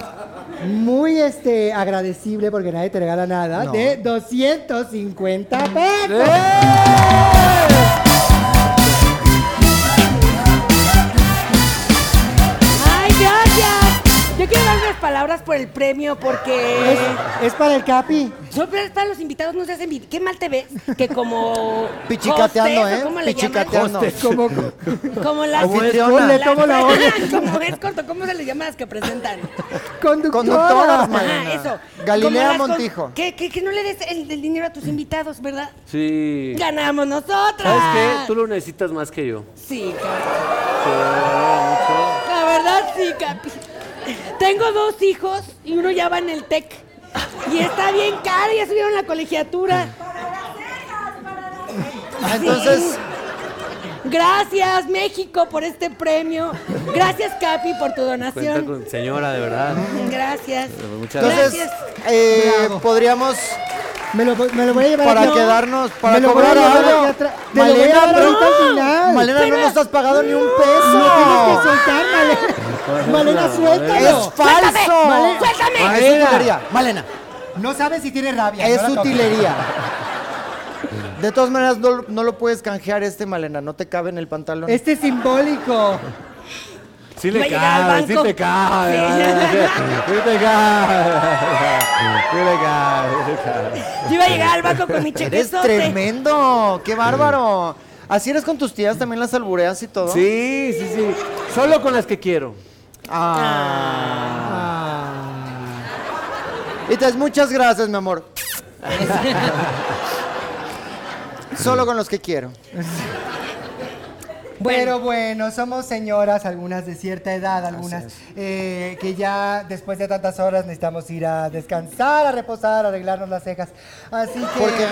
Speaker 4: muy este agradecible porque nadie te regala nada, de 250 pesos.
Speaker 2: ¡Ay, gracias! Yo quiero dar unas palabras por el premio porque.
Speaker 4: Es, es para el Capi.
Speaker 2: Yo creo que para los invitados no se hacen vid- Qué mal te ves que como.
Speaker 3: [laughs] Pichicateando,
Speaker 2: hostess, ¿o
Speaker 3: ¿eh?
Speaker 2: ¿Cómo le llaman?
Speaker 3: Pichicateando.
Speaker 4: Como,
Speaker 2: Como las.
Speaker 3: Anfitriona.
Speaker 2: las-
Speaker 4: Le tomo la olla.
Speaker 2: [laughs] como es corto, ¿cómo se les llama las
Speaker 3: [laughs]
Speaker 2: que presentan?
Speaker 4: conductora.
Speaker 3: Conductoras, ma-
Speaker 2: Ajá,
Speaker 3: Malena.
Speaker 2: eso.
Speaker 3: Galilea
Speaker 2: Como las con-
Speaker 3: Montijo.
Speaker 2: Que, que, que no le des el, el dinero a tus invitados, ¿verdad?
Speaker 5: Sí.
Speaker 2: Ganamos nosotras.
Speaker 5: ¿Sabes qué? Tú lo necesitas más que yo.
Speaker 2: Sí, Capi.
Speaker 5: Te valoro mucho.
Speaker 2: La verdad, sí, Capi. Tengo dos hijos y uno ya va en el TEC. Y está bien caro, ya subieron la colegiatura.
Speaker 3: Ah, Entonces,
Speaker 2: Gracias, México, por este premio. Gracias, Capi, por tu
Speaker 5: Cuenta
Speaker 2: donación.
Speaker 5: con señora, de verdad.
Speaker 2: Gracias.
Speaker 5: Muchas
Speaker 3: entonces
Speaker 2: Gracias.
Speaker 3: eh,
Speaker 4: Bravo.
Speaker 3: podríamos
Speaker 4: Me lo, me lo voy a llevar
Speaker 3: para
Speaker 4: aquí.
Speaker 3: quedarnos para
Speaker 4: Me lo voy a
Speaker 3: cobrar
Speaker 4: llevar
Speaker 3: algo.
Speaker 4: aquí atrás. Te lo voy a dar ahorita al final.
Speaker 3: Malena, no
Speaker 2: Pero-
Speaker 3: nos has pagado ni un
Speaker 4: Tienes que
Speaker 3: peso.
Speaker 4: soltar, Malena. Malena, suéltalo.
Speaker 3: Es falso.
Speaker 2: Suéltame, suéltame.
Speaker 3: Es utilería. Malena,
Speaker 4: No sabes si tiene rabia.
Speaker 3: es
Speaker 4: no la toques.
Speaker 3: utilería. De todas maneras, no, no lo puedes canjear este, Malena. No te cabe en el pantalón.
Speaker 4: Este es simbólico.
Speaker 5: Sí
Speaker 2: Va a
Speaker 5: le
Speaker 2: llegar al
Speaker 5: cabe, sí
Speaker 2: banco.
Speaker 5: te cabe.
Speaker 2: Sí.
Speaker 5: Malena, Sí [laughs] sí te cabe. Sí le cabe, sí le cabe.
Speaker 2: Yo iba a llegar al banco con mi cheque.
Speaker 3: Eres tremendo. Qué bárbaro. Así eres con tus tías, también las albureas y todo.
Speaker 5: Sí, sí, sí. Solo con las que quiero.
Speaker 3: Ah. Y te das muchas gracias, mi
Speaker 5: [laughs]
Speaker 3: amor. Solo con los que quiero.
Speaker 4: Pero bueno, somos señoras, algunas de cierta edad, algunas eh, que ya después de tantas horas necesitamos ir a descansar, a reposar, a arreglarnos las cejas. Así que,
Speaker 3: Porque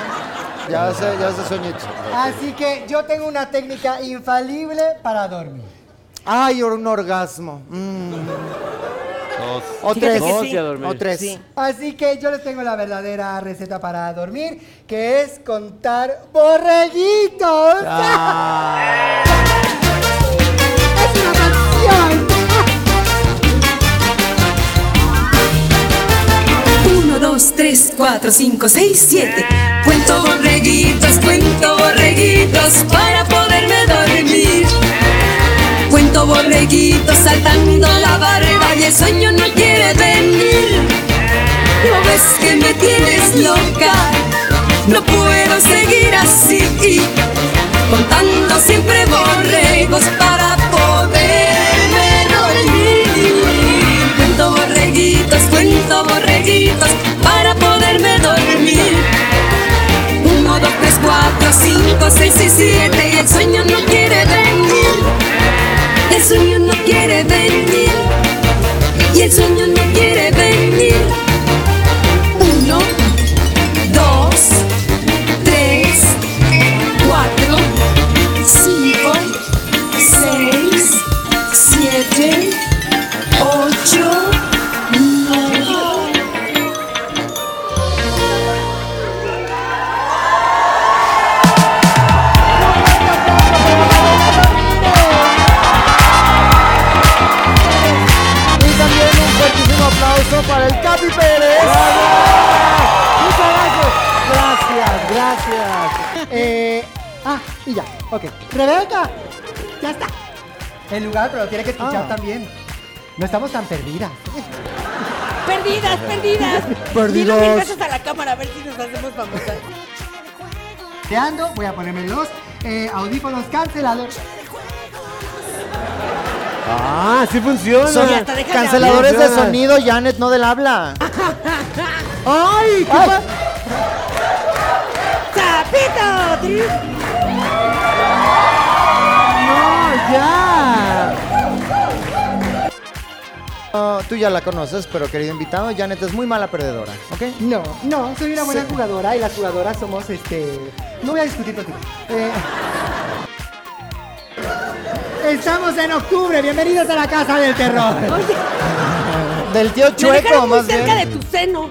Speaker 3: ya se, ya se soñito.
Speaker 4: así que yo tengo una técnica infalible para dormir.
Speaker 3: Ay, or- un orgasmo. Mm. O
Speaker 2: Fíjate
Speaker 3: tres.
Speaker 2: que Dos sí.
Speaker 5: y a dormir.
Speaker 3: O tres.
Speaker 2: Sí.
Speaker 4: Así que yo les tengo la verdadera receta para dormir, que es contar borreguitos.
Speaker 14: Es una canción.
Speaker 13: Uno, dos, tres, cuatro, cinco, seis, siete. Cuento borreguitos, cuento borreguitos para poderme dormir. Cuento borreguitos saltando la barba y el sueño no quiere venir. No ves que me tienes loca, no puedo seguir así. Contando siempre borregos para poderme dormir. Cuento borreguitos, cuento borreguitos para poderme dormir. Uno, dos, tres, cuatro, cinco, seis y siete y el sueño no quiere venir. El sueño no quiere venir. Y el sueño no quiere venir. Uno, dos, tres, cuatro, cinco, seis, siete, ocho, nueve.
Speaker 3: Y también un fuertísimo aplauso para el Capi Pérez.
Speaker 4: Gracias, gracias. Eh, ah, y ya, ok. Rebeca, ya está. El lugar, pero lo tiene que escuchar
Speaker 3: Ah.
Speaker 4: también. No estamos tan perdidas.
Speaker 2: Perdidas, perdidas.
Speaker 3: Perdidas.
Speaker 2: Dilo mil veces a la cámara a ver si nos hacemos famosas.
Speaker 4: Te ando, voy a ponerme los eh, audífonos cancelados.
Speaker 5: Ah, sí funciona.
Speaker 3: Son
Speaker 2: ya hasta deja de
Speaker 3: canceladores de
Speaker 5: hablar.
Speaker 3: sonido, Janet, no del habla.
Speaker 4: ¡Ay! ¿qué
Speaker 3: Ay.
Speaker 4: pa-
Speaker 2: ¡Repito! Tri-
Speaker 15: No, ya.
Speaker 3: No, tú ya la conoces, pero querido invitado, Janet es muy mala perdedora, ¿ok?
Speaker 4: No, no, soy una buena jugadora y las jugadoras somos este. No voy a discutir contigo. Eh, [laughs] Estamos en octubre, bienvenidos a la casa del terror.
Speaker 3: Del tío
Speaker 2: Me
Speaker 3: chueco,
Speaker 2: dejaron muy
Speaker 3: más
Speaker 2: cerca
Speaker 3: bien.
Speaker 2: de tu seno.